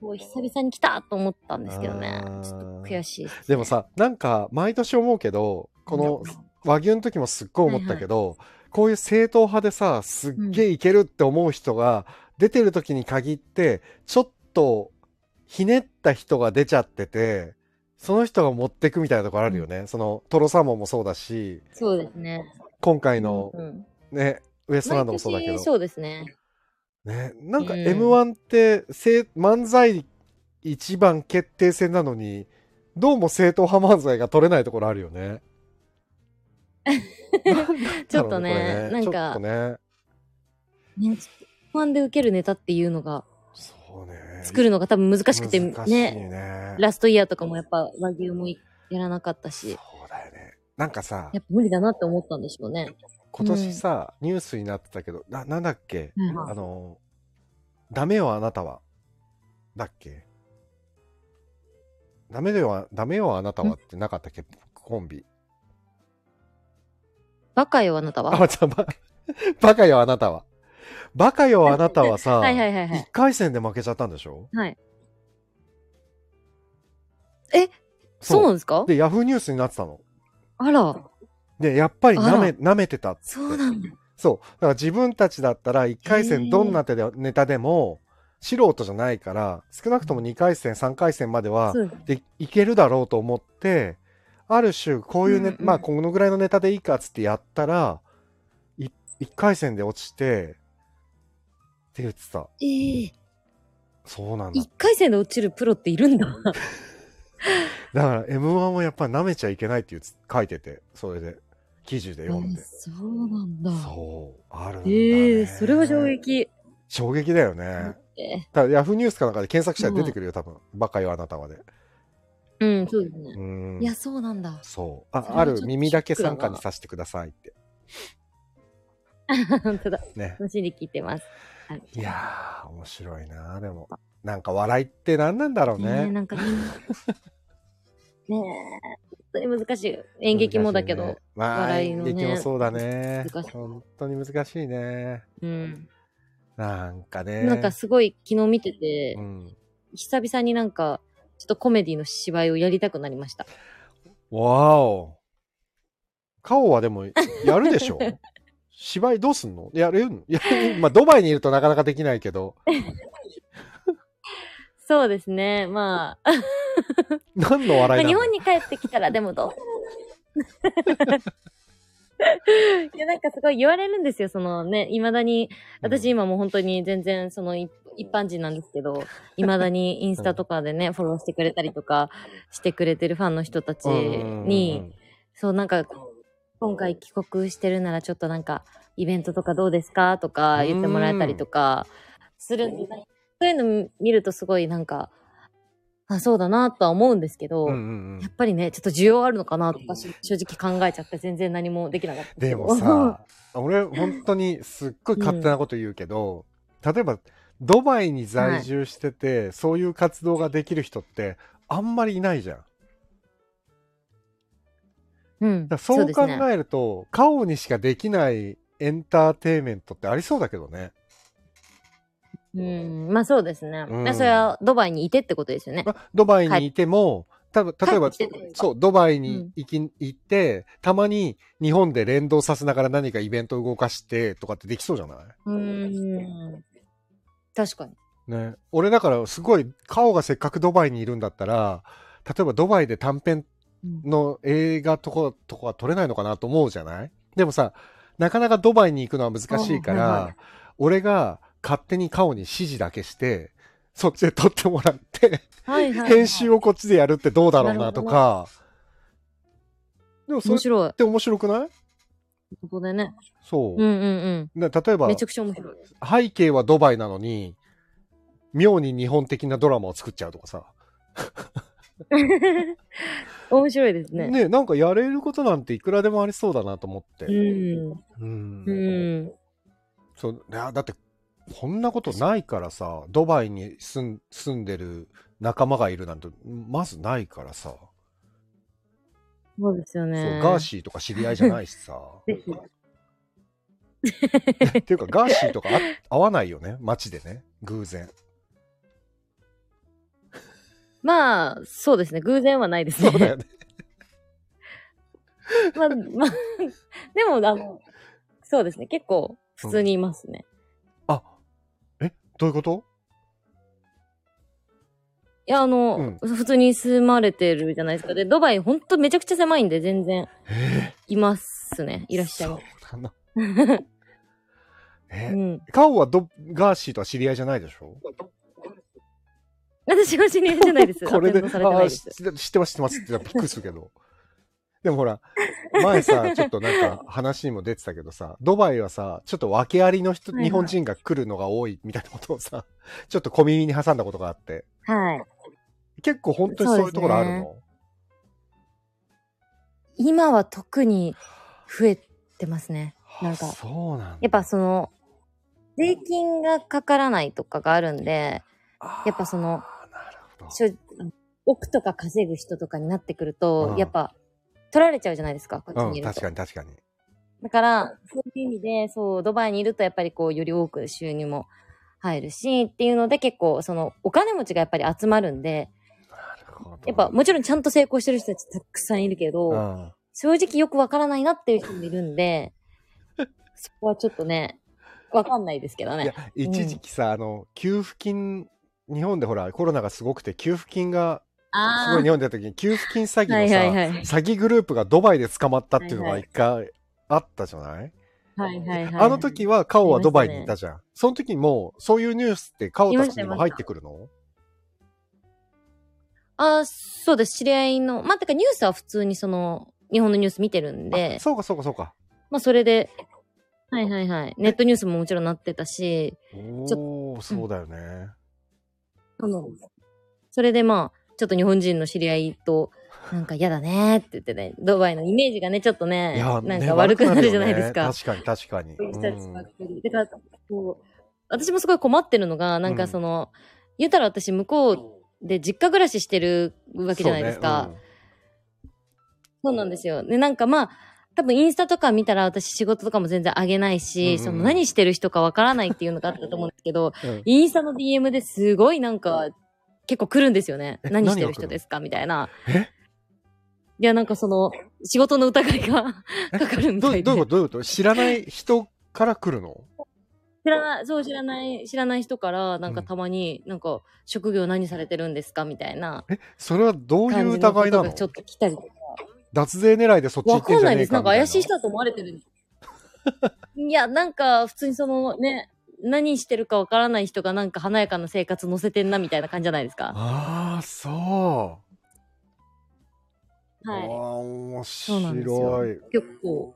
Speaker 2: こう久々に来たと思ったんですけどね
Speaker 1: あー。
Speaker 2: ちょっと悔しいですね、
Speaker 1: でもさ、なんか、毎年思うけど、この和牛の時もすっごい思ったけど、こういう正統派でさ、すっげえいけるって思う人が、出てる時に限って、ちょっと、ひねった人が出ちゃってて、その人が持ってくみたいなとこあるよね。その、トロサーモンもそうだし、
Speaker 2: そうですね。
Speaker 1: 今回の
Speaker 2: うん、
Speaker 1: ね、ウエストランドもそうだけど
Speaker 2: 毎年。そうですね。
Speaker 1: ね、なんか
Speaker 2: うん
Speaker 1: M1 って、せい漫才一番決定戦なのに、どうも正統派漫才が取れないところあるよね。
Speaker 2: ちょっとね
Speaker 1: なんだろうねこれねちょっとね。
Speaker 2: ね、ちょっと M1 で受けるネタっていうのが、
Speaker 1: そうね。
Speaker 2: 作るのが多分難しくて、
Speaker 1: 難しいね
Speaker 2: ね、ラストイヤーとかもやっぱ和牛もやらなかった
Speaker 1: そう
Speaker 2: し、
Speaker 1: だよね。なんかさ
Speaker 2: や、っぱ無理だなって思ったんでしょうね。
Speaker 1: 今年さ、ニュースになってたけど、な、なんだっけ、
Speaker 2: うん
Speaker 1: あの、ダメよあなたは。だっけダメよ、ダメよあなたはってなかったっけコンビ。
Speaker 2: バカよ、あなたは。
Speaker 1: あ、ちょ、ば、バ [LAUGHS] カよ、あなたは。バカよ、あなたはさ、
Speaker 2: はいはいはいは
Speaker 1: 1
Speaker 2: い。
Speaker 1: 回戦で負けちゃったんでしょ
Speaker 2: はい。え、そうなんですか
Speaker 1: で、ヤフーニュースになってたの。
Speaker 2: あら、
Speaker 1: で、やっぱり舐め、
Speaker 2: あ
Speaker 1: 舐めてたって。
Speaker 2: そうなんだ。
Speaker 1: そう。だから自分たちだったら1回
Speaker 2: へ
Speaker 1: 戦
Speaker 2: ー
Speaker 1: どんな手でネタでも、素人じゃないから、少なくとも2回戦、3回戦までは
Speaker 2: そう
Speaker 1: でいけるだろうと思って、ある種、こういうね、
Speaker 2: うんうん
Speaker 1: まあ、このぐらいのネタでいいかっつってやったら、1回戦で落ちて、って言ってた。
Speaker 2: えー、
Speaker 1: そうなんだ
Speaker 2: 一。回戦で落ちるプロっているんだ。
Speaker 1: だから M1 はやっぱり舐めちゃいけないっていうつ書いてて、それで、記事で読んで。
Speaker 2: そうなんだ。
Speaker 1: そう、あるんだ、ね。
Speaker 2: ええー、それは衝。撃。
Speaker 1: 衝撃だよね。
Speaker 2: え
Speaker 1: ただヤフーニュースかなんかで検索したら出てくるよ、多分。バカよ、あなたはで。
Speaker 2: うん、そうですね
Speaker 1: う。ん
Speaker 2: い。や、そうなんだ。
Speaker 1: そう。あ
Speaker 2: それ、は
Speaker 1: あ
Speaker 2: ちょっと
Speaker 1: る耳だけ参加
Speaker 2: ショックだ
Speaker 1: に
Speaker 2: な
Speaker 1: させてくださいって。
Speaker 2: [LAUGHS] 本当だ。
Speaker 1: ね。
Speaker 2: 楽しんで聞いてます。
Speaker 1: いやー、面白いなでも。なんか笑いって何なんだろう
Speaker 2: ねえ
Speaker 1: ね。 [LAUGHS]
Speaker 2: なんかね。ねえ、本当に難しい。演劇もだけど。
Speaker 1: 難しいねまあ、
Speaker 2: 笑い
Speaker 1: 演
Speaker 2: のね
Speaker 1: 劇もそうだね
Speaker 2: 難し。い
Speaker 1: 本当に難しいね。
Speaker 2: うん。
Speaker 1: なんかね。
Speaker 2: なんかすごい昨日見てて
Speaker 1: う、ん。
Speaker 2: 久々になんか、ちょっとコメディの芝居をやりたくなりました。
Speaker 1: わお。顔はでも、やるで
Speaker 2: [LAUGHS]
Speaker 1: しょ芝居どうすんのやる [LAUGHS] んやるまあ、ドバイにいるとなかなかできないけど。
Speaker 2: そうですね。ま
Speaker 1: [LAUGHS]
Speaker 2: あ、
Speaker 1: 何の
Speaker 2: ま
Speaker 1: 笑
Speaker 2: あ
Speaker 1: いな
Speaker 2: 日
Speaker 1: の
Speaker 2: 本に帰ってきたら、でもどう [LAUGHS] いや、なんかすごい言われるんですよ。そのね、未だに、私今もう本当に全然その一一般人なんですけど、未だにインスタとかでね、フォローしてくれたりとかしてくれてるファンの人たちに、、そうなんか、今回帰国してるならちょっとなんか、イベントとかどうですかとか言ってもらえたりとかするんで、そういうの見るとすごいなんか、あ、そうだなとは思うんですけど、
Speaker 1: うんうんう
Speaker 2: や
Speaker 1: ん
Speaker 2: っぱりね、ちょっと需要あるのかなとか、し正直考えちゃって全然何もできなかったけ
Speaker 1: で
Speaker 2: ど。
Speaker 1: も
Speaker 2: [LAUGHS]
Speaker 1: さ、俺本当にすっごい勝手なこと言うけど、例えばドバイに在住してて、そういう活動ができる人ってあんまりいないじゃん。だか
Speaker 2: うん。
Speaker 1: らそう考
Speaker 2: ですね
Speaker 1: えると、カオにしかできないエンターテインメントってありそうだけどね。
Speaker 2: うん。まあそうですね。
Speaker 1: うん
Speaker 2: でそれはドバイにいてってことですよね。
Speaker 1: まあドバイにいても、多分例えば
Speaker 2: 帰ってきてる
Speaker 1: そうドバイに行き、行ってたまに日本で連動させながら何かイベントを動かしてとかってできそうじゃない
Speaker 2: うん。確かに。
Speaker 1: ね、俺だからすごい顔がせっかくドバイにいるんだったら例えばドバイで短編の映画とことかは撮れないのかなと思うじゃないでもさなかなかドバイに行くのは難しいから、
Speaker 2: あはいは
Speaker 1: 俺が勝手に顔に指示だけしてそっちで撮ってもらって
Speaker 2: はいはい、
Speaker 1: 編集をこっちでやるってどうだろうなとかでもそれ
Speaker 2: 面
Speaker 1: っ
Speaker 2: 白い。
Speaker 1: て面白くない
Speaker 2: ここでね。
Speaker 1: そう、
Speaker 2: うんうん
Speaker 1: ね例え
Speaker 2: うん。
Speaker 1: ば
Speaker 2: めちゃくちゃ面白い。
Speaker 1: 背景はドバイなのに妙に日本的なドラマを作っちゃうとかさ
Speaker 2: 面白いですね。
Speaker 1: ねなんかやれることなんていくらでもありそうだなと思って。
Speaker 2: うん。
Speaker 1: うん
Speaker 2: うん。
Speaker 1: そういやだってこんなことないからさドバイに住ん住んでる仲間がいるなんてまずないからさ、
Speaker 2: そうですよ
Speaker 1: そう
Speaker 2: ね。
Speaker 1: ガーシーとか知り合いじゃないしさ
Speaker 2: ぜひ
Speaker 1: [LAUGHS] っていうかガーシーとかあ会わないよね街でね偶然
Speaker 2: まあ、そうですね。偶然はないです
Speaker 1: そうだ
Speaker 2: ね。
Speaker 1: よね
Speaker 2: [LAUGHS] まあ、まあ、でも、あの、そうですね。結構、普通にいますね。
Speaker 1: あえどういうこと
Speaker 2: いや、あの、普通に住まれてるじゃないですか。で、ドバイ、ほんとめちゃくちゃ狭いんで、全然、
Speaker 1: え
Speaker 2: いますね。いらっしゃいます。
Speaker 1: そうなの
Speaker 2: [LAUGHS] う
Speaker 1: え
Speaker 2: ん。
Speaker 1: カオはドガーシーとは知り合いじゃないでしょ
Speaker 2: 私は知り合いじゃな
Speaker 1: [LAUGHS]
Speaker 2: いです。
Speaker 1: これで、
Speaker 2: アテンドされてないです。
Speaker 1: あー知知ってます、知ってますってびっくりするけど。 [LAUGHS] でもほら、前さ、ちょっとなんか話にも出てたけどさ、ドバイはさ、ちょっと訳ありの人、
Speaker 2: はいはい
Speaker 1: 日本人が来るのが多いみたいなことをさ、ちょっと小耳に挟んだことがあって、
Speaker 2: はい。
Speaker 1: 結構本当にそういうところあるの、
Speaker 2: 今は特に増えてますね。なんか
Speaker 1: あそうなんだ
Speaker 2: やっぱその、税金がかからないとかがあるんで、やっぱその
Speaker 1: あーなるほど
Speaker 2: しょ億とか稼ぐ人とかになってくると、
Speaker 1: うん
Speaker 2: やっぱ、取られちゃうじゃないですか、こっち
Speaker 1: う
Speaker 2: にい
Speaker 1: ん、
Speaker 2: る
Speaker 1: 確
Speaker 2: と。
Speaker 1: かに確かに。
Speaker 2: だから、そういう意味で、そう、ドバイにいるとやっぱりこう、より多く収入も入るし、っていうので結構、その、お金持ちがやっぱり集まるんで、
Speaker 1: なるほど。
Speaker 2: やっぱ、もちろんちゃんと成功してる人たちたくさんいるけど、
Speaker 1: うん、
Speaker 2: 正直よくわからないなっていう人もいる
Speaker 1: [LAUGHS]
Speaker 2: んで、そこはちょっとね、わかんないですけど
Speaker 1: いや
Speaker 2: ね。
Speaker 1: 一時期さ、あの給付金日本でほらコロナがすごくて給付金がす
Speaker 2: あ
Speaker 1: ごい
Speaker 2: あ
Speaker 1: 日本でやった時に給付金詐欺のさ、
Speaker 2: はいはいはい。
Speaker 1: 詐欺グループがドバイで捕まったっていうの
Speaker 2: は
Speaker 1: が
Speaker 2: いは
Speaker 1: 一回あったじゃない、
Speaker 2: はいはいはい。
Speaker 1: あの時はカオはドバイにいたじゃん。その時もうそういうニュースってカオたちにも入ってくるの
Speaker 2: あ、そうです。知り合いの。まあ、てかニュースは普通にその、日本のニュース見てるんで
Speaker 1: あ、そうかそうかそうか。
Speaker 2: まあ、それで、はいはいはい。ネットニュースももちろんなってたし、
Speaker 1: おおそうだよね。
Speaker 2: それでまあ、ちょっと日本人の知り合いと、なんか嫌だねーって言ってね、ドバイのイメージがね、ちょっとね、なん
Speaker 1: ね
Speaker 2: か悪くなるじゃないですか
Speaker 1: 悪。くなるよね確かに
Speaker 2: そういう
Speaker 1: 確
Speaker 2: 人
Speaker 1: か
Speaker 2: た
Speaker 1: に。
Speaker 2: ち
Speaker 1: う
Speaker 2: ばっ
Speaker 1: ん
Speaker 2: かりだから、こう、私もすごい困ってるのが、なんかその、言ったら私向こうで実家暮らししてるわけじゃないですか。
Speaker 1: そうね
Speaker 2: そうなんですよ。で、なんかまあ、多分インスタとか見たら私仕事とかも全然あげないし、
Speaker 1: うんうん
Speaker 2: その何してる人かわからないっていうのがあったと思うんですけど、
Speaker 1: うんうん
Speaker 2: インスタの DM ですごいなんか結構来るんですよね。
Speaker 1: え
Speaker 2: 何してる
Speaker 1: 何が来る
Speaker 2: 人
Speaker 1: の
Speaker 2: ですかみたいな。
Speaker 1: え
Speaker 2: いや、なんかその仕事の疑いが [LAUGHS] かかるみ
Speaker 1: ど
Speaker 2: た
Speaker 1: う
Speaker 2: い
Speaker 1: どういう
Speaker 2: で
Speaker 1: こと。どういうこと知らない人から来るの
Speaker 2: 知らない、そう知らない、知らない人からなんかたまになんか職業何されてるんですかみたいな
Speaker 1: えそれはどうい
Speaker 2: 感
Speaker 1: う
Speaker 2: じのこ
Speaker 1: 疑いな
Speaker 2: とが
Speaker 1: の
Speaker 2: ちょっと来たりとか。
Speaker 1: 脱税狙いでそっち行
Speaker 2: わ
Speaker 1: って
Speaker 2: か
Speaker 1: ん
Speaker 2: ん
Speaker 1: じゃ
Speaker 2: ない
Speaker 1: ね
Speaker 2: で
Speaker 1: え
Speaker 2: す。な
Speaker 1: かみたい
Speaker 2: んか
Speaker 1: な。[LAUGHS]
Speaker 2: 怪しい人だと思われてるんです。いや、なんか、普通にそのね、何してるかわからない人がなんか華やかな生活載せてんなみたいな感じじゃないですか。
Speaker 1: ああ、そう。ああ
Speaker 2: は
Speaker 1: 面
Speaker 2: そうなんですよ
Speaker 1: 白い。
Speaker 2: い。結構、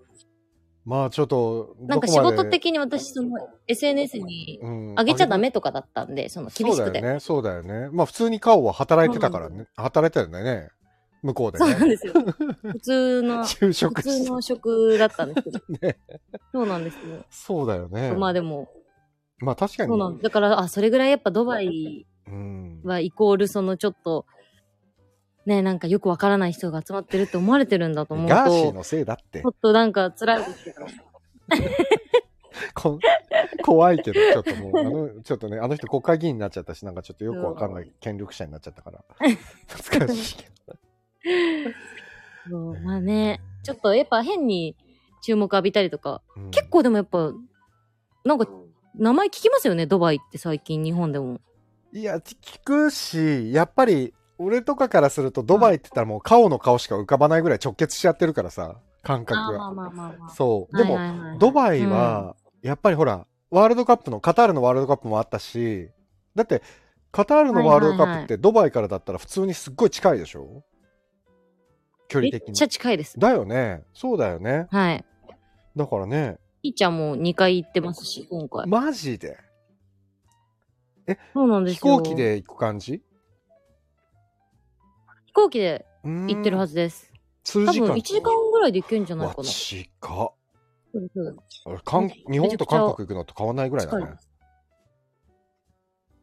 Speaker 1: まあちょっと、
Speaker 2: なんか仕事的に私、その SNS に
Speaker 1: あ
Speaker 2: 上げちゃダ
Speaker 1: メ
Speaker 2: メとかだったんで、その厳し
Speaker 1: そ
Speaker 2: くて。
Speaker 1: うだよね、そうだよね。まあ普通にカオは働いてたからね、働いてたんだよね、向こうで、
Speaker 2: そうなん
Speaker 1: ね。 [LAUGHS]
Speaker 2: ですよ。普通の、
Speaker 1: 就職
Speaker 2: 普
Speaker 1: し
Speaker 2: 通
Speaker 1: て
Speaker 2: の職だったんですけど。
Speaker 1: [LAUGHS] ね。
Speaker 2: そうなんですよ。
Speaker 1: そうだよね。
Speaker 2: ま
Speaker 1: ま
Speaker 2: あ
Speaker 1: あ、
Speaker 2: でも、
Speaker 1: 確かに。
Speaker 2: そうなんだから、あ、それぐらいやっぱドバイ
Speaker 1: うん。
Speaker 2: はイコール、そのちょっと、ね、なんかよくわからない人が集まってるって思われてるんだと思うと、
Speaker 1: ガーシー
Speaker 2: ち
Speaker 1: のせいだって
Speaker 2: ょ。っとなんか辛いですけど。
Speaker 1: こ怖いけど、ちょっともう、あの、 [LAUGHS] ちょっとね、あの人国会議員になっちゃったし、なんかちょっとよくわかんない権力者になっちゃった
Speaker 2: [LAUGHS]
Speaker 1: から。懐かしいけ
Speaker 2: そう
Speaker 1: ど。
Speaker 2: まあね、ちょっとやっぱ変に注目浴びたりとか、
Speaker 1: うん、
Speaker 2: 結構でもやっぱ、なんか名前聞きますよね、ドバイって最近日本でも。
Speaker 1: いや、聞くし、やっぱり、俺とかからすると、ドバイって言ったらもう、顔の顔しか浮かばないぐらい直結しちゃってるからさ、感
Speaker 2: あ
Speaker 1: 覚
Speaker 2: ーまあ
Speaker 1: が。
Speaker 2: まあまあまあ。
Speaker 1: そう。でも、
Speaker 2: はいはいはい
Speaker 1: ドバイは、やっぱりほら、ワールドカップの、カタールのワールドカップもあったし、だって、カタールのワールドカップって、ドバイからだったら普通にすっごい近いでしょ距
Speaker 2: め
Speaker 1: 離
Speaker 2: っ
Speaker 1: 的に
Speaker 2: ち。ゃ近いです。
Speaker 1: だよね。そうだよね。
Speaker 2: はい。
Speaker 1: だからね、
Speaker 2: いーちゃんも2回行ってますし、今回。
Speaker 1: マジで。
Speaker 2: そうなんです
Speaker 1: 飛
Speaker 2: よ。
Speaker 1: 行機。で行く感じ
Speaker 2: 飛行機で
Speaker 1: 行
Speaker 2: 行ってるはずです。
Speaker 1: 数
Speaker 2: 多
Speaker 1: 時
Speaker 2: 分
Speaker 1: 間。
Speaker 2: 1時間ぐらいで行けるんじゃない
Speaker 1: わ
Speaker 2: かな。
Speaker 1: 近っ
Speaker 2: そうですそうです
Speaker 1: 俺韓日本と韓国行くのと変わらないぐらいだね
Speaker 2: 近い。です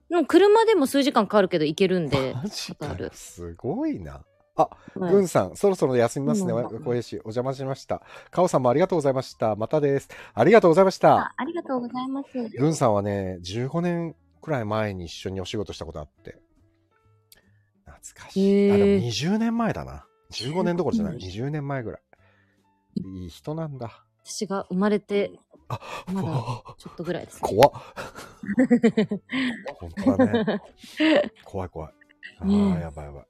Speaker 2: でも車でも数時間かかるけど行けるんで。
Speaker 1: マジ
Speaker 2: カタ
Speaker 1: か
Speaker 2: ー
Speaker 1: よ
Speaker 2: ル
Speaker 1: すごいな。あ、
Speaker 2: はい
Speaker 1: 軍さん、そろそろ休みますね。
Speaker 2: そう
Speaker 1: わ
Speaker 2: なんだ
Speaker 1: 小林、お邪魔しました。カオさんもありがとうございました。またです。ありがとうございました。
Speaker 2: あありがとうございます。
Speaker 1: 軍さんはね、15年くらい前に一緒にお仕事したことあって。懐かしい。あ、
Speaker 2: へ
Speaker 1: で
Speaker 2: ー
Speaker 1: も20年前だな。15年どころじゃない。20年前ぐらい。いい人なんだ。
Speaker 2: 私が生まれて
Speaker 1: あ、
Speaker 2: まだ
Speaker 1: うわ
Speaker 2: ちょっとぐらいです。
Speaker 1: 怖っ。
Speaker 2: [LAUGHS]
Speaker 1: 本当だね。怖い怖い。ああ、
Speaker 2: ねえ
Speaker 1: やばいやばい。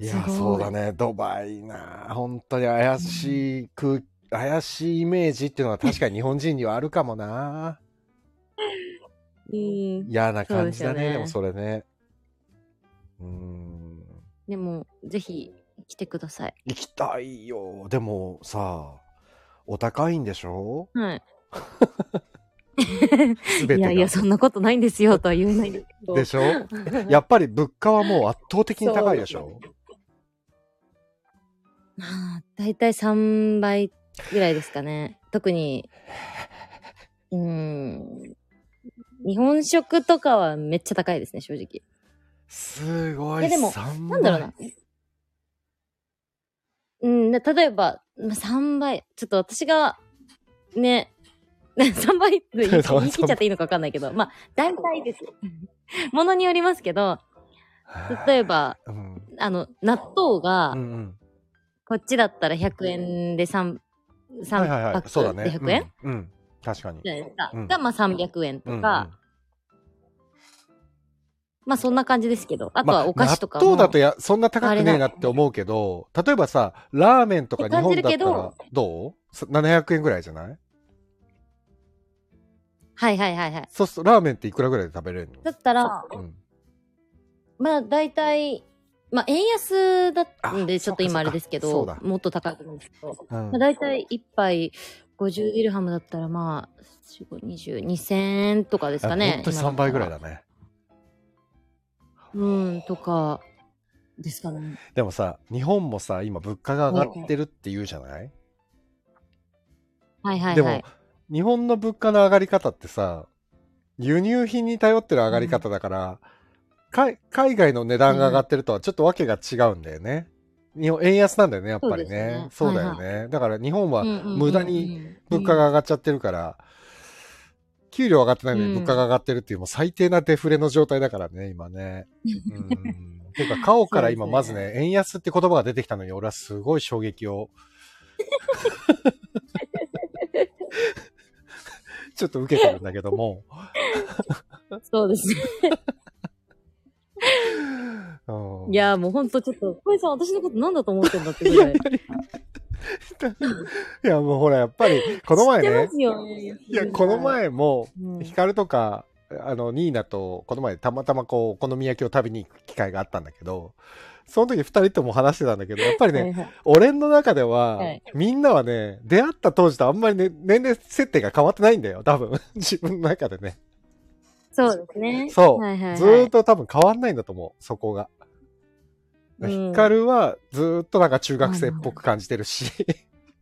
Speaker 1: いやー、
Speaker 2: す
Speaker 1: そ
Speaker 2: ごいう
Speaker 1: だね。ドバイなー。本当に怪しい空、怪しいイメージっていうのは確かに日本人にはあるかもな。
Speaker 2: うん。
Speaker 1: 嫌な感じだね。でも
Speaker 2: そ
Speaker 1: それね。うーん。
Speaker 2: でも、ぜひ来てください。
Speaker 1: 行きたいよ。でもさ、お高いんでしょ [LAUGHS]
Speaker 2: はい。
Speaker 1: すべて
Speaker 2: い
Speaker 1: が。
Speaker 2: やいや、そんなことないんですよ、とは言えないんですけど。
Speaker 1: で
Speaker 2: [LAUGHS]
Speaker 1: しょやっぱり物価はもう圧倒的に高いでしょ
Speaker 2: まあ、だいたい3倍ぐらいですかね。特に、
Speaker 1: [LAUGHS]
Speaker 2: うーん。日本食とかはめっちゃ高いですね、正直。
Speaker 1: すご
Speaker 2: い
Speaker 1: い。
Speaker 2: やでも
Speaker 1: 三
Speaker 2: なんだろう
Speaker 1: 万
Speaker 2: な。うん、な例えば、まあ3倍。ちょっと私が、ね、3倍って言い
Speaker 1: [LAUGHS]
Speaker 2: 言い切っちゃっていいのか分かんないけど、まあ、大体です。 [LAUGHS] ものによりますけど、例えば、
Speaker 1: うん。
Speaker 2: あの、納豆が
Speaker 1: う、んうん。
Speaker 2: こっちだったら100円で3、
Speaker 1: は
Speaker 2: 三
Speaker 1: いはいは
Speaker 2: パ
Speaker 1: い。そうだ
Speaker 2: ック
Speaker 1: ね。
Speaker 2: で100円
Speaker 1: うんうん。確かに。
Speaker 2: じゃないですか。
Speaker 1: うん
Speaker 2: が、まあ300円と
Speaker 1: う
Speaker 2: か、
Speaker 1: ん
Speaker 2: まあそんな感じですけど、あ
Speaker 1: うん
Speaker 2: とは
Speaker 1: ま
Speaker 2: お菓子とか
Speaker 1: 納
Speaker 2: も。
Speaker 1: 豆だとやそんな高
Speaker 2: あ
Speaker 1: く
Speaker 2: れ
Speaker 1: ね
Speaker 2: だ
Speaker 1: えなって思うけど、例えばさ、ラーメンとか
Speaker 2: って
Speaker 1: 日
Speaker 2: 感じ
Speaker 1: 本だ
Speaker 2: る
Speaker 1: った
Speaker 2: けど
Speaker 1: らどうそ ?700 円ぐらいじゃない
Speaker 2: はいはいはいはい。
Speaker 1: そうするとラーメンっていくらぐらいで食べれる
Speaker 2: だったら、
Speaker 1: のうん。
Speaker 2: まあ大体、まあ円安だったん
Speaker 1: あ
Speaker 2: で、ちょっと
Speaker 1: そうか
Speaker 2: 今あれですけ
Speaker 1: そう
Speaker 2: ど
Speaker 1: だ、
Speaker 2: もっと高いと思うんですけど、
Speaker 1: うん
Speaker 2: まあ、大体1杯50ディルハムだったら、まあ、4 20、2000円とかですか
Speaker 1: あ
Speaker 2: ね。
Speaker 1: 本当に3倍ぐらい
Speaker 2: だ。
Speaker 1: だね。
Speaker 2: うん、とか、ですかね。
Speaker 1: でもさ、日本もさ、今物価が上がってるって言うじゃない
Speaker 2: はいはい
Speaker 1: で
Speaker 2: は
Speaker 1: も
Speaker 2: い。、
Speaker 1: 日本の物価の上がり方ってさ、輸入品に頼ってる上がり方だから、海海外の値段が上がってるとはちょっとわけが違うんだよね。日本円安なんだよね、やっぱりね。そ
Speaker 2: そううですね
Speaker 1: だよね。だから日本は
Speaker 2: うんうんうんうん
Speaker 1: 無駄に物価が上がっちゃってるから、給料上がってないのに
Speaker 2: うん
Speaker 1: 物価が上がってるっていう、もう最低なデフレの状態だからね、今ね。うん。てか、カオから今
Speaker 2: そう
Speaker 1: ま
Speaker 2: で
Speaker 1: ず
Speaker 2: すね
Speaker 1: ね、円安って言葉が出てきたのに、俺はすごい衝撃を。 [LAUGHS] ちょっと受けてるんだけども。
Speaker 2: そうですね。
Speaker 1: うん
Speaker 2: いやーもうほんとちょっと、小林さん私のことなんだと思ってんだって
Speaker 1: い
Speaker 2: ぐ
Speaker 1: や
Speaker 2: らい
Speaker 1: い。や、もうほら、やっぱり、この前
Speaker 2: 知って
Speaker 1: ね
Speaker 2: ま、すよね。
Speaker 1: いや、この前も、
Speaker 2: うん
Speaker 1: ヒカルとか、あの、ニーナと、この前たまたまこう、お好み焼きを食べに行く機会があったんだけど、その時2人とも話してたんだけどやっぱりね、
Speaker 2: はいはい
Speaker 1: 俺の中では、
Speaker 2: はい
Speaker 1: みんなはね出会った当時とあんまり、ね、年齢設定が変わってないんだよ多分 [LAUGHS] 自分の中でね
Speaker 2: そうですね。
Speaker 1: そう
Speaker 2: はいはいはい、
Speaker 1: ずーっと多分変わんないんだと思うそこが。
Speaker 2: うん
Speaker 1: ヒカルはずーっとなんか中学生っぽく感じてるし、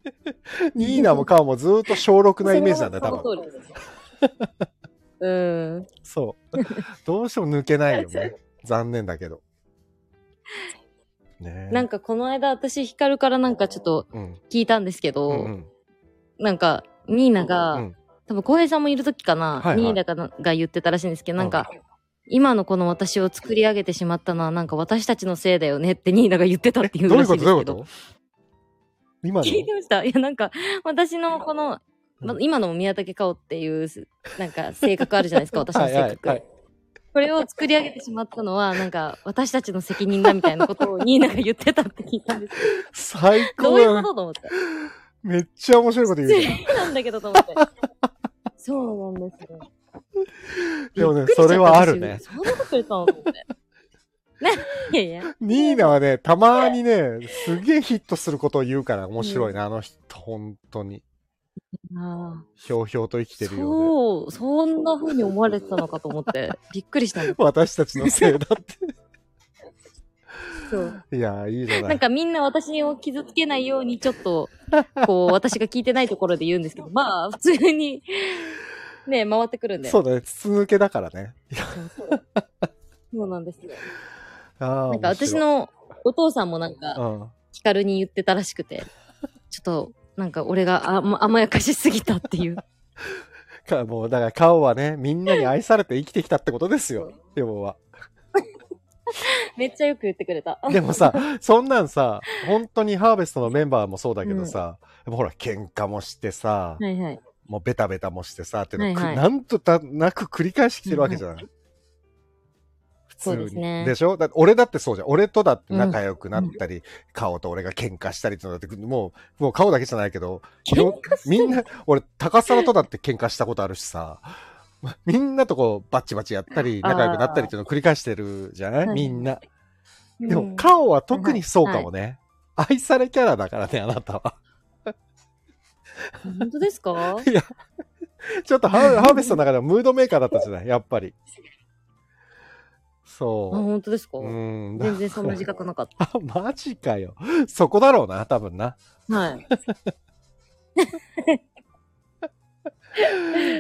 Speaker 1: [LAUGHS] ニーナもカーもずーっと小6なイメージなんだよ、多分。
Speaker 2: その通りですねうん。
Speaker 1: そう。 [LAUGHS] どうしても抜けないよ
Speaker 2: [LAUGHS]
Speaker 1: ね。残念だけど。ねえ
Speaker 2: なんかこの間私ヒカルからなんかちょっと
Speaker 1: うん。
Speaker 2: 聞いたんですけど、
Speaker 1: うんうん
Speaker 2: なんかニーナが、
Speaker 1: うん
Speaker 2: 多分浩平さんもいる時かな、
Speaker 1: はいはい
Speaker 2: ニーナがが言ってたらしいんですけど、なんか、今のこの私を作り上げてしまったのはなんか私たちのせいだよねってニーナが言ってたっていう
Speaker 1: どうい
Speaker 2: ら
Speaker 1: う
Speaker 2: しい
Speaker 1: こと
Speaker 2: んで
Speaker 1: ど
Speaker 2: す
Speaker 1: ういう
Speaker 2: け
Speaker 1: こと。今
Speaker 2: ど
Speaker 1: の
Speaker 2: 聞いてましたいやなんか私のこの、ま
Speaker 1: うん
Speaker 2: 今の宮武香織っていうなんか性格あるじゃないですか私の性
Speaker 1: [LAUGHS]
Speaker 2: 格、
Speaker 1: はいはいはい
Speaker 2: これを作り上げてしまったのはなんか私たちの責任だみたいなことをニーナが言ってたって聞いたんですけ
Speaker 1: 最
Speaker 2: どど
Speaker 1: 高
Speaker 2: ういう
Speaker 1: だ
Speaker 2: [LAUGHS] こ
Speaker 1: な
Speaker 2: とと思って
Speaker 1: めっちゃ面白いこと言う
Speaker 2: 失
Speaker 1: じゃん。
Speaker 2: 礼なんだけどと思って。そうなんです [LAUGHS] ね。
Speaker 1: でもね
Speaker 2: びっくりしちゃっ
Speaker 1: そ
Speaker 2: た
Speaker 1: れはあるね
Speaker 2: 私そんなこと言ったのと思って。 [LAUGHS] ね、いやいや。
Speaker 1: ニーナはね、たまにね、すげえヒットすることを言うから面白いな、あの人、本当に。
Speaker 2: あ
Speaker 1: ひょうひょうと生きて
Speaker 2: ー
Speaker 1: るよう
Speaker 2: そう、そんな風に思われてたのかと思って、びっくりしたんで
Speaker 1: で。私たちのせいだっ
Speaker 2: すよ。
Speaker 1: て。いやー、いいじゃな
Speaker 2: なん
Speaker 1: い。
Speaker 2: かみんな私を傷つけないようにちょっと、こう、私が聞いてないところで言うんですけど、まあ、普通に、ね、回ってくるんで。。
Speaker 1: そううだね、筒抜けだからね。
Speaker 2: [LAUGHS] そうなんですよ。
Speaker 1: ああ。
Speaker 2: なんか私のお父さんもなんか、
Speaker 1: 面
Speaker 2: ヒカルに言ってたらしくて、ちょっと、なんか俺があま甘やかしすぎたっていう。 [LAUGHS]
Speaker 1: 白い、うん。かもう、だから顔はね、みんなに愛されて生きてきたってことですよ、要は。
Speaker 2: めっちゃよく言ってくれた。
Speaker 1: でもさ、そんなんさ、本当にハーベストのメンバーもそうだけどさ、でもほら、喧嘩もしてさ、
Speaker 2: はいはい。
Speaker 1: もうベタベタもしてさ、っていうのをく、
Speaker 2: はいはい
Speaker 1: なんとたなく繰り返してきてるわけじゃない。普通
Speaker 2: そう
Speaker 1: に
Speaker 2: ですね
Speaker 1: しょだって俺だってそうじゃん。俺とだって仲良くなったり、顔と俺が喧嘩したりってのだって、もう、もう顔だけじゃないけど、いろみんな、俺、高沢とだって喧嘩したことあるしさ、みんなとこう、バチバチやったり、仲良くなったりっていうのを繰り返してるじゃない
Speaker 2: はい
Speaker 1: みんな。で
Speaker 3: う
Speaker 1: も、
Speaker 3: ん
Speaker 1: 顔は特にそうかもね。愛されキャラだからね、あなたは。
Speaker 2: 本当ですか
Speaker 1: いや、ちょっと
Speaker 2: [LAUGHS]
Speaker 1: ハーハーベストの中ではムードメーカーだったじゃない、やっぱり。
Speaker 2: あ
Speaker 1: そ
Speaker 2: 本当ですか
Speaker 1: う。うん。 [LAUGHS]
Speaker 2: 全然そんな自覚なかっ
Speaker 1: あ、マジかよ。そこだろうな、多分な。 [LAUGHS]
Speaker 2: た。はい。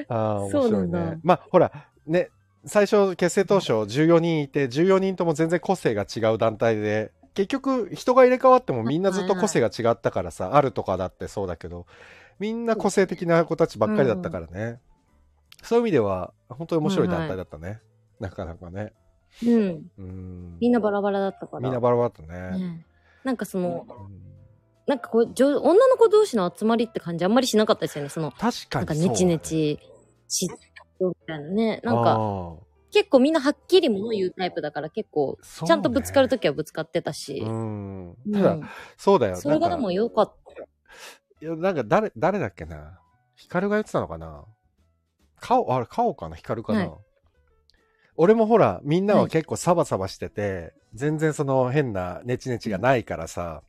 Speaker 1: ああ、面
Speaker 2: そうな
Speaker 1: 白い
Speaker 2: んだ
Speaker 1: ね。まあ、ほら、ね、最初、結成当初、14人いて、14人とも全然個性が違う団体で、結局、人が入れ替わってもみんなずっと個性が違ったからさ、あるとかだってそうだけど、みんな個性的な子たちばっかりだったからね。そういう意味では、本当に面白い団体だったね。なかなかね。
Speaker 2: うん。
Speaker 1: うん
Speaker 2: みんなバラバラだったから。
Speaker 1: みんなバラバラだったね。
Speaker 2: ねなんかその、
Speaker 1: うん
Speaker 2: なんかこう、女女の子同士の集まりって感じあんまりしなかったですよね。その、
Speaker 1: 確か
Speaker 2: な
Speaker 1: に
Speaker 2: んか
Speaker 1: そうだ
Speaker 2: ネチネチし、みたいなね。なん
Speaker 1: あ
Speaker 2: か、
Speaker 1: ー
Speaker 2: 結構みんなはっきり物言うタイプだから結構、
Speaker 1: そうね
Speaker 2: ちゃんとぶつかるときはぶつかってたし。
Speaker 1: うん
Speaker 2: う。ん
Speaker 1: ただ、そうだよ。
Speaker 2: それ
Speaker 1: な
Speaker 2: がで
Speaker 1: んか
Speaker 2: も良かった。
Speaker 1: いや、なんか誰、誰だっけな。ヒカルが言ってたのかな。カオ、あれ、カオかなヒカルかな、
Speaker 2: はい
Speaker 1: 俺もほら、みんなは
Speaker 2: はい
Speaker 1: 結構サバサバしてて、全然その変なネチネチがないからさ、うん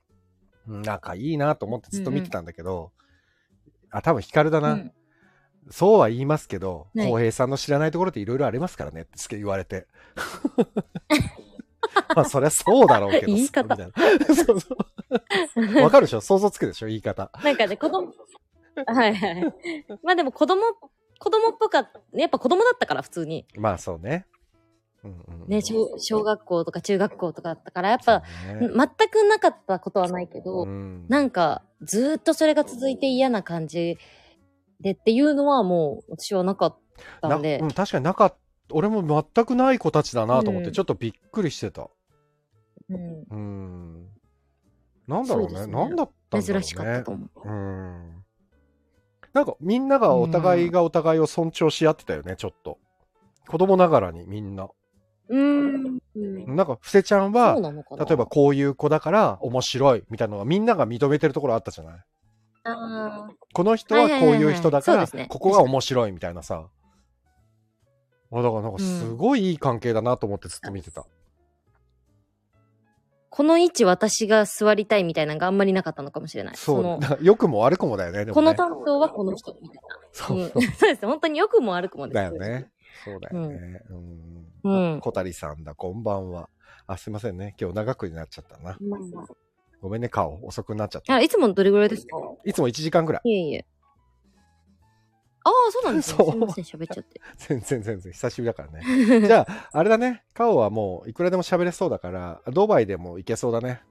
Speaker 1: 仲いいなと思ってずっと見てたんだけど、あ、多分ヒカルだな。
Speaker 2: うん
Speaker 1: そうは言いますけど、
Speaker 2: はい
Speaker 1: 浩平さんの知らないところっていろいろありますからねってすげえ言われて。 [LAUGHS] まあ、そりゃそうだろうけどさ。
Speaker 2: [LAUGHS] 言い方
Speaker 1: みたいな [LAUGHS] そうそう。わかるでしょ想像つくでしょ言い方。
Speaker 2: [LAUGHS] なんかね、子供、はいはい。まあでも子供、子供っぽかった。やっぱ子供だったから、普通に。
Speaker 1: まあ、そうね。うんうんうん
Speaker 2: ね、小小学校とか中学校とかだったから、やっ
Speaker 1: そう
Speaker 2: ぱ、
Speaker 1: ね
Speaker 2: 全くなかったことはないけ
Speaker 1: う
Speaker 2: ど、
Speaker 1: ん
Speaker 2: なんか、ずーっとそれが続いて嫌な感じでっていうのはもう、私はなかったんで
Speaker 1: なう、ん確かになかった。俺も全くない子たちだなと思って、
Speaker 2: うん
Speaker 1: ちょっとびっくりしてた。
Speaker 2: うん
Speaker 1: うん。なんだろう
Speaker 2: そうで
Speaker 1: ね。
Speaker 2: すね
Speaker 1: なんだったんだろうね。
Speaker 2: 珍しかったと思
Speaker 1: う
Speaker 2: う。
Speaker 1: ん。なんかみんながお互いがお互いを尊重し合ってたよね、ちょっと。子供ながらにみんな。
Speaker 2: うーん。うん
Speaker 1: なんか、伏せちゃん
Speaker 2: そう
Speaker 1: は、
Speaker 2: なのかな
Speaker 1: 例えば、こういう子だから面白いみたいなのがみんなが認めてるところあったじゃない
Speaker 2: あー
Speaker 1: この人は
Speaker 2: はいはい
Speaker 1: こ
Speaker 2: は
Speaker 1: う
Speaker 2: いは
Speaker 1: い
Speaker 2: い
Speaker 1: う人だか
Speaker 2: そう
Speaker 1: ら、
Speaker 2: ですね
Speaker 1: ここが面白いみたいなさ。あだからなんかすごいいい関係だなと思ってずっと見てた。
Speaker 2: この位置私が座りたいみたいなのがあんまりなかったのかもしれない。
Speaker 1: そう [LAUGHS]
Speaker 2: の、
Speaker 1: な良くも悪くもだよね。で
Speaker 2: こ
Speaker 1: も
Speaker 2: の
Speaker 1: ね
Speaker 2: 担当はこの人みたい
Speaker 1: そう
Speaker 2: な。うん [LAUGHS] そうです。本当によくも悪くもです。
Speaker 1: だよね。そうだよね。
Speaker 2: う
Speaker 1: うん。
Speaker 2: ん
Speaker 1: 小谷さんだ、こんばんは。あ、すいませんね。今日長くなっちゃったな。
Speaker 2: まあま
Speaker 1: ごめんね、顔。遅くなっちゃった。
Speaker 2: あ。あ、いつもどれぐらいですか
Speaker 1: いつも1時間ぐらい。 [LAUGHS]
Speaker 2: いえいえ。ああ、そうなんです
Speaker 1: そ
Speaker 2: ね。
Speaker 1: う
Speaker 2: すみません、喋っちゃって。
Speaker 1: 全然全然、久しぶりだから
Speaker 2: [LAUGHS]
Speaker 1: ね。じゃあ、あれだね。顔はもう、いくらでも喋れそうだから、ドバイでも行けそうだね。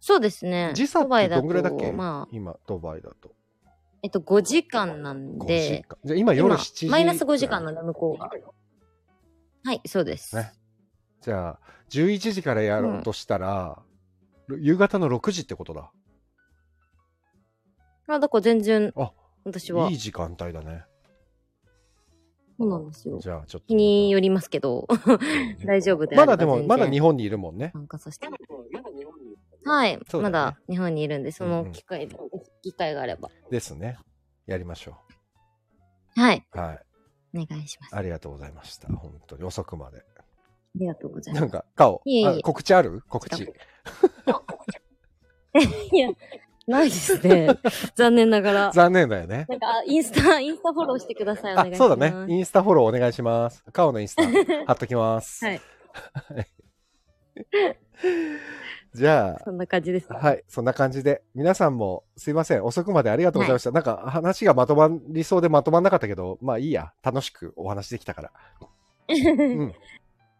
Speaker 2: そうですね。
Speaker 1: 時差っ
Speaker 2: ドバ
Speaker 1: て
Speaker 2: イだ
Speaker 1: ど
Speaker 2: と
Speaker 1: んぐらいだっけ
Speaker 2: まあ、
Speaker 1: 今、ドバイだと。
Speaker 2: えっと、5時間なん
Speaker 1: 5時
Speaker 2: で、
Speaker 1: 間。じゃあ今夜
Speaker 2: 今
Speaker 1: 7時。
Speaker 2: マイナス5時間なんで、向こうが。はい、そうです。
Speaker 1: ねじゃあ、11時からやろうとしたら、夕方の6時ってことだ。
Speaker 2: まあ、だから全然
Speaker 1: あ、
Speaker 2: 私は。
Speaker 1: いい時間帯だね。
Speaker 2: そうなんですよ。
Speaker 1: じゃあ、ちょっと。
Speaker 2: 日によりますけど、大丈夫であ
Speaker 1: ま
Speaker 2: れ
Speaker 1: だ
Speaker 2: ば
Speaker 1: でも、
Speaker 2: 全然
Speaker 1: まだ日本にいるもんね。
Speaker 2: 参加させて。はい、
Speaker 1: そうだ
Speaker 2: ま
Speaker 1: よね
Speaker 2: だ日本にいるんで、そ
Speaker 1: うんう
Speaker 2: の
Speaker 1: ん
Speaker 2: 機会で、機会があれば。
Speaker 1: ですね。やりましょ
Speaker 2: はい、
Speaker 1: う。はい。
Speaker 2: お願いします。あ
Speaker 1: ありがとうございました。本当に遅くまで。
Speaker 2: りがとうござい
Speaker 1: な
Speaker 2: ま
Speaker 1: んか、顔、
Speaker 2: いえいえ
Speaker 1: あ告知ある告知。
Speaker 2: す。いや、ないです
Speaker 1: [LAUGHS]
Speaker 2: ね。残念ながら。
Speaker 1: 残念だよね。
Speaker 2: なんか、あインスタ、インスタフォローしてください。お願
Speaker 1: あ
Speaker 2: いし、ます。
Speaker 1: そうだね。インスタフォローお願いします。顔のイン
Speaker 2: [LAUGHS]
Speaker 1: スタ貼っときます。
Speaker 2: はい。
Speaker 1: じゃ
Speaker 2: そんな感じです。
Speaker 1: あ、はい。そんな感じで、皆さんもすいません。遅くまでありがとうございました。なんか話がまとまりそうでまとまんなかったけど、まあいいや。楽しくお話できたから。うん。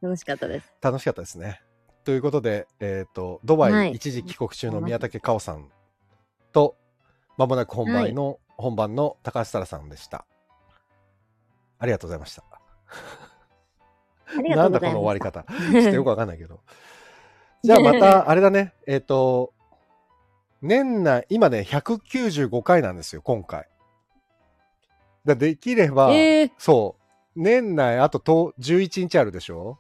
Speaker 2: 楽しかったです。
Speaker 1: 楽しかったですね。ということで、えっ、と、ドバ
Speaker 2: は
Speaker 1: イ
Speaker 2: い
Speaker 1: 一時帰国中の宮武かおさんと、まもなく本番の、本番の高橋沙羅さんでした。ありがとうございました。
Speaker 2: ありが
Speaker 1: なん
Speaker 2: とうご
Speaker 1: だ
Speaker 2: ざ
Speaker 1: こ
Speaker 2: い
Speaker 1: の終わり
Speaker 2: ま
Speaker 1: 方。
Speaker 2: す。
Speaker 1: ちょっとよくわかんないけど。 [LAUGHS] じゃあま
Speaker 2: [LAUGHS]
Speaker 1: た、あれだね、えっ、と、年内、今ね、195回なんですよ、今回。だできれば、
Speaker 2: えー、
Speaker 1: そう。年内、あとと11日あるでしょ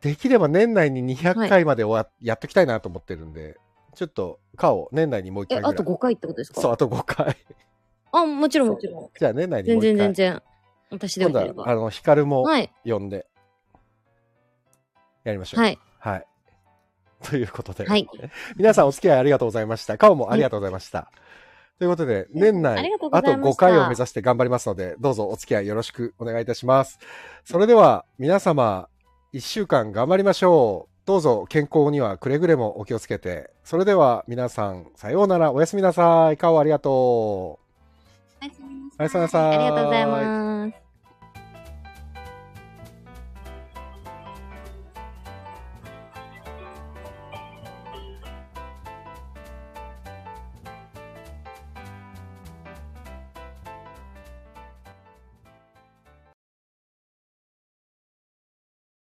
Speaker 1: できれば年内に200回まではやっときたいなと思ってるんで、ちょっと、かを年内にもう一
Speaker 2: え、
Speaker 1: 回ぐら
Speaker 2: あ
Speaker 1: い。
Speaker 2: と5回ってことです
Speaker 1: そう、
Speaker 2: か
Speaker 1: あと5回。 [LAUGHS]
Speaker 2: あ、もちろんもちろん。
Speaker 1: じゃあ年内にも
Speaker 2: 全
Speaker 1: う一回。
Speaker 2: 然全然。私でよ
Speaker 1: 今
Speaker 2: けれ
Speaker 1: 度は、あ
Speaker 2: ば。
Speaker 1: の、ヒカルも
Speaker 2: はい、
Speaker 1: 呼んで、やりましょう。
Speaker 2: はい、
Speaker 1: はい。 [LAUGHS] ということで、
Speaker 2: はい。
Speaker 1: 皆さんお付き合いありがとうございました。カオもありがとうございました。ということで、年
Speaker 2: あり
Speaker 1: 内
Speaker 2: がとうご
Speaker 1: あ
Speaker 2: ざ
Speaker 1: と
Speaker 2: いま
Speaker 1: 5
Speaker 2: した
Speaker 1: 回を目指して頑張りますので、どうぞお付き合いよろしくお願いいたします。それでは皆様、1週間頑張りましょう。どうぞ健康にはくれぐれもお気をつけて。それでは皆さん、さようなら、おやすみなさい。カオありがとう。
Speaker 2: おやすみな
Speaker 1: おやすみなさい
Speaker 2: ありがとうございます。